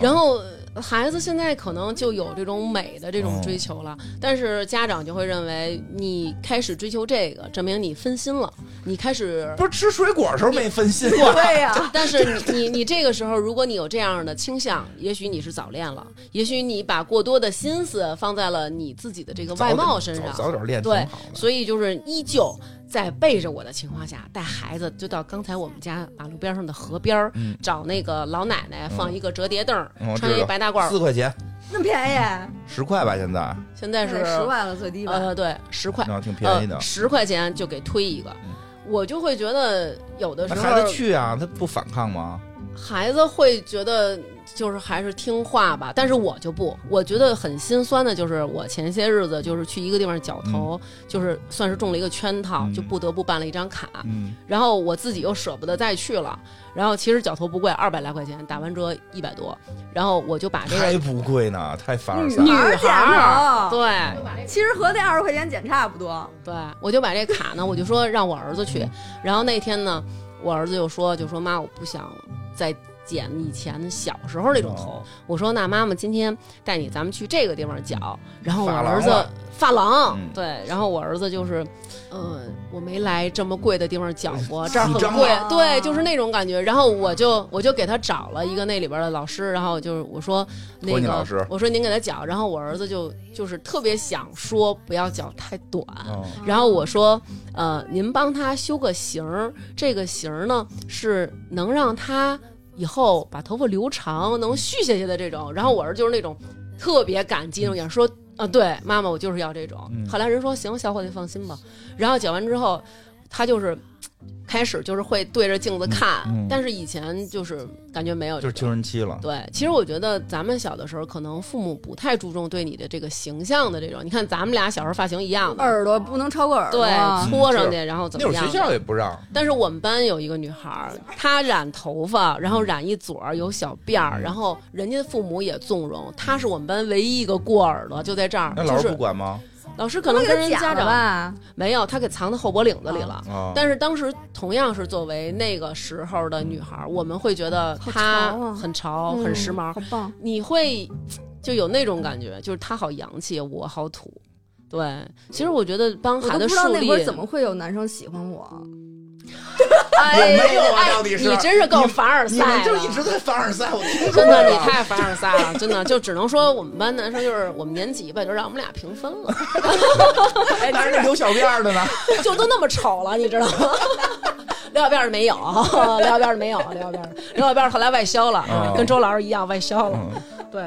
[SPEAKER 1] 然后呃孩子现在可能就有这种美的这种追求
[SPEAKER 2] 哦
[SPEAKER 1] 了，但是家长就会认为你开始追求这个，证明你分心了，你开始。
[SPEAKER 2] 不是吃水果的时候没分心啊吗？
[SPEAKER 4] 对呀，
[SPEAKER 1] 但是你你你这个时候，如果你有这样的倾向，也许你是早恋了，也许你把过多的心思放在了你自己的这个
[SPEAKER 2] 早
[SPEAKER 1] 外
[SPEAKER 2] 点
[SPEAKER 1] 貌身上，
[SPEAKER 2] 早早点练挺
[SPEAKER 1] 对
[SPEAKER 2] 好，的。
[SPEAKER 1] 所以就是依旧在背着我的情况下，带孩子就到刚才我们家马路边上的河边儿、
[SPEAKER 2] 嗯
[SPEAKER 1] 找那个老奶奶放一个折叠凳儿，
[SPEAKER 2] 嗯我知道
[SPEAKER 1] 穿一白大褂儿，
[SPEAKER 2] 四块钱，
[SPEAKER 4] 那么便宜，
[SPEAKER 2] 十块吧，现在
[SPEAKER 1] 现在是
[SPEAKER 4] 十万了最低吧？
[SPEAKER 1] 呃，对，十块，
[SPEAKER 2] 那挺便宜的
[SPEAKER 1] 呃。十、块钱就给推一个。
[SPEAKER 2] 嗯
[SPEAKER 1] 我就会觉得呃有的时
[SPEAKER 2] 那
[SPEAKER 1] 候
[SPEAKER 2] 孩子去啊，他不反抗吗？
[SPEAKER 1] 孩子会觉得就是还是听话吧，但是我就不，我觉得很心酸的就是我前些日子就是去一个地方绞头，就是算是中了一个圈套，
[SPEAKER 2] 嗯
[SPEAKER 1] 就不得不办了一张卡，
[SPEAKER 2] 嗯，
[SPEAKER 1] 然后我自己又舍不得再去了，然后其实绞头不贵，二百来块钱，打完折一百多，然后我就把这
[SPEAKER 2] 还
[SPEAKER 1] 个
[SPEAKER 2] 不贵呢，太凡尔赛
[SPEAKER 1] 女
[SPEAKER 2] 了。
[SPEAKER 1] 孩
[SPEAKER 4] 儿剪
[SPEAKER 1] 儿，
[SPEAKER 4] 头
[SPEAKER 2] 嗯
[SPEAKER 1] 对，
[SPEAKER 4] 其实和那二十块钱检差不多。
[SPEAKER 1] 对，我就把这卡呢，我就说让我儿子
[SPEAKER 2] 嗯
[SPEAKER 1] 去。然后那天呢，我儿子就说，就说妈，我不想再剪以前小时候那种头。
[SPEAKER 2] 哦
[SPEAKER 1] 我说那妈妈今天带你，咱们去这个地方绞。然后我
[SPEAKER 2] 嗯发廊
[SPEAKER 1] 儿子
[SPEAKER 2] 了
[SPEAKER 1] 发廊，
[SPEAKER 2] 嗯
[SPEAKER 1] 对，然后我儿子就是，呃，我没来这么贵的地方绞过，这儿很
[SPEAKER 2] 紧张
[SPEAKER 1] 贵
[SPEAKER 4] 了，
[SPEAKER 1] 对，就是那种感觉。然后我就我就给他找了一个那里边的老师，然后就是我说那
[SPEAKER 2] 托尼
[SPEAKER 1] 个
[SPEAKER 2] 老师
[SPEAKER 1] 我说您给他绞，然后我儿子就就是特别想说不要绞太短。
[SPEAKER 2] 哦
[SPEAKER 1] 然后我说，呃，您帮他修个型儿，这个型儿呢是能让他以后把头发留长，能蓄下去的这种。然后我儿子就是那种特别感激那种眼神，说啊，对，妈妈，我就是要这种。
[SPEAKER 2] 嗯
[SPEAKER 1] 后来人说行，小伙子你放心吧。然后剪完之后，他就是开始就是会对着镜子看，
[SPEAKER 2] 嗯嗯
[SPEAKER 1] 但是以前就是感觉没有
[SPEAKER 2] 就
[SPEAKER 1] 这
[SPEAKER 2] 是
[SPEAKER 1] 个，
[SPEAKER 2] 青春期了。
[SPEAKER 1] 对，其实我觉得咱们小的时候，可能父母不太注重对你的这个形象的这种。你看咱们俩小时候发型一样的，
[SPEAKER 4] 耳朵不能超过耳朵。
[SPEAKER 1] 对，嗯搓上去
[SPEAKER 2] 是
[SPEAKER 1] 然后怎
[SPEAKER 2] 那会
[SPEAKER 1] 么
[SPEAKER 2] 儿
[SPEAKER 1] 样
[SPEAKER 2] 学
[SPEAKER 1] 的？
[SPEAKER 2] 校也不让，
[SPEAKER 1] 但是我们班有一个女孩儿，她染头发，然后染一撮儿，有小辫
[SPEAKER 2] 嗯
[SPEAKER 1] 儿，然后人家父母也纵容，她是我们班唯一一个过耳朵，就在这儿，
[SPEAKER 2] 那
[SPEAKER 1] 就
[SPEAKER 2] 老师
[SPEAKER 1] 是
[SPEAKER 2] 不管吗？
[SPEAKER 1] 老师可能跟人家
[SPEAKER 4] 的
[SPEAKER 1] 长
[SPEAKER 4] 吧，
[SPEAKER 1] 没有，她给藏在后脖领子里了。
[SPEAKER 2] 啊，
[SPEAKER 1] 但是当时同样是作为那个时候的女孩儿，我们会觉得
[SPEAKER 4] 好
[SPEAKER 1] 她
[SPEAKER 4] 潮啊
[SPEAKER 1] 很潮、哦很时髦，
[SPEAKER 4] 嗯好棒。
[SPEAKER 1] 你会就有那种感觉，就是他好洋气，我好土。对，其实我觉得帮
[SPEAKER 4] 我
[SPEAKER 1] 孩
[SPEAKER 4] 都
[SPEAKER 1] 子
[SPEAKER 4] 不知道
[SPEAKER 1] 树
[SPEAKER 4] 那
[SPEAKER 1] 立
[SPEAKER 4] 会儿怎么会有男生喜欢我，
[SPEAKER 1] 哎
[SPEAKER 2] 我没有啊
[SPEAKER 1] 哎
[SPEAKER 2] 到底是
[SPEAKER 1] 你真是够凡尔赛
[SPEAKER 2] 你们
[SPEAKER 1] 了，
[SPEAKER 2] 就一直在凡尔赛，我听说啊
[SPEAKER 1] 真的，
[SPEAKER 2] 了
[SPEAKER 1] 你太凡尔赛了，真的就只能说我们班男生就是我们年级吧，就让我们俩平分了，
[SPEAKER 2] 但是那留小辫儿 的呢？
[SPEAKER 1] 就都那么丑了，你知道吗？刘小辫儿没有，刘小辫儿没有，刘小辫儿，刘小辫儿后来外销了，
[SPEAKER 2] 哦
[SPEAKER 1] 跟周老师一样外销了。
[SPEAKER 2] 嗯
[SPEAKER 1] 对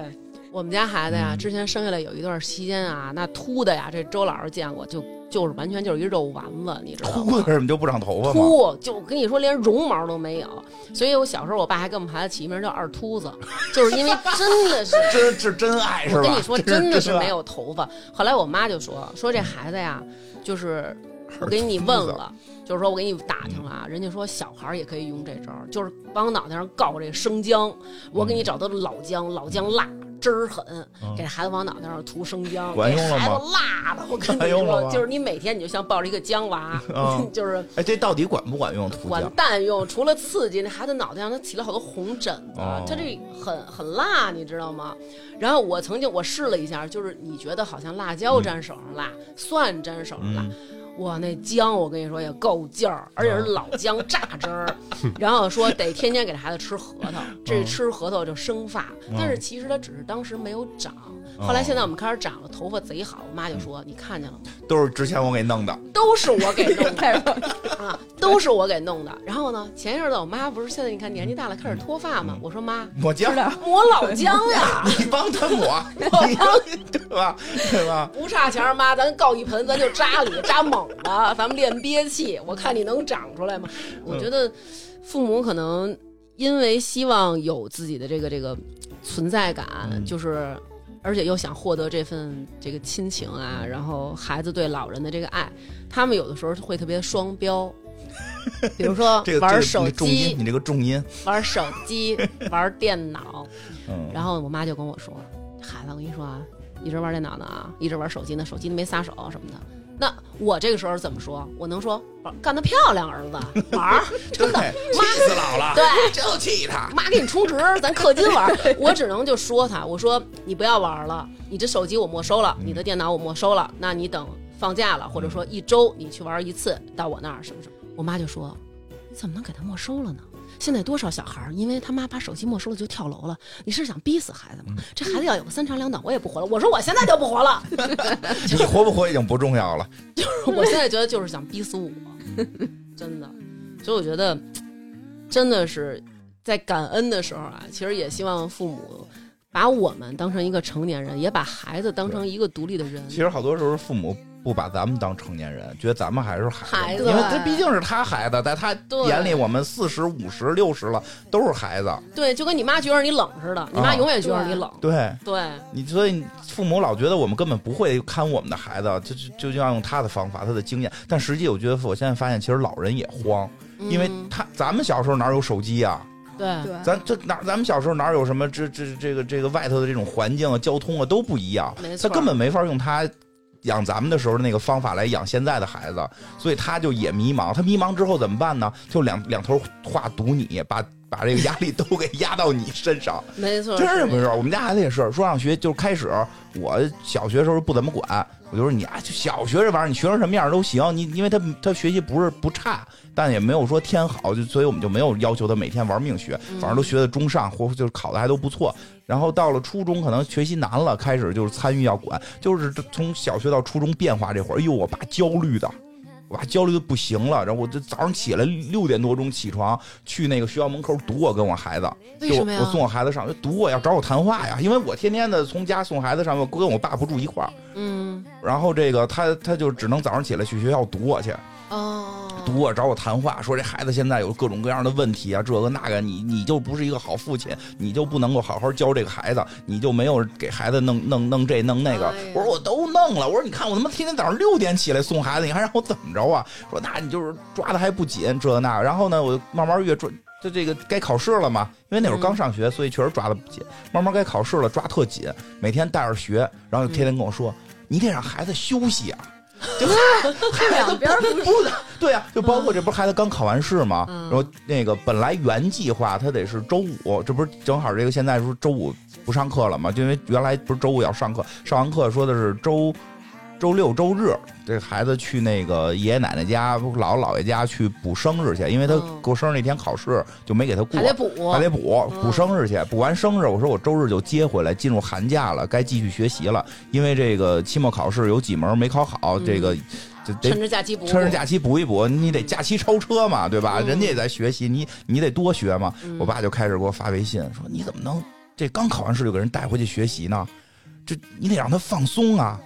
[SPEAKER 1] 我们家孩子呀，之前生下来有一段期间啊，那秃的呀，这周老师见过，就就是完全就是一肉丸子，你知道
[SPEAKER 2] 秃
[SPEAKER 1] 吗
[SPEAKER 2] 的？为什么就不长头发吗？，
[SPEAKER 1] 秃就跟你说，连绒毛都没有。所以我小时候，我爸还给我们孩子起一名叫二秃子， 就是因为真的是
[SPEAKER 2] 真是真爱是吧？
[SPEAKER 1] 我跟你说，
[SPEAKER 2] 这
[SPEAKER 1] 真的是
[SPEAKER 2] 这
[SPEAKER 1] 没有头发。后来我妈就说，说这孩子呀，就是我给你问了，就是说我给你打听了啊，
[SPEAKER 2] 嗯
[SPEAKER 1] 人家说小孩儿也可以用这招儿，就是往脑袋上告这生姜，我给你找到了老姜，老姜辣。汁儿狠，给孩子往脑袋上涂生姜，
[SPEAKER 2] 嗯管
[SPEAKER 1] 给
[SPEAKER 2] 用了
[SPEAKER 1] 孩
[SPEAKER 2] 吗
[SPEAKER 1] 子辣的，我跟
[SPEAKER 2] 管
[SPEAKER 1] 你
[SPEAKER 2] 用了
[SPEAKER 1] 说
[SPEAKER 2] 吗，
[SPEAKER 1] 就是你每天你就像抱着一个姜娃，
[SPEAKER 2] 嗯
[SPEAKER 1] 就是
[SPEAKER 2] 哎，这到底管不管用？涂
[SPEAKER 1] 管
[SPEAKER 2] 酱
[SPEAKER 1] 蛋用，除了刺激，那孩子脑袋上他起了好多红疹子，
[SPEAKER 2] 哦
[SPEAKER 1] 他这很很辣，你知道吗？然后我曾经我试了一下，就是你觉得好像辣椒沾手上辣，蒜沾手上辣。哇，那姜我跟你说也够劲儿，而且是老姜榨汁儿，然后说得天天给孩子吃核桃，这吃核桃就生发，但是其实他只是当时没有长，后来现在我们开始长了，头发贼好，我妈就说你看见了吗？
[SPEAKER 2] 都是之前我给弄的，
[SPEAKER 1] 都是我给弄的啊，都是我给弄的。然后呢，前一阵子我妈不是现在你看年纪大了开始脱发嘛，我说妈
[SPEAKER 2] 抹姜，
[SPEAKER 1] 抹老姜呀，
[SPEAKER 2] 你帮 他抹，你对吧？对吧？
[SPEAKER 1] 不差钱儿妈，咱告一盆，咱就扎里扎猛了，咱们练憋气，我看你能长出来吗？我觉得父母可能因为希望有自己的这个这个存在感，
[SPEAKER 2] 嗯
[SPEAKER 1] 就是。而且又想获得这份这个亲情啊，然后孩子对老人的这个爱，他们有的时候会特别双标，比如说
[SPEAKER 2] 这个
[SPEAKER 1] 玩
[SPEAKER 2] 这个
[SPEAKER 1] 手
[SPEAKER 2] 你重
[SPEAKER 1] 机
[SPEAKER 2] 音，、你这个重音，
[SPEAKER 1] 玩手机、玩电脑，
[SPEAKER 2] 嗯，
[SPEAKER 1] 然后我妈就跟我说：“孩子，我跟你说啊，一直玩电脑呢啊，一直玩手机呢，手机没撒手什么的。”那我这个时候怎么说？我能说玩干得漂亮，儿子，玩儿，真的，
[SPEAKER 2] 对气死姥姥，
[SPEAKER 1] 对
[SPEAKER 2] 就气他，
[SPEAKER 1] 妈给你充值，咱氪金玩儿。我只能就说他，我说你不要玩儿了，你这手机我没收了，你的电脑我没收了，那你等放假了，或者说一周你去玩儿一次，到我那儿什么什么。我妈就说，你怎么能给他没收了呢？现在多少小孩儿因为他妈把手机没收了就跳楼了，你是想逼死孩子吗？这孩子要有个三长两短，我也不活了。我说我现在就不活了，
[SPEAKER 2] 你活不活已经不重要了。
[SPEAKER 1] 我现在觉得就是想逼死我，真的。所以我觉得，真的是在感恩的时候啊，其实也希望父母把我们当成一个成年人，也把孩子当成一个独立的人。
[SPEAKER 2] 其实好多时候父母不把咱们当成年人，觉得咱们还是孩子，
[SPEAKER 1] 孩子
[SPEAKER 2] 因为他毕竟是他孩子，在他
[SPEAKER 1] 对
[SPEAKER 2] 眼里我们四十五十六十了都是孩子。
[SPEAKER 1] 对，就跟你妈觉得你冷似的，你妈
[SPEAKER 2] 啊
[SPEAKER 1] 永远觉得你冷。
[SPEAKER 2] 对
[SPEAKER 1] 对，
[SPEAKER 2] 你，所以父母老觉得我们根本不会看我们的孩子，就就就要用他的方法、他的经验。但实际我觉得我现在发现，其实老人也慌，因为
[SPEAKER 1] 嗯
[SPEAKER 2] 他咱们小时候哪有手机啊？
[SPEAKER 1] 对
[SPEAKER 4] 对，
[SPEAKER 2] 咱这哪咱们小时候哪有什么这这这个这个外头的这种环境啊、交通啊都不一样
[SPEAKER 1] 没，错
[SPEAKER 2] 他根本没法用他养咱们的时候的那个方法来养现在的孩子，所以他就也迷茫。他迷茫之后怎么办呢？就两两头话堵你，把把这个压力都给压到你身上。
[SPEAKER 1] 没错，
[SPEAKER 2] 真是
[SPEAKER 1] 是
[SPEAKER 2] 没事儿，我们家孩子也是，说上学就是开始，我小学时候不怎么管，我就说你啊，就小学这玩意儿，你学成什么样都行，你因为他他学习不是不差，但也没有说天好，就所以我们就没有要求他每天玩命学，反正都学的中上或就是考的还都不错。然后到了初中，可能学习难了，开始就是参与要管，就是从小学到初中变化这会儿，哎呦，我爸焦虑的。我爸焦虑的不行了，然后我就早上起来六点多钟起床，去那个学校门口堵我跟我孩子，
[SPEAKER 1] 为什么呀
[SPEAKER 2] 就我我送我孩子上学，堵我要找我谈话呀，因为我天天的从家送孩子上学，跟我爸不住一块儿，
[SPEAKER 1] 嗯
[SPEAKER 2] 然后这个他他就只能早上起来去学校堵我去，
[SPEAKER 1] 哦，
[SPEAKER 2] 堵读啊，找我谈话，说这孩子现在有各种各样的问题啊，这个那个，你你就不是一个好父亲，你就不能够好好教这个孩子，你就没有给孩子弄弄弄这弄那个。
[SPEAKER 1] 哎呀
[SPEAKER 2] 我说我都弄了，我说你看我他妈天天早上六点起来送孩子，你还让我怎么着啊？说那你就是抓的还不紧，这个那个。然后呢，我就慢慢越抓。就这个该考试了嘛，因为那会
[SPEAKER 1] 嗯
[SPEAKER 2] 儿刚上学，所以确实抓的不紧。慢慢该考试了，抓特紧，每天带着学，然后就天天跟我说：“你得让孩子 休息啊。”就
[SPEAKER 4] 两边儿不
[SPEAKER 2] 不能对啊，就包括这不是孩子刚考完试吗？
[SPEAKER 1] 嗯
[SPEAKER 2] 然后那个本来原计划他得是周五，这不是正好这个现在不是周五不上课了吗？就因为原来不是周五要上课，上完课说的是周周六周日，这孩子去那个爷爷奶奶家、姥姥姥爷家去补生日去，因为他
[SPEAKER 1] 嗯
[SPEAKER 2] 过生日那天考试就没给他过，
[SPEAKER 1] 还得补，
[SPEAKER 2] 还得补
[SPEAKER 1] 嗯
[SPEAKER 2] 补生日去，补完生日，我说我周日就接回来，进入寒假了，该继续学习了。因为这个期末考试有几门没考好，
[SPEAKER 1] 嗯
[SPEAKER 2] 这个就得
[SPEAKER 1] 趁着假期补，
[SPEAKER 2] 趁着假期补一补，你得假期超车嘛，对吧？
[SPEAKER 1] 嗯
[SPEAKER 2] 人家也在学习，你你得多学嘛。
[SPEAKER 1] 嗯
[SPEAKER 2] 我爸就开始给我发微信说：“你怎么能这刚考完试就给人带回去学习呢？这你得让他放松啊！”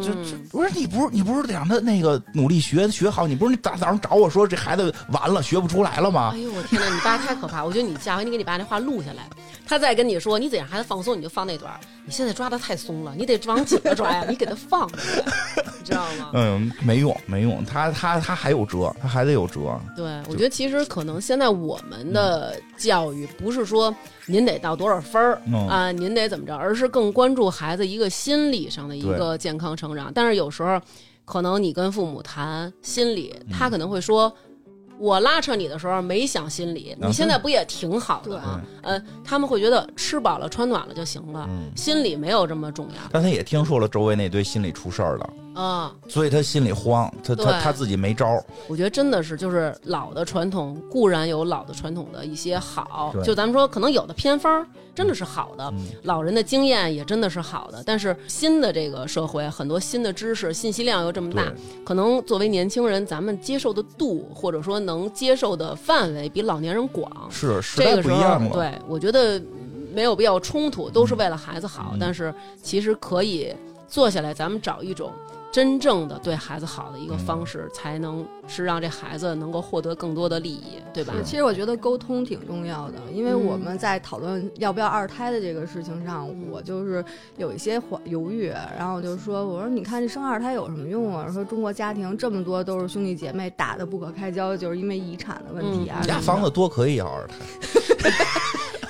[SPEAKER 2] 就就
[SPEAKER 1] 嗯
[SPEAKER 2] 我说你不是你不是得让他那个努力学学好，你不是早早上找我说这孩子完了学不出来了吗？
[SPEAKER 1] 哎呦我天哪，你爸太可怕！我觉得你下回你给你爸那话录下来，他再跟你说你怎样孩子放松，你就放那段儿。你现在抓的太松了，你得往紧了抓呀，你给他放出来，你知道吗？
[SPEAKER 2] 嗯，没用，没用，他他他还有辙，他还得有辙。
[SPEAKER 1] 对，我觉得其实可能现在我们的教育不是说您得到多少分儿、
[SPEAKER 2] 嗯
[SPEAKER 1] 啊，您得怎么着，而是更关注孩子一个心理上的一个健康成长。但是有时候，可能你跟父母谈心理，
[SPEAKER 2] 嗯
[SPEAKER 1] 他可能会说。我拉扯你的时候没想心理，
[SPEAKER 2] 啊
[SPEAKER 1] 你现在不也挺好的吗？呃，他们会觉得吃饱了穿暖了就行了，
[SPEAKER 2] 嗯
[SPEAKER 1] 心理没有这么重
[SPEAKER 2] 但他也听说了周围那堆心里出事儿了，
[SPEAKER 1] 要啊。
[SPEAKER 2] 所以他心里慌，他他
[SPEAKER 1] 对
[SPEAKER 2] 他自己没招儿。
[SPEAKER 1] 我觉得真的是，就是老的传统固然有老的传统的一些好
[SPEAKER 2] 对，
[SPEAKER 1] 就咱们说，可能有的偏方儿真的是好的，
[SPEAKER 2] 嗯
[SPEAKER 1] 老人的经验也真的是好的。但是新的这个社会，很多新的知识信息量又这么大
[SPEAKER 2] 对，
[SPEAKER 1] 可能作为年轻人，咱们接受的度或者说能接受的范围比老年人广。
[SPEAKER 2] 是时
[SPEAKER 1] 这
[SPEAKER 2] 代
[SPEAKER 1] 个
[SPEAKER 2] 不
[SPEAKER 1] 时
[SPEAKER 2] 一
[SPEAKER 1] 候，
[SPEAKER 2] 样了，
[SPEAKER 1] 对我觉得没有必要冲突，都是为了孩子好。
[SPEAKER 2] 嗯
[SPEAKER 1] 但是其实可以坐下来，咱们找一种真正的对孩子好的一个
[SPEAKER 2] 嗯
[SPEAKER 1] 方式，才能是让这孩子能够获得更多的利益，对吧？
[SPEAKER 4] 啊其实我觉得沟通挺重要的，因为我们在讨论要不要二胎的这个事情上，
[SPEAKER 1] 嗯
[SPEAKER 4] 我就是有一些怀犹豫，然后我就说，我说你看这生二胎有什么用啊？说中国家庭这么多都是兄弟姐妹打的不可开交，就是因为遗产的问题啊。
[SPEAKER 1] 嗯
[SPEAKER 2] 家
[SPEAKER 4] 什么
[SPEAKER 2] 房
[SPEAKER 4] 的
[SPEAKER 2] 子多可以啊要二胎，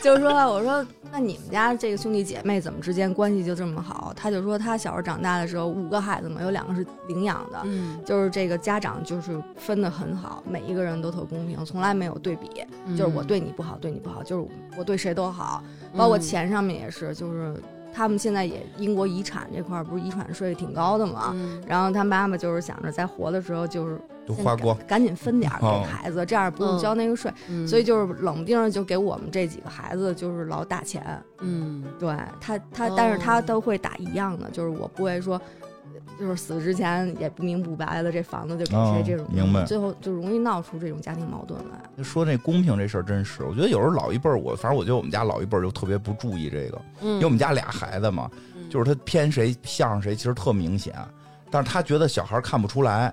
[SPEAKER 4] 就是说，我说那你们家这个兄弟姐妹怎么之间关系就这么好？他就说他小时候长大的时候五个孩子嘛，有两个是领养的，
[SPEAKER 1] 嗯
[SPEAKER 4] 啊就是这个家长就是分的很好，每一个人都特公平，从来没有对比。
[SPEAKER 1] 嗯
[SPEAKER 4] 就是我对你不好，对你不好，就是我对谁都好，包
[SPEAKER 1] 嗯
[SPEAKER 4] 括钱上面也是，就是他们现在也英国遗产这块儿不是遗产税挺高的嘛，
[SPEAKER 1] 嗯
[SPEAKER 4] 然后他妈妈就是想着在活的时候就是
[SPEAKER 2] 都花光。
[SPEAKER 4] 赶紧分点儿 给
[SPEAKER 2] 哦
[SPEAKER 4] 孩子，这样不用交那个税，
[SPEAKER 1] 嗯
[SPEAKER 4] 所以就是冷不丁儿就给我们这几个孩子就是老打钱，
[SPEAKER 1] 嗯
[SPEAKER 4] 对他他
[SPEAKER 1] 哦
[SPEAKER 4] 但是他都会打一样的，就是我不会说。就是死之前也不明不白的，这房子就给
[SPEAKER 2] 哦
[SPEAKER 4] 谁这种，
[SPEAKER 2] 明白
[SPEAKER 4] 最后就容易闹出这种家庭矛盾来。
[SPEAKER 2] 就说那公平这事儿真是，我觉得有时候老一辈儿，我反正我觉得我们家老一辈儿就特别不注意这个，
[SPEAKER 1] 嗯
[SPEAKER 2] 因为我们家俩孩子嘛，就是他偏谁向着谁，其实特明显，但是他觉得小孩儿看不出来，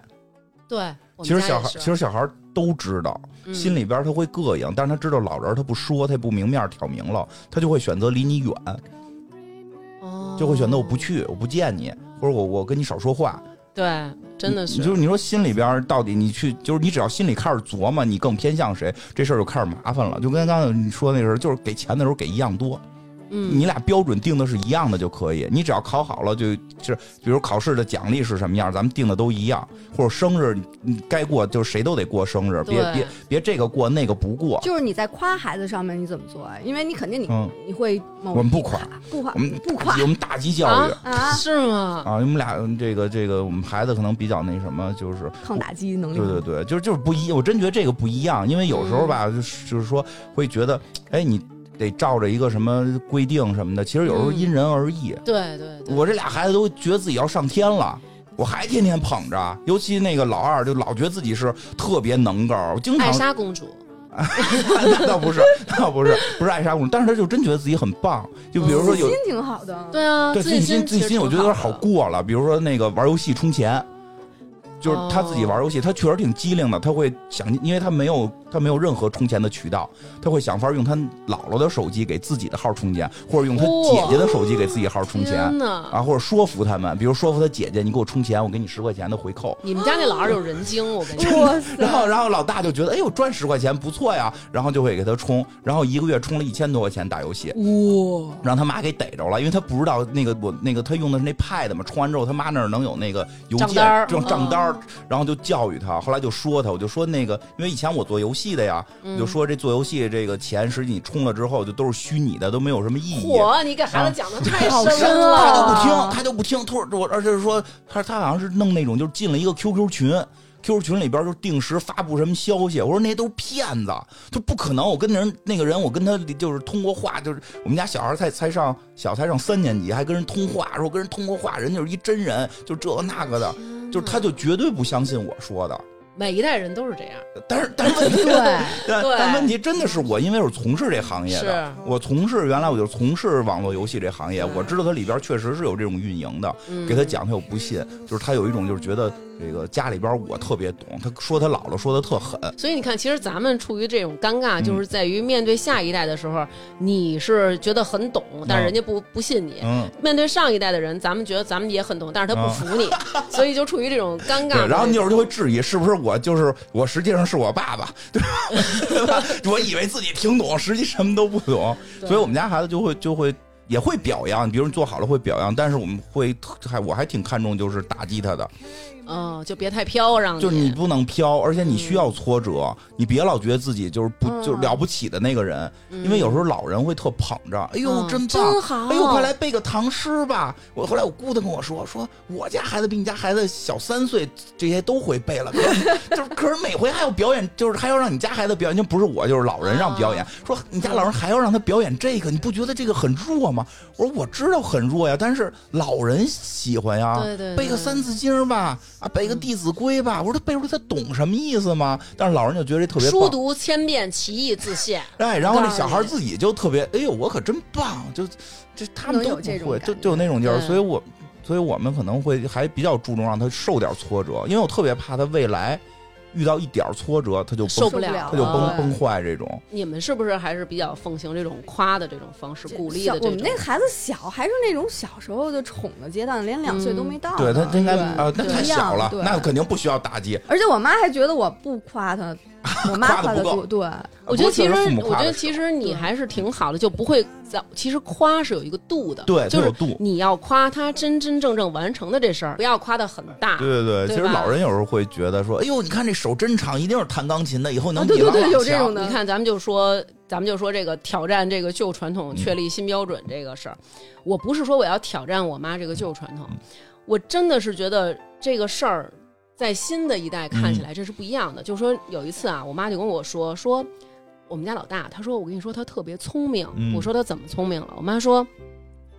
[SPEAKER 1] 对，我们
[SPEAKER 2] 其实
[SPEAKER 1] 家
[SPEAKER 2] 小
[SPEAKER 1] 也
[SPEAKER 2] 孩
[SPEAKER 1] 是嗯
[SPEAKER 2] 其实小孩儿都知道，心里边他会膈应，但是他知道老人他不说，他也不明面挑明了，他就会选择离你远，
[SPEAKER 1] 嗯
[SPEAKER 2] 就会选择我
[SPEAKER 1] 哦
[SPEAKER 2] 不去，我不见你，或者我我跟你少说话。
[SPEAKER 1] 对，真的是
[SPEAKER 2] 你就是你说心里边到底你去，就是你只要心里开始琢磨，你更偏向谁，这事儿就开始麻烦了。就跟刚才你说那时候，就是给钱的时候给一样多，
[SPEAKER 1] 嗯
[SPEAKER 2] 你俩标准定的是一样的就可以。你只要考好了，就就是比如考试的奖励是什么样，咱们定的都一样，或者生日你你该过就是谁都得过生日，别
[SPEAKER 1] 对啊
[SPEAKER 2] 别别这个过那个不过。
[SPEAKER 4] 就是你在夸孩子上面你怎么做啊？因为你肯定你、
[SPEAKER 2] 嗯
[SPEAKER 4] 你会某
[SPEAKER 2] 我们不
[SPEAKER 4] 一
[SPEAKER 2] 夸
[SPEAKER 4] 不夸
[SPEAKER 2] 我们
[SPEAKER 4] 不夸
[SPEAKER 2] 我们打击教育
[SPEAKER 4] 啊，
[SPEAKER 1] 是吗？
[SPEAKER 2] 啊，我们俩这个这个，我们孩子可能比较那什么，就是
[SPEAKER 4] 抗打击能力
[SPEAKER 2] 对对对，就是就是不一，我真觉得这个不一样，因为有
[SPEAKER 4] 嗯
[SPEAKER 2] 时候吧，就是就是说会觉得，哎，你得照着一个什么规定什么的，其实有时候
[SPEAKER 1] 嗯
[SPEAKER 2] 因人而异。
[SPEAKER 1] 对对对，
[SPEAKER 2] 我这俩孩子都觉得自己要上天了。我还天天捧着，尤其那个老二，就老觉得自己是特别能够，经常
[SPEAKER 1] 艾莎公主，
[SPEAKER 2] 那倒不是，那倒不是，不是爱莎公主，但是他就真觉得自己很棒。就比如说有
[SPEAKER 4] 心挺好的。
[SPEAKER 1] 对啊，
[SPEAKER 2] 对
[SPEAKER 1] 自
[SPEAKER 2] 己
[SPEAKER 1] 信
[SPEAKER 2] 心自
[SPEAKER 1] 其
[SPEAKER 2] 己
[SPEAKER 1] 实
[SPEAKER 2] 心，我觉
[SPEAKER 1] 挺
[SPEAKER 2] 得有点
[SPEAKER 1] 的
[SPEAKER 2] 好过了。比如说那个玩游戏充钱，就是他
[SPEAKER 1] 哦
[SPEAKER 2] 自己玩游戏，他确实挺机灵的，他会想，因为他没有他没有任何充钱的渠道，他会想法儿用他姥姥的手机给自己的号充钱，或者用他姐姐的手机给自己号充钱
[SPEAKER 1] 天哪！
[SPEAKER 2] 啊，或者说服他们，比如说服他姐姐，你给我充钱，我给你十块钱的回扣。
[SPEAKER 1] 你们家那老二有人精，我跟你说，
[SPEAKER 4] 哇塞！
[SPEAKER 2] 然后，然后老大就觉得，哎呦，赚十块钱不错呀，然后就会给他充，然后一个月充了一千多块钱打游戏，
[SPEAKER 1] 哇，
[SPEAKER 2] 让他妈给逮着了，因为他不知道那个我那个他用的是那 pad 嘛，充完之后他妈那儿能有那个邮件
[SPEAKER 1] 账单儿
[SPEAKER 2] 这种账
[SPEAKER 1] 嗯
[SPEAKER 2] 单儿，然后就教育他，后来就说他，我就说那个，因为以前我做游戏的呀，
[SPEAKER 1] 嗯
[SPEAKER 2] 我就说这做游戏这个钱，实际你充了之后就都是虚拟的，都没有什么意义。
[SPEAKER 1] 嚯，你给孩子讲的太
[SPEAKER 4] 好
[SPEAKER 1] 深
[SPEAKER 4] 深
[SPEAKER 1] 了，
[SPEAKER 4] 了
[SPEAKER 2] 啊他就不听，他就不听。突然我，而且是说他他好像是弄那种，就是进了一个 QQ 群。QQ 群里边就定时发布什么消息，我说那都是骗子，他不可能。我跟人那个人，我跟他就是通过话，就是我们家小孩才才上小才上三年级，还跟人通话，说跟人通过话，人就是一真人，就这个那个的，就是他就绝对不相信我说的。
[SPEAKER 1] 嗯每一代人都是这样，
[SPEAKER 2] 但是但是问题
[SPEAKER 4] 对，
[SPEAKER 2] 但
[SPEAKER 1] 对
[SPEAKER 2] 但问题真的是我，因为我是从事这行业的
[SPEAKER 1] 是，
[SPEAKER 2] 我从事原来我就从事网络游戏这行业，
[SPEAKER 1] 对
[SPEAKER 2] 我知道它里边确实是有这种运营的。
[SPEAKER 1] 嗯
[SPEAKER 2] 给他讲，他又不信，就是他有一种就是觉得这个家里边我特别懂，他说他姥姥说的特狠，
[SPEAKER 1] 所以你看，其实咱们处于这种尴
[SPEAKER 2] 嗯
[SPEAKER 1] 尬，就是在于面对下一代的时候，你是觉得很懂，但是人家不不信你。
[SPEAKER 2] 嗯，
[SPEAKER 1] 面对上一代的人，咱们觉得咱们也很懂，但是他不服你， 所以就处于这种尴尬
[SPEAKER 2] 嗯对，
[SPEAKER 1] 的。
[SPEAKER 2] 然后你有时候就会质疑是不是我就是我实际上是我爸爸，对吧？ 我以为自己挺懂，实际什么都不懂，
[SPEAKER 1] 对
[SPEAKER 2] 所以我们家孩子就会就会。也会表扬，比如你做好了会表扬，但是我们会特还我还挺看重就是打击他的，
[SPEAKER 1] 嗯，就别太飘，让
[SPEAKER 2] 就是你不能飘，而且你需
[SPEAKER 1] 嗯
[SPEAKER 2] 要挫折，你别老觉得自己就是不
[SPEAKER 4] 嗯
[SPEAKER 2] 就是了不起的那个人，因为有时候老人会特捧着，哎呦
[SPEAKER 1] 嗯
[SPEAKER 2] 真棒，
[SPEAKER 4] 真好。
[SPEAKER 2] 哎呦，快来背个唐诗吧！我后来我姑她跟我说，说我家孩子比你家孩子小三岁，这些都会背了。可是就是，可是每回还要表演，就是还要让你家孩子表演，就不是我，就是老人让表演。
[SPEAKER 1] 嗯
[SPEAKER 2] 说你家老人还要让他表演这个，你不觉得这个很弱吗？我说我知道很弱呀，但是老人喜欢呀。
[SPEAKER 1] 对对对
[SPEAKER 2] 背个《三字经》吧，啊，
[SPEAKER 1] 嗯
[SPEAKER 2] 背个《弟子规》吧。我说他背出来他懂什么意思吗？但是老人就觉得这特别棒
[SPEAKER 1] 书读千遍，其义自现。
[SPEAKER 2] 哎，然后
[SPEAKER 1] 告
[SPEAKER 2] 那
[SPEAKER 1] 诉
[SPEAKER 2] 小孩
[SPEAKER 1] 你
[SPEAKER 2] 自己就特别，哎呦，我可真棒！就这他们
[SPEAKER 4] 能
[SPEAKER 2] 都
[SPEAKER 4] 有
[SPEAKER 2] 不
[SPEAKER 4] 这种
[SPEAKER 2] 会，
[SPEAKER 4] 感
[SPEAKER 2] 就
[SPEAKER 4] 觉
[SPEAKER 2] 就有那种劲儿，
[SPEAKER 1] 对
[SPEAKER 2] 所以我，所以我们可能会还比较注重让他受点挫折，因为我特别怕他未来遇到一点儿挫折，他就
[SPEAKER 1] 受
[SPEAKER 2] 崩，
[SPEAKER 1] 不了
[SPEAKER 2] 他就崩
[SPEAKER 1] 了啊
[SPEAKER 2] 崩坏这种。
[SPEAKER 1] 你们是不是还是比较奉行这种夸的这种方式，鼓励
[SPEAKER 4] 小
[SPEAKER 1] 的这
[SPEAKER 4] 我
[SPEAKER 1] 种
[SPEAKER 4] 们？那孩子小，还是那种小时候就宠的阶段，连两岁都没到呢。
[SPEAKER 2] 对他应该
[SPEAKER 4] 对
[SPEAKER 2] 啊，那
[SPEAKER 4] 对
[SPEAKER 2] 太小了
[SPEAKER 4] 一，样
[SPEAKER 2] 那
[SPEAKER 4] 对
[SPEAKER 2] 肯定不需要打击。
[SPEAKER 4] 而且我妈还觉得我不 夸他，我妈
[SPEAKER 2] 夸得
[SPEAKER 4] 夸
[SPEAKER 2] 不
[SPEAKER 4] 的
[SPEAKER 2] 够
[SPEAKER 4] 多。对，
[SPEAKER 1] 我觉得其
[SPEAKER 2] 啊不
[SPEAKER 1] 实
[SPEAKER 2] 过确，父
[SPEAKER 1] 我
[SPEAKER 2] 母夸
[SPEAKER 1] 觉
[SPEAKER 2] 得
[SPEAKER 1] 得
[SPEAKER 2] 少
[SPEAKER 1] 其实你还是挺好的，就不会在。其实夸是有一个度的，
[SPEAKER 2] 对，他
[SPEAKER 1] 就
[SPEAKER 2] 有
[SPEAKER 1] 是
[SPEAKER 2] 度。
[SPEAKER 1] 你要夸他真真正正完成的这事儿，不要夸的很大。
[SPEAKER 2] 对对对，
[SPEAKER 1] 啊对
[SPEAKER 2] 其实
[SPEAKER 1] 吧
[SPEAKER 2] 老人有时候会觉得说，哎呦，你看这手真长，一定是弹钢琴的，以后能
[SPEAKER 4] 啊
[SPEAKER 2] 比
[SPEAKER 4] 对
[SPEAKER 2] 郎
[SPEAKER 4] 对对
[SPEAKER 2] 朗
[SPEAKER 4] 有这
[SPEAKER 2] 强
[SPEAKER 4] 种的
[SPEAKER 1] 你看，咱们就说，咱们就说这个挑战这个旧传
[SPEAKER 2] 嗯
[SPEAKER 1] 统，确立新标准这个事儿。我不是说我要挑战我妈这个旧传统，
[SPEAKER 2] 嗯
[SPEAKER 1] 我真的是觉得这个事儿在新的一代看
[SPEAKER 2] 嗯
[SPEAKER 1] 起来这是不一样的。就说有一次啊，我妈就跟我说说。我们家老大，他说：“我跟你说，他特别聪明。
[SPEAKER 2] 嗯
[SPEAKER 1] 我说：“他怎么聪明了？”我妈说：“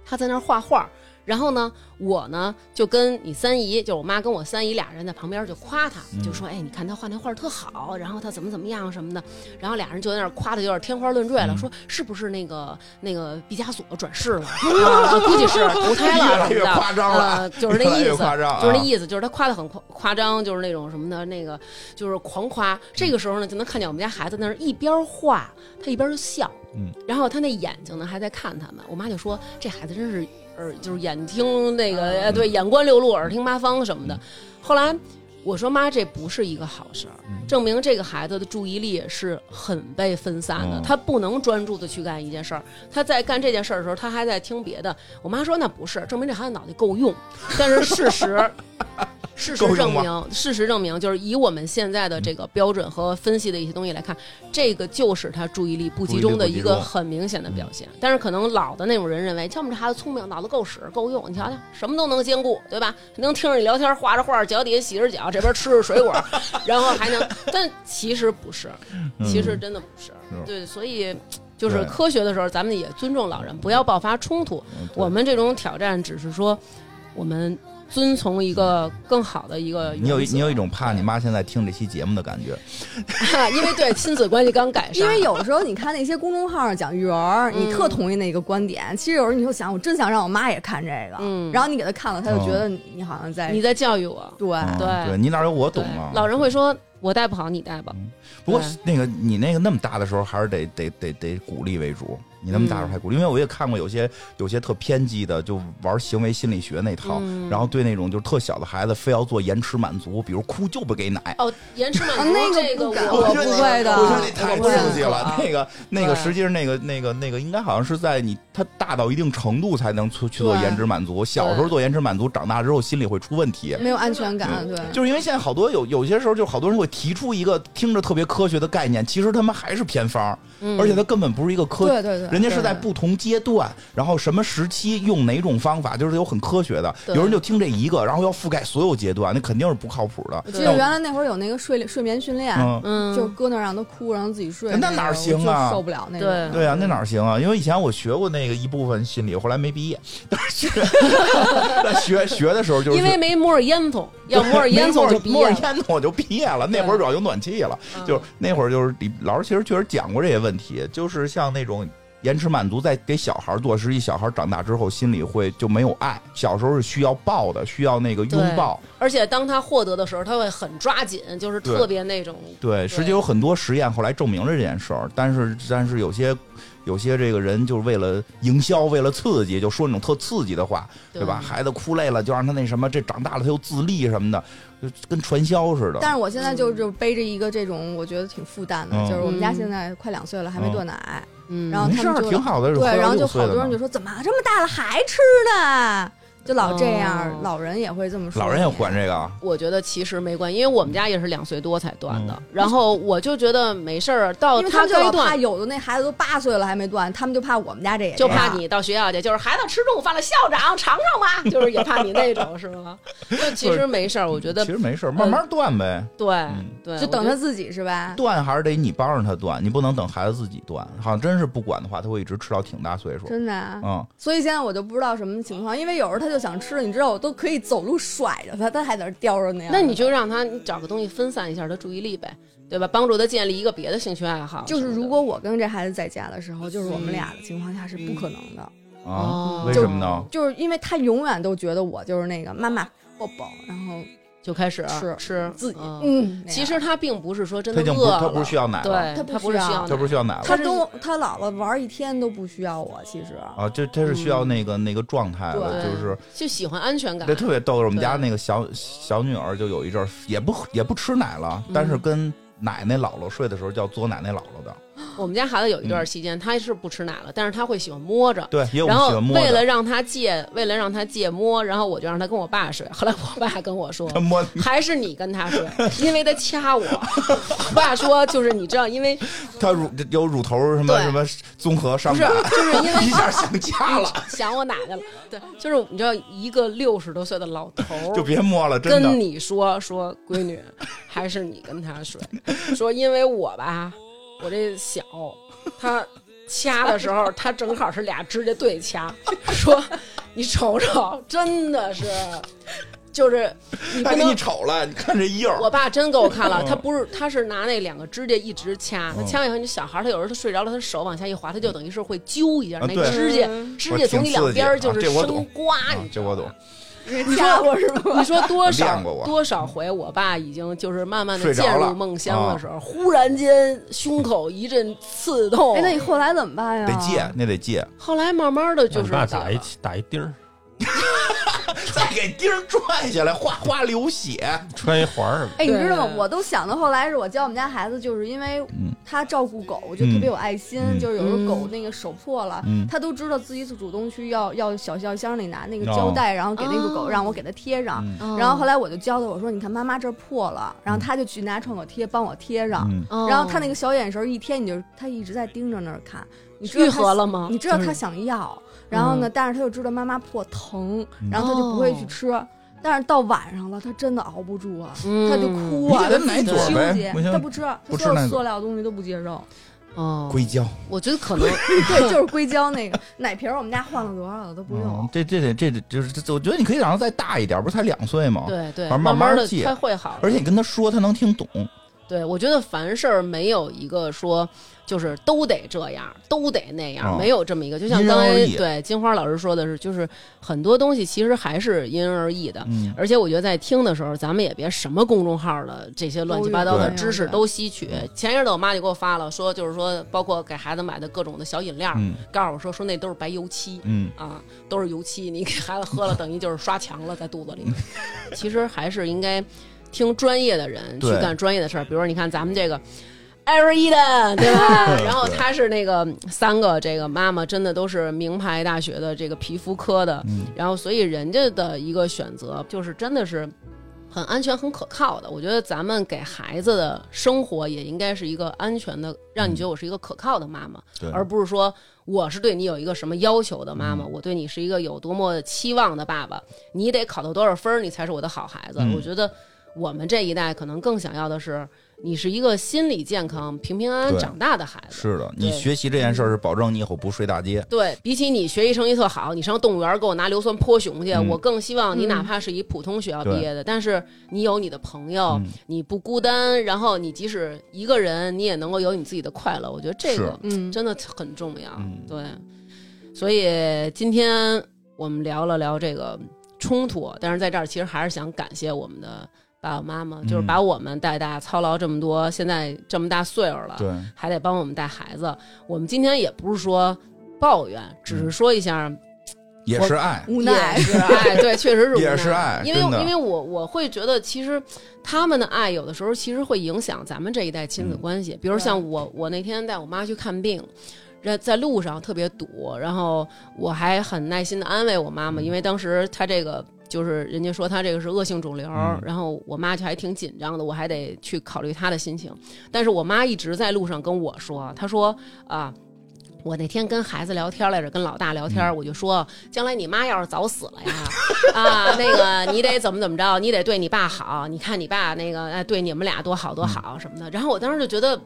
[SPEAKER 1] 他在那儿画画。”然后呢，我呢就跟你三姨，就是我妈跟我三姨俩人在旁边就夸他，
[SPEAKER 2] 嗯
[SPEAKER 1] 就说：“哎，你看他画那画儿特好，然后他怎么怎么样什么的。”然后俩人就在那儿夸的有点天花乱坠了，
[SPEAKER 2] 嗯
[SPEAKER 1] 说是不是那个那个毕加索转世 了？啊，估计是投胎
[SPEAKER 2] 越
[SPEAKER 1] 了
[SPEAKER 2] 来
[SPEAKER 1] 什么
[SPEAKER 2] 越
[SPEAKER 1] 的，
[SPEAKER 2] 夸张了
[SPEAKER 1] 呃就是那
[SPEAKER 2] 越来
[SPEAKER 1] 意
[SPEAKER 2] 越
[SPEAKER 1] 思，
[SPEAKER 2] 夸张
[SPEAKER 1] 就是那
[SPEAKER 2] 啊
[SPEAKER 1] 意思，就是他夸的很夸夸张，就是那种什么的，那个就是狂
[SPEAKER 2] 嗯
[SPEAKER 1] 夸。这个时候呢，就能看见我们家孩子那儿一边画，他一边就笑，
[SPEAKER 2] 嗯，
[SPEAKER 1] 然后他那眼睛呢还在看他们。我妈就说这孩子真是耳，就是眼听那个，
[SPEAKER 2] 嗯
[SPEAKER 1] 哎对，眼观六路，耳听八方什么的。后来我说妈，这不是一个好事儿，
[SPEAKER 2] 嗯
[SPEAKER 1] 证明这个孩子的注意力是很被分散的，
[SPEAKER 2] 嗯
[SPEAKER 1] 他不能专注的去干一件事儿。他在干这件事儿的时候，他还在听别的。我妈说那不是，证明这孩子脑袋够 用。但是事 实，事实
[SPEAKER 2] 够
[SPEAKER 1] 证
[SPEAKER 2] 用吗
[SPEAKER 1] 明，事实证明，就是以我们现在的这个标准和分析的一些东西来看，这个就是他注意力不集中的嗯一个很明显的表现。但是可能老的那种人认为，像我们这孩子聪明，脑子够使够用，你瞧瞧，什么都能兼顾，对吧？能听着你聊天，画着画，脚底下洗着脚，这边吃着水果， 然后还能，但其实不是，
[SPEAKER 2] 嗯
[SPEAKER 1] 其实真的不嗯是。
[SPEAKER 2] 是
[SPEAKER 1] 对，所以就是
[SPEAKER 2] 对
[SPEAKER 1] 科学的时候，咱们也尊重老人，不要爆发冲突。
[SPEAKER 2] 嗯对
[SPEAKER 1] 我们这种挑战只是说，我们遵从一个更好的一个原则。
[SPEAKER 2] 你有一你有一种怕你妈现在听这期节目的感觉，
[SPEAKER 1] 因为对亲子关系刚改善，
[SPEAKER 4] 因为有时候你看那些公众号上讲育儿，
[SPEAKER 1] 嗯
[SPEAKER 4] 你特同意那个观点，其实有时候你就想，我真想让我妈也看这个，
[SPEAKER 1] 嗯
[SPEAKER 4] 然后你给她看了，她就
[SPEAKER 2] 哦
[SPEAKER 4] 觉得你好像在、
[SPEAKER 1] 你在教育我，
[SPEAKER 4] 对，
[SPEAKER 2] 嗯
[SPEAKER 1] 啊对
[SPEAKER 2] 对你哪有我
[SPEAKER 1] 对
[SPEAKER 2] 懂嗯啊？
[SPEAKER 1] 老人会说：“我带不好，你带吧。
[SPEAKER 2] 不过
[SPEAKER 1] 对
[SPEAKER 2] 那个你那个那么大的时候，还是得得得得鼓励为主。你那么大的时
[SPEAKER 1] 嗯
[SPEAKER 2] 候还鼓励，因为我也看过有些有些特偏激的，就玩行为心理学那套，
[SPEAKER 1] 嗯
[SPEAKER 2] 然后对那种就是特小的孩子，非要做延迟满足，比如哭就不给奶”。
[SPEAKER 1] 哦，延迟满
[SPEAKER 4] 啊
[SPEAKER 1] 足
[SPEAKER 4] 那个
[SPEAKER 1] 这个
[SPEAKER 4] 不敢
[SPEAKER 1] 我
[SPEAKER 4] 我
[SPEAKER 2] 觉得
[SPEAKER 1] 不
[SPEAKER 2] 你
[SPEAKER 1] 会的，
[SPEAKER 2] 我觉得那太
[SPEAKER 1] 啊我不认
[SPEAKER 2] 刺激了，
[SPEAKER 1] 可
[SPEAKER 2] 那个那个，
[SPEAKER 1] 对
[SPEAKER 2] 实际上那个那个那个，应该好像是在你他大到一定程度才能去去做
[SPEAKER 4] 对嗯
[SPEAKER 2] 延迟满足，小时候做延迟满足，长大之后心里会出问题。
[SPEAKER 4] 没有安全感，对。
[SPEAKER 2] 就是因为现在好多有有些时候，就好多人会提出一个听着特别科学的概念，其实他们还是偏方，
[SPEAKER 1] 嗯
[SPEAKER 2] 而且它根本不是一个科，
[SPEAKER 4] 对对对，
[SPEAKER 2] 人家是在不同阶段，然后什么时期用哪种方法，就是有很科学的。
[SPEAKER 1] 对
[SPEAKER 2] 有人就听这一个，然后要覆盖所有阶段，那肯定是不靠谱的。
[SPEAKER 4] 我记得原来那会儿有那个睡睡眠训练，
[SPEAKER 2] 嗯，
[SPEAKER 1] 嗯，
[SPEAKER 4] 就搁那儿让他哭，让他自己睡，
[SPEAKER 2] 那
[SPEAKER 4] 个
[SPEAKER 2] 哪儿行啊
[SPEAKER 4] 我就受不了那
[SPEAKER 1] 对
[SPEAKER 4] 个。
[SPEAKER 2] 对啊，那哪儿行啊？因为以前我学过那个一部分心理，后来没毕业， 但 是学但学学的时候就是
[SPEAKER 1] 因为没摸着烟囱，要摸着烟
[SPEAKER 2] 没
[SPEAKER 1] 囱
[SPEAKER 2] 着
[SPEAKER 1] 就
[SPEAKER 2] 摸着
[SPEAKER 1] 别
[SPEAKER 2] 烟囱我就毕业了。那会儿主要有暖气了，
[SPEAKER 1] 嗯
[SPEAKER 2] 就是那会儿就是李老师其实确实讲过这些问题，就是像那种。延迟满足在给小孩做，实际小孩长大之后心里会就没有爱。小时候是需要抱的，需要那个拥抱。
[SPEAKER 1] 而且当他获得的时候，他会很抓紧，就是特别那种
[SPEAKER 2] 对，实际有很多实验后来证明了这件事儿，但是但是有些有些这个人就是为了营销，为了刺激，就说那种特刺激的话，对吧？？孩子哭累了就让他那什么，这长大了他又自立什么的，就跟传销似的。
[SPEAKER 4] 但是我现在就就背着一个这种，我觉得挺负担的，
[SPEAKER 2] 嗯
[SPEAKER 4] 就是我们家现在快两岁了，还没断奶，
[SPEAKER 1] 嗯，
[SPEAKER 4] 然后
[SPEAKER 2] 没
[SPEAKER 4] 他
[SPEAKER 2] 事
[SPEAKER 4] 们
[SPEAKER 2] 儿，
[SPEAKER 4] 就
[SPEAKER 2] 挺好的。
[SPEAKER 4] 对，然后就
[SPEAKER 2] 活到六岁
[SPEAKER 4] 好多
[SPEAKER 2] 了
[SPEAKER 4] 人
[SPEAKER 2] 呢
[SPEAKER 4] 就说怎么这么大了还吃呢？就老这样，
[SPEAKER 1] 哦
[SPEAKER 4] 老人也会这么说。
[SPEAKER 2] 老人也管这个啊，
[SPEAKER 1] 我觉得其实没关系，因为我们家也是两岁多才断
[SPEAKER 2] 嗯
[SPEAKER 1] 的，然后我就觉得没事儿，到
[SPEAKER 4] 因为他们就
[SPEAKER 1] 该
[SPEAKER 4] 老怕
[SPEAKER 1] 断。
[SPEAKER 4] 有的那孩子都八岁了还没断，他们就怕我们家这也
[SPEAKER 1] 就
[SPEAKER 4] 这样
[SPEAKER 2] 啊
[SPEAKER 1] 怕你到学校去，就是孩子吃中午饭了，校长尝尝吧， 就是也怕你那种，是吗？就其实没事儿，我觉得
[SPEAKER 2] 其实嗯没事儿，
[SPEAKER 4] 嗯
[SPEAKER 2] 慢慢断呗。
[SPEAKER 1] 对对，
[SPEAKER 4] 就等
[SPEAKER 1] 我觉得
[SPEAKER 4] 他自己是吧？
[SPEAKER 2] 断还是得你帮着他断，你不能等孩子自己断。好像真是不管的话，他会一直吃到挺大岁数。
[SPEAKER 4] 真的、啊，
[SPEAKER 2] 嗯，
[SPEAKER 4] 所以现在我就不知道什么情况，因为有时候他就想吃，你知道我都可以走路甩着他，他还在那儿叼着那样。
[SPEAKER 1] 那你就让他你找个东西分散一下他注意力呗，对吧？帮助他建立一个别的兴趣爱好什
[SPEAKER 4] 就
[SPEAKER 1] 么的。
[SPEAKER 4] 是如果我跟这孩子在家的时候，就是我们俩的情况下是不可能的，
[SPEAKER 2] 啊，
[SPEAKER 1] 哦
[SPEAKER 2] 为什么呢？
[SPEAKER 4] 就是因为他永远都觉得我就是那个妈妈抱抱，然后
[SPEAKER 1] 就开始
[SPEAKER 4] 吃
[SPEAKER 1] 吃
[SPEAKER 4] 自己
[SPEAKER 1] 嗯
[SPEAKER 4] 嗯，
[SPEAKER 1] 其实他并不是说真
[SPEAKER 2] 他
[SPEAKER 1] 的
[SPEAKER 2] 已经
[SPEAKER 1] 饿
[SPEAKER 2] 不，
[SPEAKER 1] 了，
[SPEAKER 2] 他不是需要奶了，
[SPEAKER 1] 对，
[SPEAKER 4] 他
[SPEAKER 1] 不
[SPEAKER 4] 不
[SPEAKER 1] 是
[SPEAKER 4] 需要
[SPEAKER 1] 需要
[SPEAKER 2] 他不是需要奶了。
[SPEAKER 4] 他跟我他姥姥玩一天都不需要我，其实
[SPEAKER 2] 啊，这这是需要那个、那个状态的，
[SPEAKER 1] 嗯对
[SPEAKER 2] 就是
[SPEAKER 1] 就喜欢安全感
[SPEAKER 2] 这。特别逗。我们家那个小小女儿就有一阵儿也不也不吃奶了，
[SPEAKER 1] 嗯
[SPEAKER 2] 但是跟奶奶姥姥睡的时候叫作奶奶姥姥的，
[SPEAKER 1] 我们家孩子有一段期间，他是不吃奶了，但是他会喜欢摸着。
[SPEAKER 2] 嗯对，也有
[SPEAKER 1] 然
[SPEAKER 2] 喜
[SPEAKER 1] 后
[SPEAKER 2] 欢摸
[SPEAKER 1] 为了
[SPEAKER 2] 的，
[SPEAKER 1] 让他戒，为了让他戒摸，然后我就让他跟我爸睡。后来我爸跟我说，
[SPEAKER 2] 他摸
[SPEAKER 1] 还是你跟他睡，因为他掐我。我爸说，就是你知道，因 为
[SPEAKER 2] 他乳有乳头什么
[SPEAKER 1] 对
[SPEAKER 2] 什么综合伤
[SPEAKER 1] 不是
[SPEAKER 2] 感，
[SPEAKER 1] 就是因为
[SPEAKER 2] 一下想家了，
[SPEAKER 1] 想我奶奶了。对，就是你知道，一个六十多岁的老头 儿，
[SPEAKER 2] 就别摸了，真
[SPEAKER 1] 跟
[SPEAKER 2] 的。
[SPEAKER 1] 你说说，闺 女，还是你跟他睡。说因为我吧，我这小，他掐的时 候，他正好是俩指甲对掐。说你瞅瞅，真的是，就是你
[SPEAKER 2] 他
[SPEAKER 1] 不
[SPEAKER 2] 给哎你
[SPEAKER 1] 能。
[SPEAKER 2] 瞅嗯了，你看这印儿
[SPEAKER 1] 我，爸真给我看了，他不是，他是拿那两个指甲一直掐，
[SPEAKER 2] 嗯
[SPEAKER 1] 他掐完以后，你小孩儿他有时候他睡着了，他手往下一滑，他就等于是会揪一下
[SPEAKER 2] 啊
[SPEAKER 1] 那
[SPEAKER 2] 对
[SPEAKER 1] 指甲，指甲从你两边儿就是
[SPEAKER 2] 我挺刺激啊这我懂
[SPEAKER 1] 生刮，
[SPEAKER 2] 啊
[SPEAKER 1] 你知
[SPEAKER 2] 这
[SPEAKER 1] 道吗
[SPEAKER 2] 我懂。
[SPEAKER 4] 你掐我是吗？
[SPEAKER 1] 你说 多
[SPEAKER 2] 练
[SPEAKER 1] 少
[SPEAKER 2] 过我
[SPEAKER 1] 多少回，我爸已经就是慢慢的
[SPEAKER 2] 睡着
[SPEAKER 1] 渐入
[SPEAKER 2] 了啊
[SPEAKER 1] 梦乡的时候，忽然间胸口一阵刺痛。
[SPEAKER 4] 哎，那你后来怎么办呀？
[SPEAKER 2] 得戒，那 得戒，
[SPEAKER 1] 后来慢慢的就
[SPEAKER 3] 让你
[SPEAKER 1] 是
[SPEAKER 3] 爸
[SPEAKER 1] 这
[SPEAKER 3] 打
[SPEAKER 1] 个
[SPEAKER 3] 一起打一钉儿，
[SPEAKER 2] 再给钉儿拽下来，哗哗流血。
[SPEAKER 3] 穿一环儿。
[SPEAKER 4] 哎，你知道吗
[SPEAKER 1] 对？
[SPEAKER 4] 我都想到后来是我教我们家孩子，就是因为他照顾狗，我觉得特别有爱心。
[SPEAKER 2] 嗯
[SPEAKER 4] 就是有时候
[SPEAKER 1] 嗯
[SPEAKER 4] 狗那个手破了，
[SPEAKER 2] 嗯
[SPEAKER 4] 他都知道自己主动去要要小药箱里拿那个
[SPEAKER 2] 哦
[SPEAKER 4] 胶带，然后给那个狗、
[SPEAKER 1] 哦
[SPEAKER 4] 让我给它贴上。
[SPEAKER 2] 嗯
[SPEAKER 1] 嗯
[SPEAKER 4] 然后后来我就教他，我说你看妈妈这儿破了，然后他就去拿创可贴帮我贴上。
[SPEAKER 2] 嗯，
[SPEAKER 1] 哦
[SPEAKER 4] 然后他那个小眼神儿一贴，你就他一直在盯着那儿看，你知道
[SPEAKER 1] 愈
[SPEAKER 4] 他
[SPEAKER 1] 合了吗？
[SPEAKER 4] 你知道他想要，然后呢，
[SPEAKER 2] 嗯
[SPEAKER 4] 但是他又知道妈妈破疼，然后他就不会
[SPEAKER 1] 哦
[SPEAKER 4] 去吃。但是到晚上了，他真的熬不住啊，
[SPEAKER 1] 嗯
[SPEAKER 4] 他就哭啊，
[SPEAKER 2] 你给
[SPEAKER 4] 他
[SPEAKER 2] 他奶嘴
[SPEAKER 4] 自己
[SPEAKER 2] 呗
[SPEAKER 4] 纠结
[SPEAKER 2] 不行
[SPEAKER 4] 他不吃，他
[SPEAKER 2] 不吃
[SPEAKER 4] 所
[SPEAKER 2] 奶
[SPEAKER 4] 有
[SPEAKER 2] 嘴
[SPEAKER 4] 塑料东西都不接受。
[SPEAKER 1] 哦，
[SPEAKER 2] 硅胶。
[SPEAKER 1] 我觉得可能
[SPEAKER 4] 对， 就是硅胶那个奶瓶，我们家换了多少了都不用
[SPEAKER 2] 嗯。这这得这得就是这，我觉得你可以让他再大一点，不是才两岁吗？。
[SPEAKER 1] 对对，
[SPEAKER 2] 反正慢
[SPEAKER 1] 慢
[SPEAKER 2] 慢
[SPEAKER 1] 的
[SPEAKER 2] 戒
[SPEAKER 1] 他会好的，
[SPEAKER 2] 而且你跟他说，他能听懂。
[SPEAKER 1] 对，我觉得凡事儿没有一个说就是都得这样，都得那样，
[SPEAKER 2] 哦
[SPEAKER 1] 没有这么一个。就像
[SPEAKER 2] 因人
[SPEAKER 1] 刚才
[SPEAKER 2] 而异
[SPEAKER 1] 对金花老师说的是，就是很多东西其实还是因人而异的。
[SPEAKER 2] 嗯，
[SPEAKER 1] 而且我觉得在听的时候，咱们也别什么公众号的这些乱七八糟的
[SPEAKER 4] 对
[SPEAKER 1] 知识
[SPEAKER 4] 对
[SPEAKER 1] 都吸取。前一阵子我妈就给我发了，说就是说，包括给孩子买的各种的小饮料，
[SPEAKER 2] 嗯
[SPEAKER 1] 告诉我说说那都是白油漆。
[SPEAKER 2] 嗯，
[SPEAKER 1] 啊，都是油漆，你给孩子喝了，等于就是刷墙了在肚子里。
[SPEAKER 2] 嗯
[SPEAKER 1] 其实还是应该听专业的人去
[SPEAKER 2] 对
[SPEAKER 1] 干专业的事儿，比如说你看咱们这个。艾瑞伊的，对吧？
[SPEAKER 2] 对
[SPEAKER 1] 然后她是那个三个这个妈妈，真的都是名牌大学的这个皮肤科的，
[SPEAKER 2] 嗯
[SPEAKER 1] 然后所以人家的一个选择就是真的是很安全、很可靠的。我觉得咱们给孩子的生活也应该是一个安全的，让你觉得我是一个可靠的妈妈，
[SPEAKER 2] 对
[SPEAKER 1] 而不是说我是对你有一个什么要求的妈妈，我对你是一个有多么期望的爸爸，你得考到多少分儿你才是我的好孩子。
[SPEAKER 2] 嗯
[SPEAKER 1] 我觉得我们这一代可能更想要的是，你是一个心理健康、平平安安
[SPEAKER 2] 对
[SPEAKER 1] 长大的孩子。
[SPEAKER 2] 是的，你
[SPEAKER 1] 对
[SPEAKER 2] 学习这件事儿是保证你以后不睡大街。
[SPEAKER 1] 对比起你学习成绩特好，你上动物园给我拿硫酸泼熊去，
[SPEAKER 2] 嗯
[SPEAKER 1] 我更希望你
[SPEAKER 4] 嗯
[SPEAKER 1] 哪怕是一普通学校毕业的，但是你有你的朋友，
[SPEAKER 2] 嗯
[SPEAKER 1] 你不孤单，然后你即使一个人，你也能够有你自己的快乐。我觉得这个
[SPEAKER 4] 嗯，
[SPEAKER 1] 真的很重要。
[SPEAKER 2] 嗯
[SPEAKER 1] 对，所以今天我们聊了聊这个冲突，但是在这儿其实还是想感谢我们的爸爸妈妈，就是
[SPEAKER 2] 嗯
[SPEAKER 1] 把我们带大操劳这么多，现在这么大岁数了，
[SPEAKER 2] 对，
[SPEAKER 1] 还得帮我们带孩子。我们今天也不是说抱怨，只是说一下
[SPEAKER 2] 也
[SPEAKER 1] 我
[SPEAKER 2] 是爱。
[SPEAKER 4] 无奈
[SPEAKER 1] 也是爱，对，确实是无奈
[SPEAKER 2] 也是爱
[SPEAKER 1] 因为
[SPEAKER 2] 真的
[SPEAKER 1] 因为我我会觉得，其实他们的爱有的时候其实会影响咱们这一代亲
[SPEAKER 2] 嗯
[SPEAKER 1] 子关系。比如像我，我那天带我妈去看病。在在路上特别堵，然后我还很耐心的安慰我妈
[SPEAKER 2] 嗯
[SPEAKER 1] 妈，因为当时她这个就是人家说她这个是恶性肿瘤，
[SPEAKER 2] 嗯
[SPEAKER 1] 然后我妈就还挺紧张的，我还得去考虑她的心情。但是我妈一直在路上跟我说，她说啊，我那天跟孩子聊天来着，跟老大聊
[SPEAKER 3] 嗯
[SPEAKER 1] 天，我就说，将来你妈要是早死了呀， 啊，那个你得怎么怎么着，你得对你爸好，你看你爸那个，哎，对你们俩多好多
[SPEAKER 3] 嗯
[SPEAKER 1] 好什么的。然后我当时就觉得，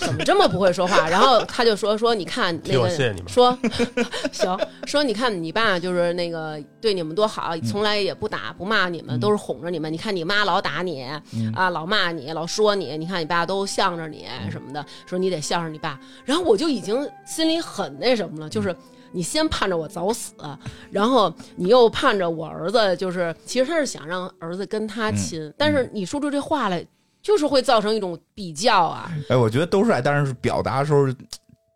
[SPEAKER 1] 怎么这么不会说话？然后他就说说，你看那
[SPEAKER 3] 替我
[SPEAKER 1] 个，
[SPEAKER 3] 谢谢你们
[SPEAKER 1] 说 行，说你看你爸就是那个对你们多
[SPEAKER 3] 嗯
[SPEAKER 1] 好，从来也不打不骂你们，都是哄着你们。你看你妈老打你
[SPEAKER 3] 嗯
[SPEAKER 1] 啊，老骂你，老说你，你看你爸都向着你什么的，说你得向着你爸。然后我就已经心里很那什么
[SPEAKER 2] 嗯
[SPEAKER 1] 了，就是。你先盼着我早死，然后你又盼着我儿子，就是其实他是想让儿子跟他亲，
[SPEAKER 2] 嗯
[SPEAKER 1] 但是你说出这话来，就是会造成一种比较啊。
[SPEAKER 2] 哎，我觉得都是爱，但是表达的时候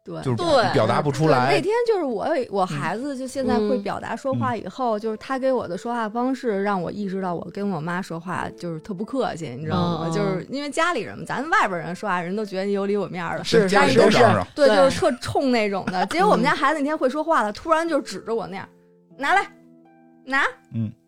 [SPEAKER 4] 对
[SPEAKER 2] 就是
[SPEAKER 1] 对
[SPEAKER 2] 表达不出
[SPEAKER 4] 对
[SPEAKER 2] 来嗯
[SPEAKER 4] 那。天就是我有我孩子就现在会
[SPEAKER 1] 嗯
[SPEAKER 4] 表达说话以后，就是他给我的说话方式让我意识到我跟我妈说话就是特不客气，你知道吗？
[SPEAKER 1] 嗯嗯
[SPEAKER 4] 就是因为家里人嘛，咱外边人说话人都觉得有理有面儿的。
[SPEAKER 1] 是
[SPEAKER 2] 家
[SPEAKER 1] 是
[SPEAKER 2] 里都
[SPEAKER 1] 是
[SPEAKER 2] 嚷嗯嚷，
[SPEAKER 4] 对，
[SPEAKER 1] 对
[SPEAKER 4] 就是特冲那种的。结果我们家孩子那天会说话了，突然就指着我那样，拿来，拿。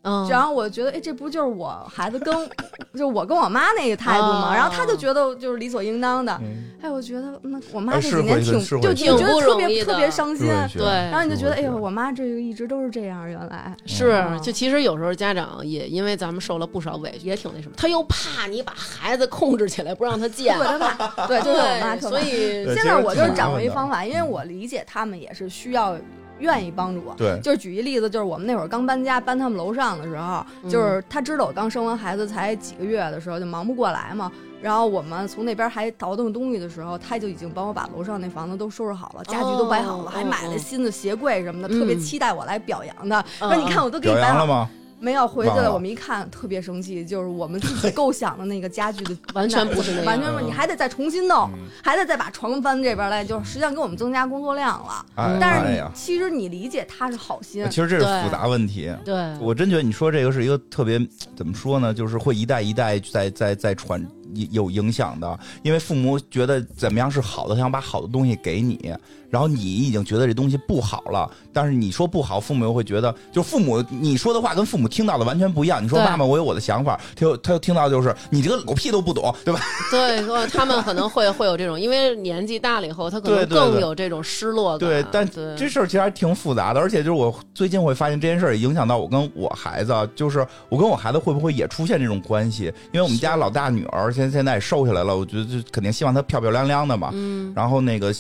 [SPEAKER 1] 嗯，
[SPEAKER 4] 然后我觉得，哎，这不就是我孩子跟， 就是我跟我妈那个态度吗？
[SPEAKER 1] 哦
[SPEAKER 4] 然后他就觉得就是理所应当的。
[SPEAKER 2] 嗯
[SPEAKER 4] 哎，我觉得那我妈
[SPEAKER 2] 哎
[SPEAKER 4] 这
[SPEAKER 2] 是
[SPEAKER 4] 几年
[SPEAKER 2] 会
[SPEAKER 4] 挺
[SPEAKER 2] 是会
[SPEAKER 4] 就
[SPEAKER 1] 挺
[SPEAKER 4] 就觉得
[SPEAKER 1] 不
[SPEAKER 4] 特
[SPEAKER 1] 容易
[SPEAKER 4] 别
[SPEAKER 1] 的
[SPEAKER 4] 特别伤心。
[SPEAKER 2] 是嗯
[SPEAKER 1] 对，
[SPEAKER 4] 然后你就觉得，
[SPEAKER 2] 是
[SPEAKER 4] 哎
[SPEAKER 2] 会
[SPEAKER 4] 呦，
[SPEAKER 2] 觉得
[SPEAKER 4] 我妈这个一直都是这样，原来
[SPEAKER 1] 是
[SPEAKER 4] 嗯，
[SPEAKER 1] 就其实有时候家长也因为咱们受了不少委屈，也挺那什么，他又怕你把孩子控制起来，不让他见。
[SPEAKER 4] 对， 她怕，对，就是我妈特
[SPEAKER 1] 所
[SPEAKER 4] 怕。
[SPEAKER 1] 以
[SPEAKER 2] 对
[SPEAKER 4] 现
[SPEAKER 2] 其实
[SPEAKER 4] 在我就是
[SPEAKER 2] 挺麻
[SPEAKER 4] 掌握
[SPEAKER 2] 烦
[SPEAKER 4] 一
[SPEAKER 2] 的
[SPEAKER 4] 方法，因为我理解他们也是需要愿意帮助我。
[SPEAKER 2] 对，
[SPEAKER 4] 就是举一例子，就是我们那会儿刚搬家，搬他们楼上的时候，
[SPEAKER 1] 嗯
[SPEAKER 4] 就是他知道我刚生完孩子才几个月的时候，就忙不过来嘛。然后我们从那边还倒腾东西的时候，他就已经帮我把楼上那房子都收拾好了，家具都摆好了，
[SPEAKER 1] 哦
[SPEAKER 4] 还买
[SPEAKER 1] 哦
[SPEAKER 4] 了新的鞋柜什么
[SPEAKER 1] 嗯
[SPEAKER 4] 的，特别期待我来表扬他。
[SPEAKER 1] 嗯
[SPEAKER 4] 说你看我都给
[SPEAKER 2] 表
[SPEAKER 4] 你摆
[SPEAKER 2] 扬
[SPEAKER 4] 好
[SPEAKER 2] 了。吗？
[SPEAKER 4] 没有回去
[SPEAKER 2] 忘
[SPEAKER 4] 了，
[SPEAKER 2] 了
[SPEAKER 4] 我们一看特别生气，就是我们自己构想的那个家具的
[SPEAKER 1] 完全不是那样
[SPEAKER 4] 完全不是，你还得再重新弄，
[SPEAKER 2] 嗯
[SPEAKER 4] 还得再把床搬这边来，就是实际上给我们增加工作量了。
[SPEAKER 2] 哎，
[SPEAKER 4] 但
[SPEAKER 2] 哎
[SPEAKER 4] 是你
[SPEAKER 2] 呀，哎
[SPEAKER 4] 其实你理解他是好心，
[SPEAKER 2] 其实这是复杂问题。
[SPEAKER 1] 对，
[SPEAKER 2] 我真觉得你说这个是一个特别怎么说呢，就是会一代一代在在在传有影响的，因为父母觉得怎么样是好的，想把好的东西给你，然后你已经觉得这东西不好了，但是你说不好，父母又会觉得，就父母你说的话跟父母听到的完全不一样。你说
[SPEAKER 1] 对
[SPEAKER 2] 妈妈，我有我的想法，他又他又听到就是你这个狗屁都不懂，对吧？
[SPEAKER 1] 对，说他们可能会会有这种，因为年纪大了以后，他可
[SPEAKER 2] 对
[SPEAKER 1] 能
[SPEAKER 2] 对对
[SPEAKER 1] 更有这种失落感。
[SPEAKER 2] 对，但
[SPEAKER 1] 对
[SPEAKER 2] 这事儿其实还挺复杂的，而且就是我最近会发现这件事儿也影响到我跟我孩子啊，就是我跟我孩子会不会也出现这种关系？因为我们家老大女儿现现现在也瘦下来了，我觉得就肯定希望她漂漂亮亮的嘛。
[SPEAKER 1] 嗯
[SPEAKER 2] 然后那个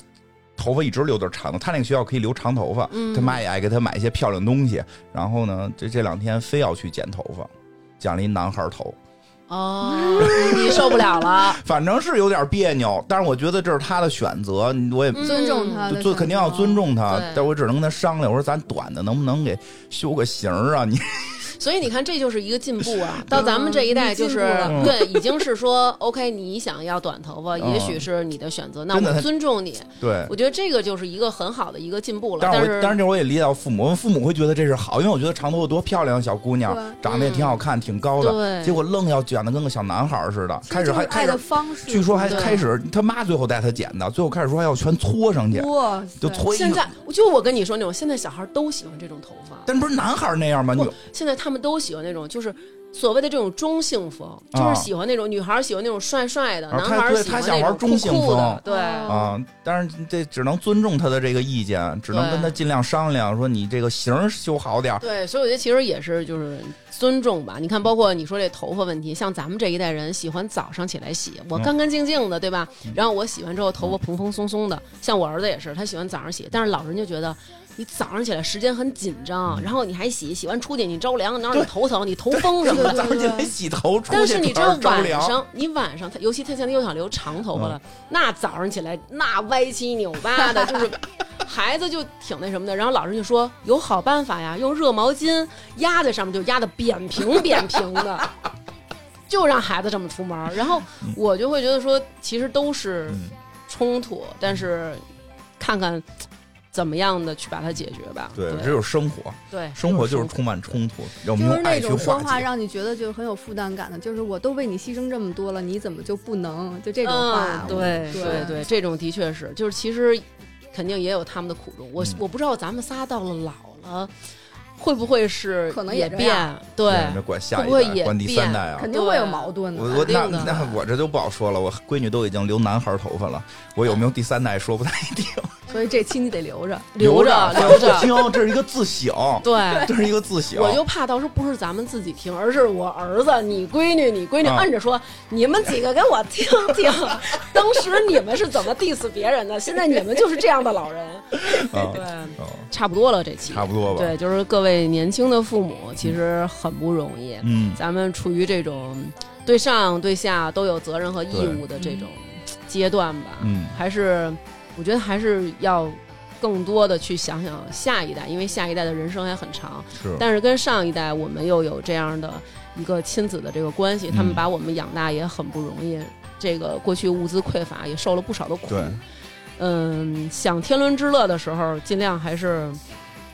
[SPEAKER 2] 头发一直留的长，他那个学校可以留长头发，
[SPEAKER 1] 嗯
[SPEAKER 2] 他妈也爱给他买一些漂亮东西。然后呢，这这两天非要去剪头发，剪了一男孩头，
[SPEAKER 1] 哦，你你受不了了，
[SPEAKER 2] 反正是有点别扭，但是我觉得这是他的选择，我也。
[SPEAKER 1] 嗯
[SPEAKER 4] 尊重他的
[SPEAKER 2] 就肯定要尊重他
[SPEAKER 1] 对，
[SPEAKER 2] 但我只能跟他商量。我说咱短的能不能给修个型 儿啊？你
[SPEAKER 1] 所以你看，这就是一个进步啊！到咱们这一代，就是、
[SPEAKER 2] 嗯
[SPEAKER 1] 对，已经是说 ，OK，你想要短头发，
[SPEAKER 2] 嗯
[SPEAKER 1] 也许是你的选择，那
[SPEAKER 2] 真的
[SPEAKER 1] 我尊重你。
[SPEAKER 2] 对，
[SPEAKER 1] 我觉得这个就是一个很好的一个进步了。
[SPEAKER 2] 但
[SPEAKER 1] 但
[SPEAKER 2] 是我但是这我也理解到父母，父母会觉得这是好，因为我觉得长头发多漂亮，小姑娘
[SPEAKER 4] 对
[SPEAKER 2] 长得也挺好看，挺高的，
[SPEAKER 1] 对
[SPEAKER 2] 结果愣要卷的跟个小男孩儿似的。开始还
[SPEAKER 4] 爱
[SPEAKER 2] 开始
[SPEAKER 4] 的方式，
[SPEAKER 2] 据说还
[SPEAKER 1] 对
[SPEAKER 2] 开始他妈最后带他剪的，最后开始说还要全搓上去，
[SPEAKER 4] 哇塞，
[SPEAKER 2] 就搓一
[SPEAKER 1] 现在，就我跟你说那种，现在小孩都喜欢这种头发，
[SPEAKER 2] 但不是男孩儿那样吗？你
[SPEAKER 1] 不，现在他们都喜欢那种，就是。所谓的这种中性风，就
[SPEAKER 2] 啊
[SPEAKER 1] 是喜欢那种、女孩喜欢那种帅帅的，
[SPEAKER 2] 啊
[SPEAKER 1] 男
[SPEAKER 2] 他
[SPEAKER 1] 孩
[SPEAKER 2] 对
[SPEAKER 1] 喜
[SPEAKER 2] 他
[SPEAKER 1] 欢
[SPEAKER 2] 想
[SPEAKER 1] 那
[SPEAKER 2] 玩
[SPEAKER 1] 种
[SPEAKER 2] 中性
[SPEAKER 1] 酷酷的
[SPEAKER 2] 风，
[SPEAKER 1] 对，
[SPEAKER 4] 哦
[SPEAKER 2] 啊，但是这只能尊重他的这个意见，只能
[SPEAKER 1] 对
[SPEAKER 2] 跟他尽量商量，说你这个型儿修好点儿。
[SPEAKER 1] 对，所以我觉得其实也是就是尊重吧。你看，包括你说这头发问题，像咱们这一代人喜欢早上起来洗，我
[SPEAKER 2] 嗯
[SPEAKER 1] 干干净净的，对吧？然后我洗完之后头发蓬蓬松松的，像我儿子也是，他喜欢早上洗，但是老人就觉得。你早上起来时间很紧张，
[SPEAKER 2] 嗯
[SPEAKER 1] 然后你还洗，洗完出去你着凉，然后你头疼，你头 风什么
[SPEAKER 2] 早
[SPEAKER 1] 的。
[SPEAKER 2] 上起来洗头，出
[SPEAKER 1] 但
[SPEAKER 2] 去
[SPEAKER 1] 是你知
[SPEAKER 2] 早
[SPEAKER 1] 道
[SPEAKER 2] 上着
[SPEAKER 1] 晚
[SPEAKER 2] 凉
[SPEAKER 1] 上，你晚上他，尤其他现在又想留长头发
[SPEAKER 2] 嗯
[SPEAKER 1] 了，那早上起来那歪七扭八 的，就是孩子就挺那什么的。然后老师就说有好办法呀，用热毛巾压在上面，就压的扁平扁平的， 就让孩子这么出门儿。然后我就会觉得说，其实都是
[SPEAKER 2] 嗯
[SPEAKER 1] 冲突，但是看看怎么样的去把它解决吧。
[SPEAKER 2] 对，
[SPEAKER 1] 对
[SPEAKER 2] 这就是生活，
[SPEAKER 1] 对
[SPEAKER 2] 生活
[SPEAKER 1] 这
[SPEAKER 2] 就是
[SPEAKER 1] 冲突
[SPEAKER 2] 充满冲突，我们
[SPEAKER 4] 就
[SPEAKER 2] 用
[SPEAKER 4] 是
[SPEAKER 2] 爱
[SPEAKER 4] 那
[SPEAKER 2] 去
[SPEAKER 4] 种说话
[SPEAKER 2] 化解。
[SPEAKER 4] 让你觉得就是很有负担感的，就是我都为你牺牲这么多了，你怎么就不能？就这种话，
[SPEAKER 1] 嗯、对
[SPEAKER 4] 对
[SPEAKER 1] 对对，这种的确是，就是其实肯定也有他们的苦衷。我、
[SPEAKER 2] 嗯
[SPEAKER 1] 我不知道咱们仨到了老了，会不会是
[SPEAKER 4] 可能
[SPEAKER 1] 也
[SPEAKER 4] 也这样
[SPEAKER 1] 变对。
[SPEAKER 2] 那管下
[SPEAKER 1] 会
[SPEAKER 2] 一
[SPEAKER 1] 不会
[SPEAKER 2] 代，
[SPEAKER 1] 也
[SPEAKER 2] 管第
[SPEAKER 1] 变
[SPEAKER 2] 三代啊。
[SPEAKER 4] 肯定会有矛盾的。
[SPEAKER 2] 我我
[SPEAKER 1] 肯定
[SPEAKER 2] 那
[SPEAKER 1] 的
[SPEAKER 2] 那我这就不好说了，我闺女都已经留男孩儿头发了，我有没有第三代说不太一定。
[SPEAKER 4] 所以这期你得留着。
[SPEAKER 1] 留着留着
[SPEAKER 2] 听，这是一个自省，
[SPEAKER 1] 对，
[SPEAKER 2] 这是一个自省。
[SPEAKER 1] 我就怕到时候不是咱们自己听，而是我儿子、你闺女、你闺女
[SPEAKER 2] 啊
[SPEAKER 1] 摁着说，你们几个给我 听听，当时你们是怎么 diss 别人的，现在你们就是这样的老人。
[SPEAKER 2] 啊
[SPEAKER 1] 对，
[SPEAKER 2] 哦
[SPEAKER 1] 差不多了，这期
[SPEAKER 2] 差不多吧
[SPEAKER 1] 对，就是各位年轻的父母其实很不容易，
[SPEAKER 2] 嗯，
[SPEAKER 1] 咱们处于这种对上对下都有责任和义务的这种阶段吧。
[SPEAKER 2] 嗯
[SPEAKER 1] 还是我觉得还是要更多的去想想下一代，因为下一代的人生还很长。
[SPEAKER 2] 是，
[SPEAKER 1] 但是跟上一代我们又有这样的一个亲子的这个关系，他们
[SPEAKER 2] 嗯
[SPEAKER 1] 把我们养大也很不容易。这个过去物资匮乏，也受了不少的苦。
[SPEAKER 2] 对，
[SPEAKER 1] 嗯，想天伦之乐的时候，尽量还是，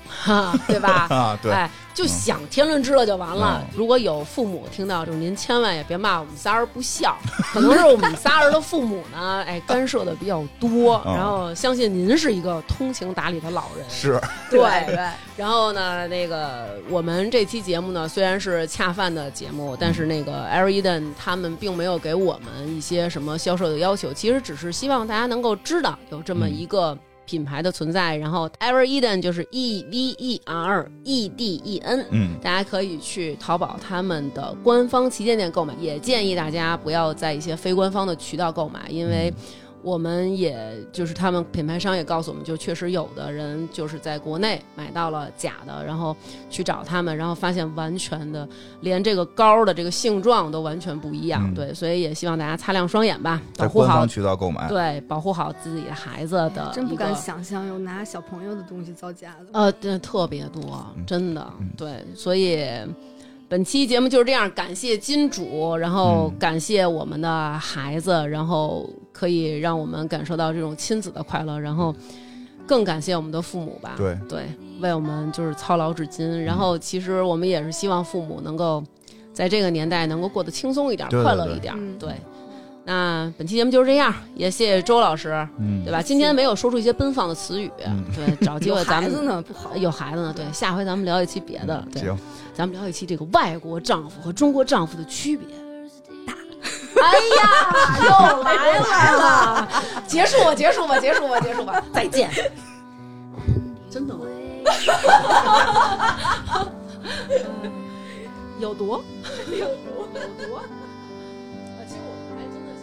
[SPEAKER 1] 哈，对吧？
[SPEAKER 2] 啊，对，
[SPEAKER 1] 哎，就想天伦之乐就完了。
[SPEAKER 2] 嗯
[SPEAKER 1] 如果有父母听到，就是您千万也别骂我们仨人不 孝，可能是我们仨人的父母呢，哎，干涉的比较多。
[SPEAKER 2] 嗯
[SPEAKER 1] 然后相信您是一个通情达理的老人，
[SPEAKER 2] 是，
[SPEAKER 1] 对
[SPEAKER 4] 对，
[SPEAKER 1] 然后呢，那个我们这期节目呢，虽然是恰饭的节目，但是那个 Air Eden 他们并没有给我们一些什么销售的要求，其实只是希望大家能够知道有这么一个。品牌的存在，然后 Ever Eden 就是 E V E R E D E N，
[SPEAKER 2] 嗯，
[SPEAKER 1] 大家可以去淘宝他们的官方旗舰店购买，也建议大家不要在一些非官方的渠道购买，因为。
[SPEAKER 2] 嗯
[SPEAKER 1] 我们也就是他们品牌商也告诉我们，就确实有的人就是在国内买到了假的，然后去找他们，然后发现完全的连这个膏的这个性状都完全不一样，
[SPEAKER 2] 嗯
[SPEAKER 1] 对，所以也希望大家擦亮双眼吧，
[SPEAKER 2] 在
[SPEAKER 1] 保护
[SPEAKER 2] 官
[SPEAKER 1] 好
[SPEAKER 2] 方渠道购买，
[SPEAKER 1] 对，保护好自己的孩子的
[SPEAKER 4] 真不
[SPEAKER 1] 一
[SPEAKER 4] 敢
[SPEAKER 1] 个
[SPEAKER 4] 想象有拿小朋友的东西造假的。
[SPEAKER 1] 呃，对，特别多，
[SPEAKER 2] 嗯
[SPEAKER 1] 真的，
[SPEAKER 2] 嗯
[SPEAKER 1] 对，所以本期节目就是这样，感谢金主，然后
[SPEAKER 2] 嗯
[SPEAKER 1] 感谢我们的孩子，然后可以让我们感受到这种亲子的快乐，然后更感谢我们的父母吧，
[SPEAKER 2] 对嗯
[SPEAKER 1] 为我们就是操劳至今，然后其实我们也是希望父母能够在这个年代能够过得轻松一点，
[SPEAKER 2] 对对
[SPEAKER 1] 快乐
[SPEAKER 2] 对
[SPEAKER 1] 一点，
[SPEAKER 4] 嗯
[SPEAKER 1] 对。那本期节目就是这样，也谢谢周老师，
[SPEAKER 2] 嗯
[SPEAKER 1] 对吧？今天没有说出一些奔放的词语，
[SPEAKER 2] 嗯
[SPEAKER 1] 对，找机
[SPEAKER 4] 有
[SPEAKER 1] 会咱
[SPEAKER 4] 孩
[SPEAKER 1] 们呃
[SPEAKER 4] 子呢不好，
[SPEAKER 1] 有孩子呢，对，下回咱们聊一期别的，对，
[SPEAKER 2] 行，
[SPEAKER 1] 咱们聊一期这个外国丈夫和中国丈夫的区别。 大，哎呀，又来来了， 结束吧，结束吧，结束吧，结束吧，再 见。真 的吗？有毒，有毒，有毒。啊，其实我还真的。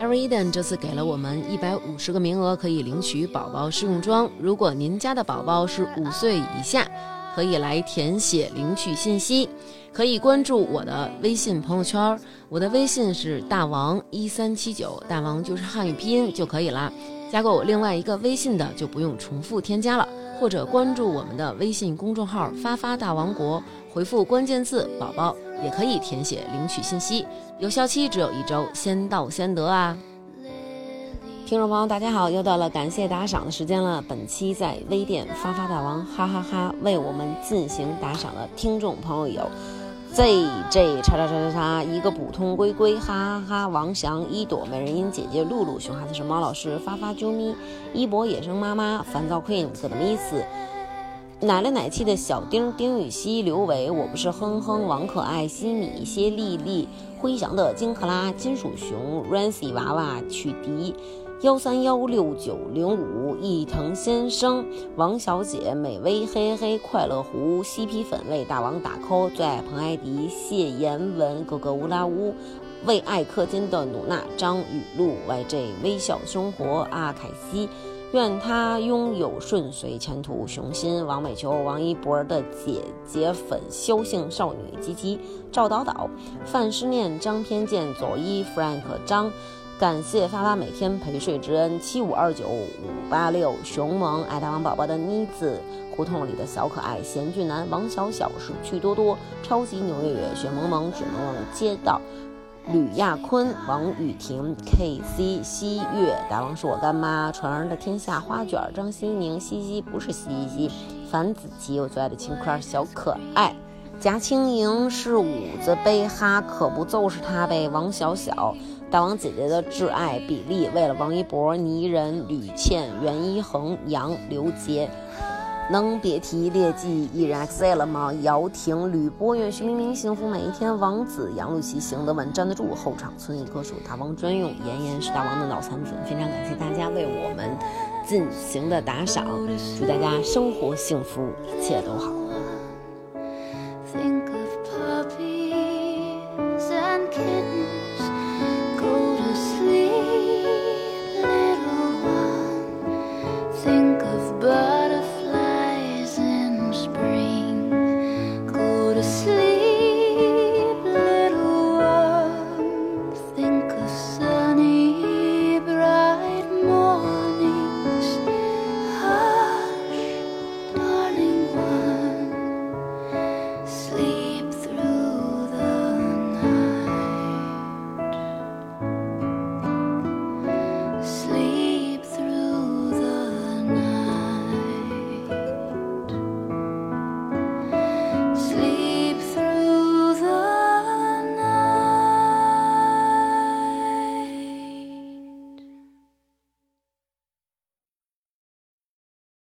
[SPEAKER 6] Every Eden 这次给了我们一百五十个名额，可以领取宝宝试用装。如果您家的宝宝是五岁以下，可以来填写领取信息，可以关注我的微信朋友圈儿，我的微信是大王一三七九，大王就是汉语拼音就可以啦。加过我另外一个微信的就不用重复添加了，或者关注我们的微信公众号“发发大王国”，回复关键字“宝宝”也可以填写领取信息。有效期只有一周，先到先得啊！听众朋友，大家好，又到了感谢打赏的时间了。本期在微店发发大王哈哈哈为我们进行打赏的听众朋友有 Z J 叉叉叉叉叉，一个普通龟龟哈哈哈，王翔一朵美人音姐姐露露熊孩子是猫老师发发啾咪一博野生妈妈烦躁 Queen 葛的意思。奶了奶气的小丁丁禹兮、刘伟，我不是哼哼王可爱、西米、歇丽丽、辉翔的金克拉、金属熊、Rancy 娃娃、曲迪、幺三幺六九零五、易腾先生、王小姐、美薇、嘿嘿、快乐狐、嬉皮粉为大王打 call、最爱彭艾迪、谢言文、格格乌拉乌。为爱氪金的努娜、张雨露、YJ 微笑生活、阿凯西，愿他拥有顺遂前途。雄心、王美球、王一博的姐姐粉、萧姓少女、吉吉、赵导导、范诗念、张偏见、左一、Frank、张。感谢发发每天陪睡之恩，七五二九五八六，熊萌爱大王宝宝的妮子，胡同里的小可爱，贤俊男，王小小，是趣多多，超级牛月月，雪萌萌，雪萌萌，街道。吕亚坤、王雨婷、K C、西月、大王是我干妈、传儿的天下、花卷、张希宁、西西不是西西、樊子琪，我最爱的青块小可爱。贾青莹是五子杯哈，可不就是他呗？王小小，大王姐姐的挚爱比利，为了王一博、泥人、吕倩、袁一恒、杨刘杰。能别提劣迹艺人 XA 了吗？姚婷、吕波、月、徐明明、幸福每一天、王子、杨露琪、行得稳、站得住、后场村一棵树、大王专用、妍妍是大王的脑残粉，非常感谢大家为我们进行的打赏，祝大家生活幸福，一切都好。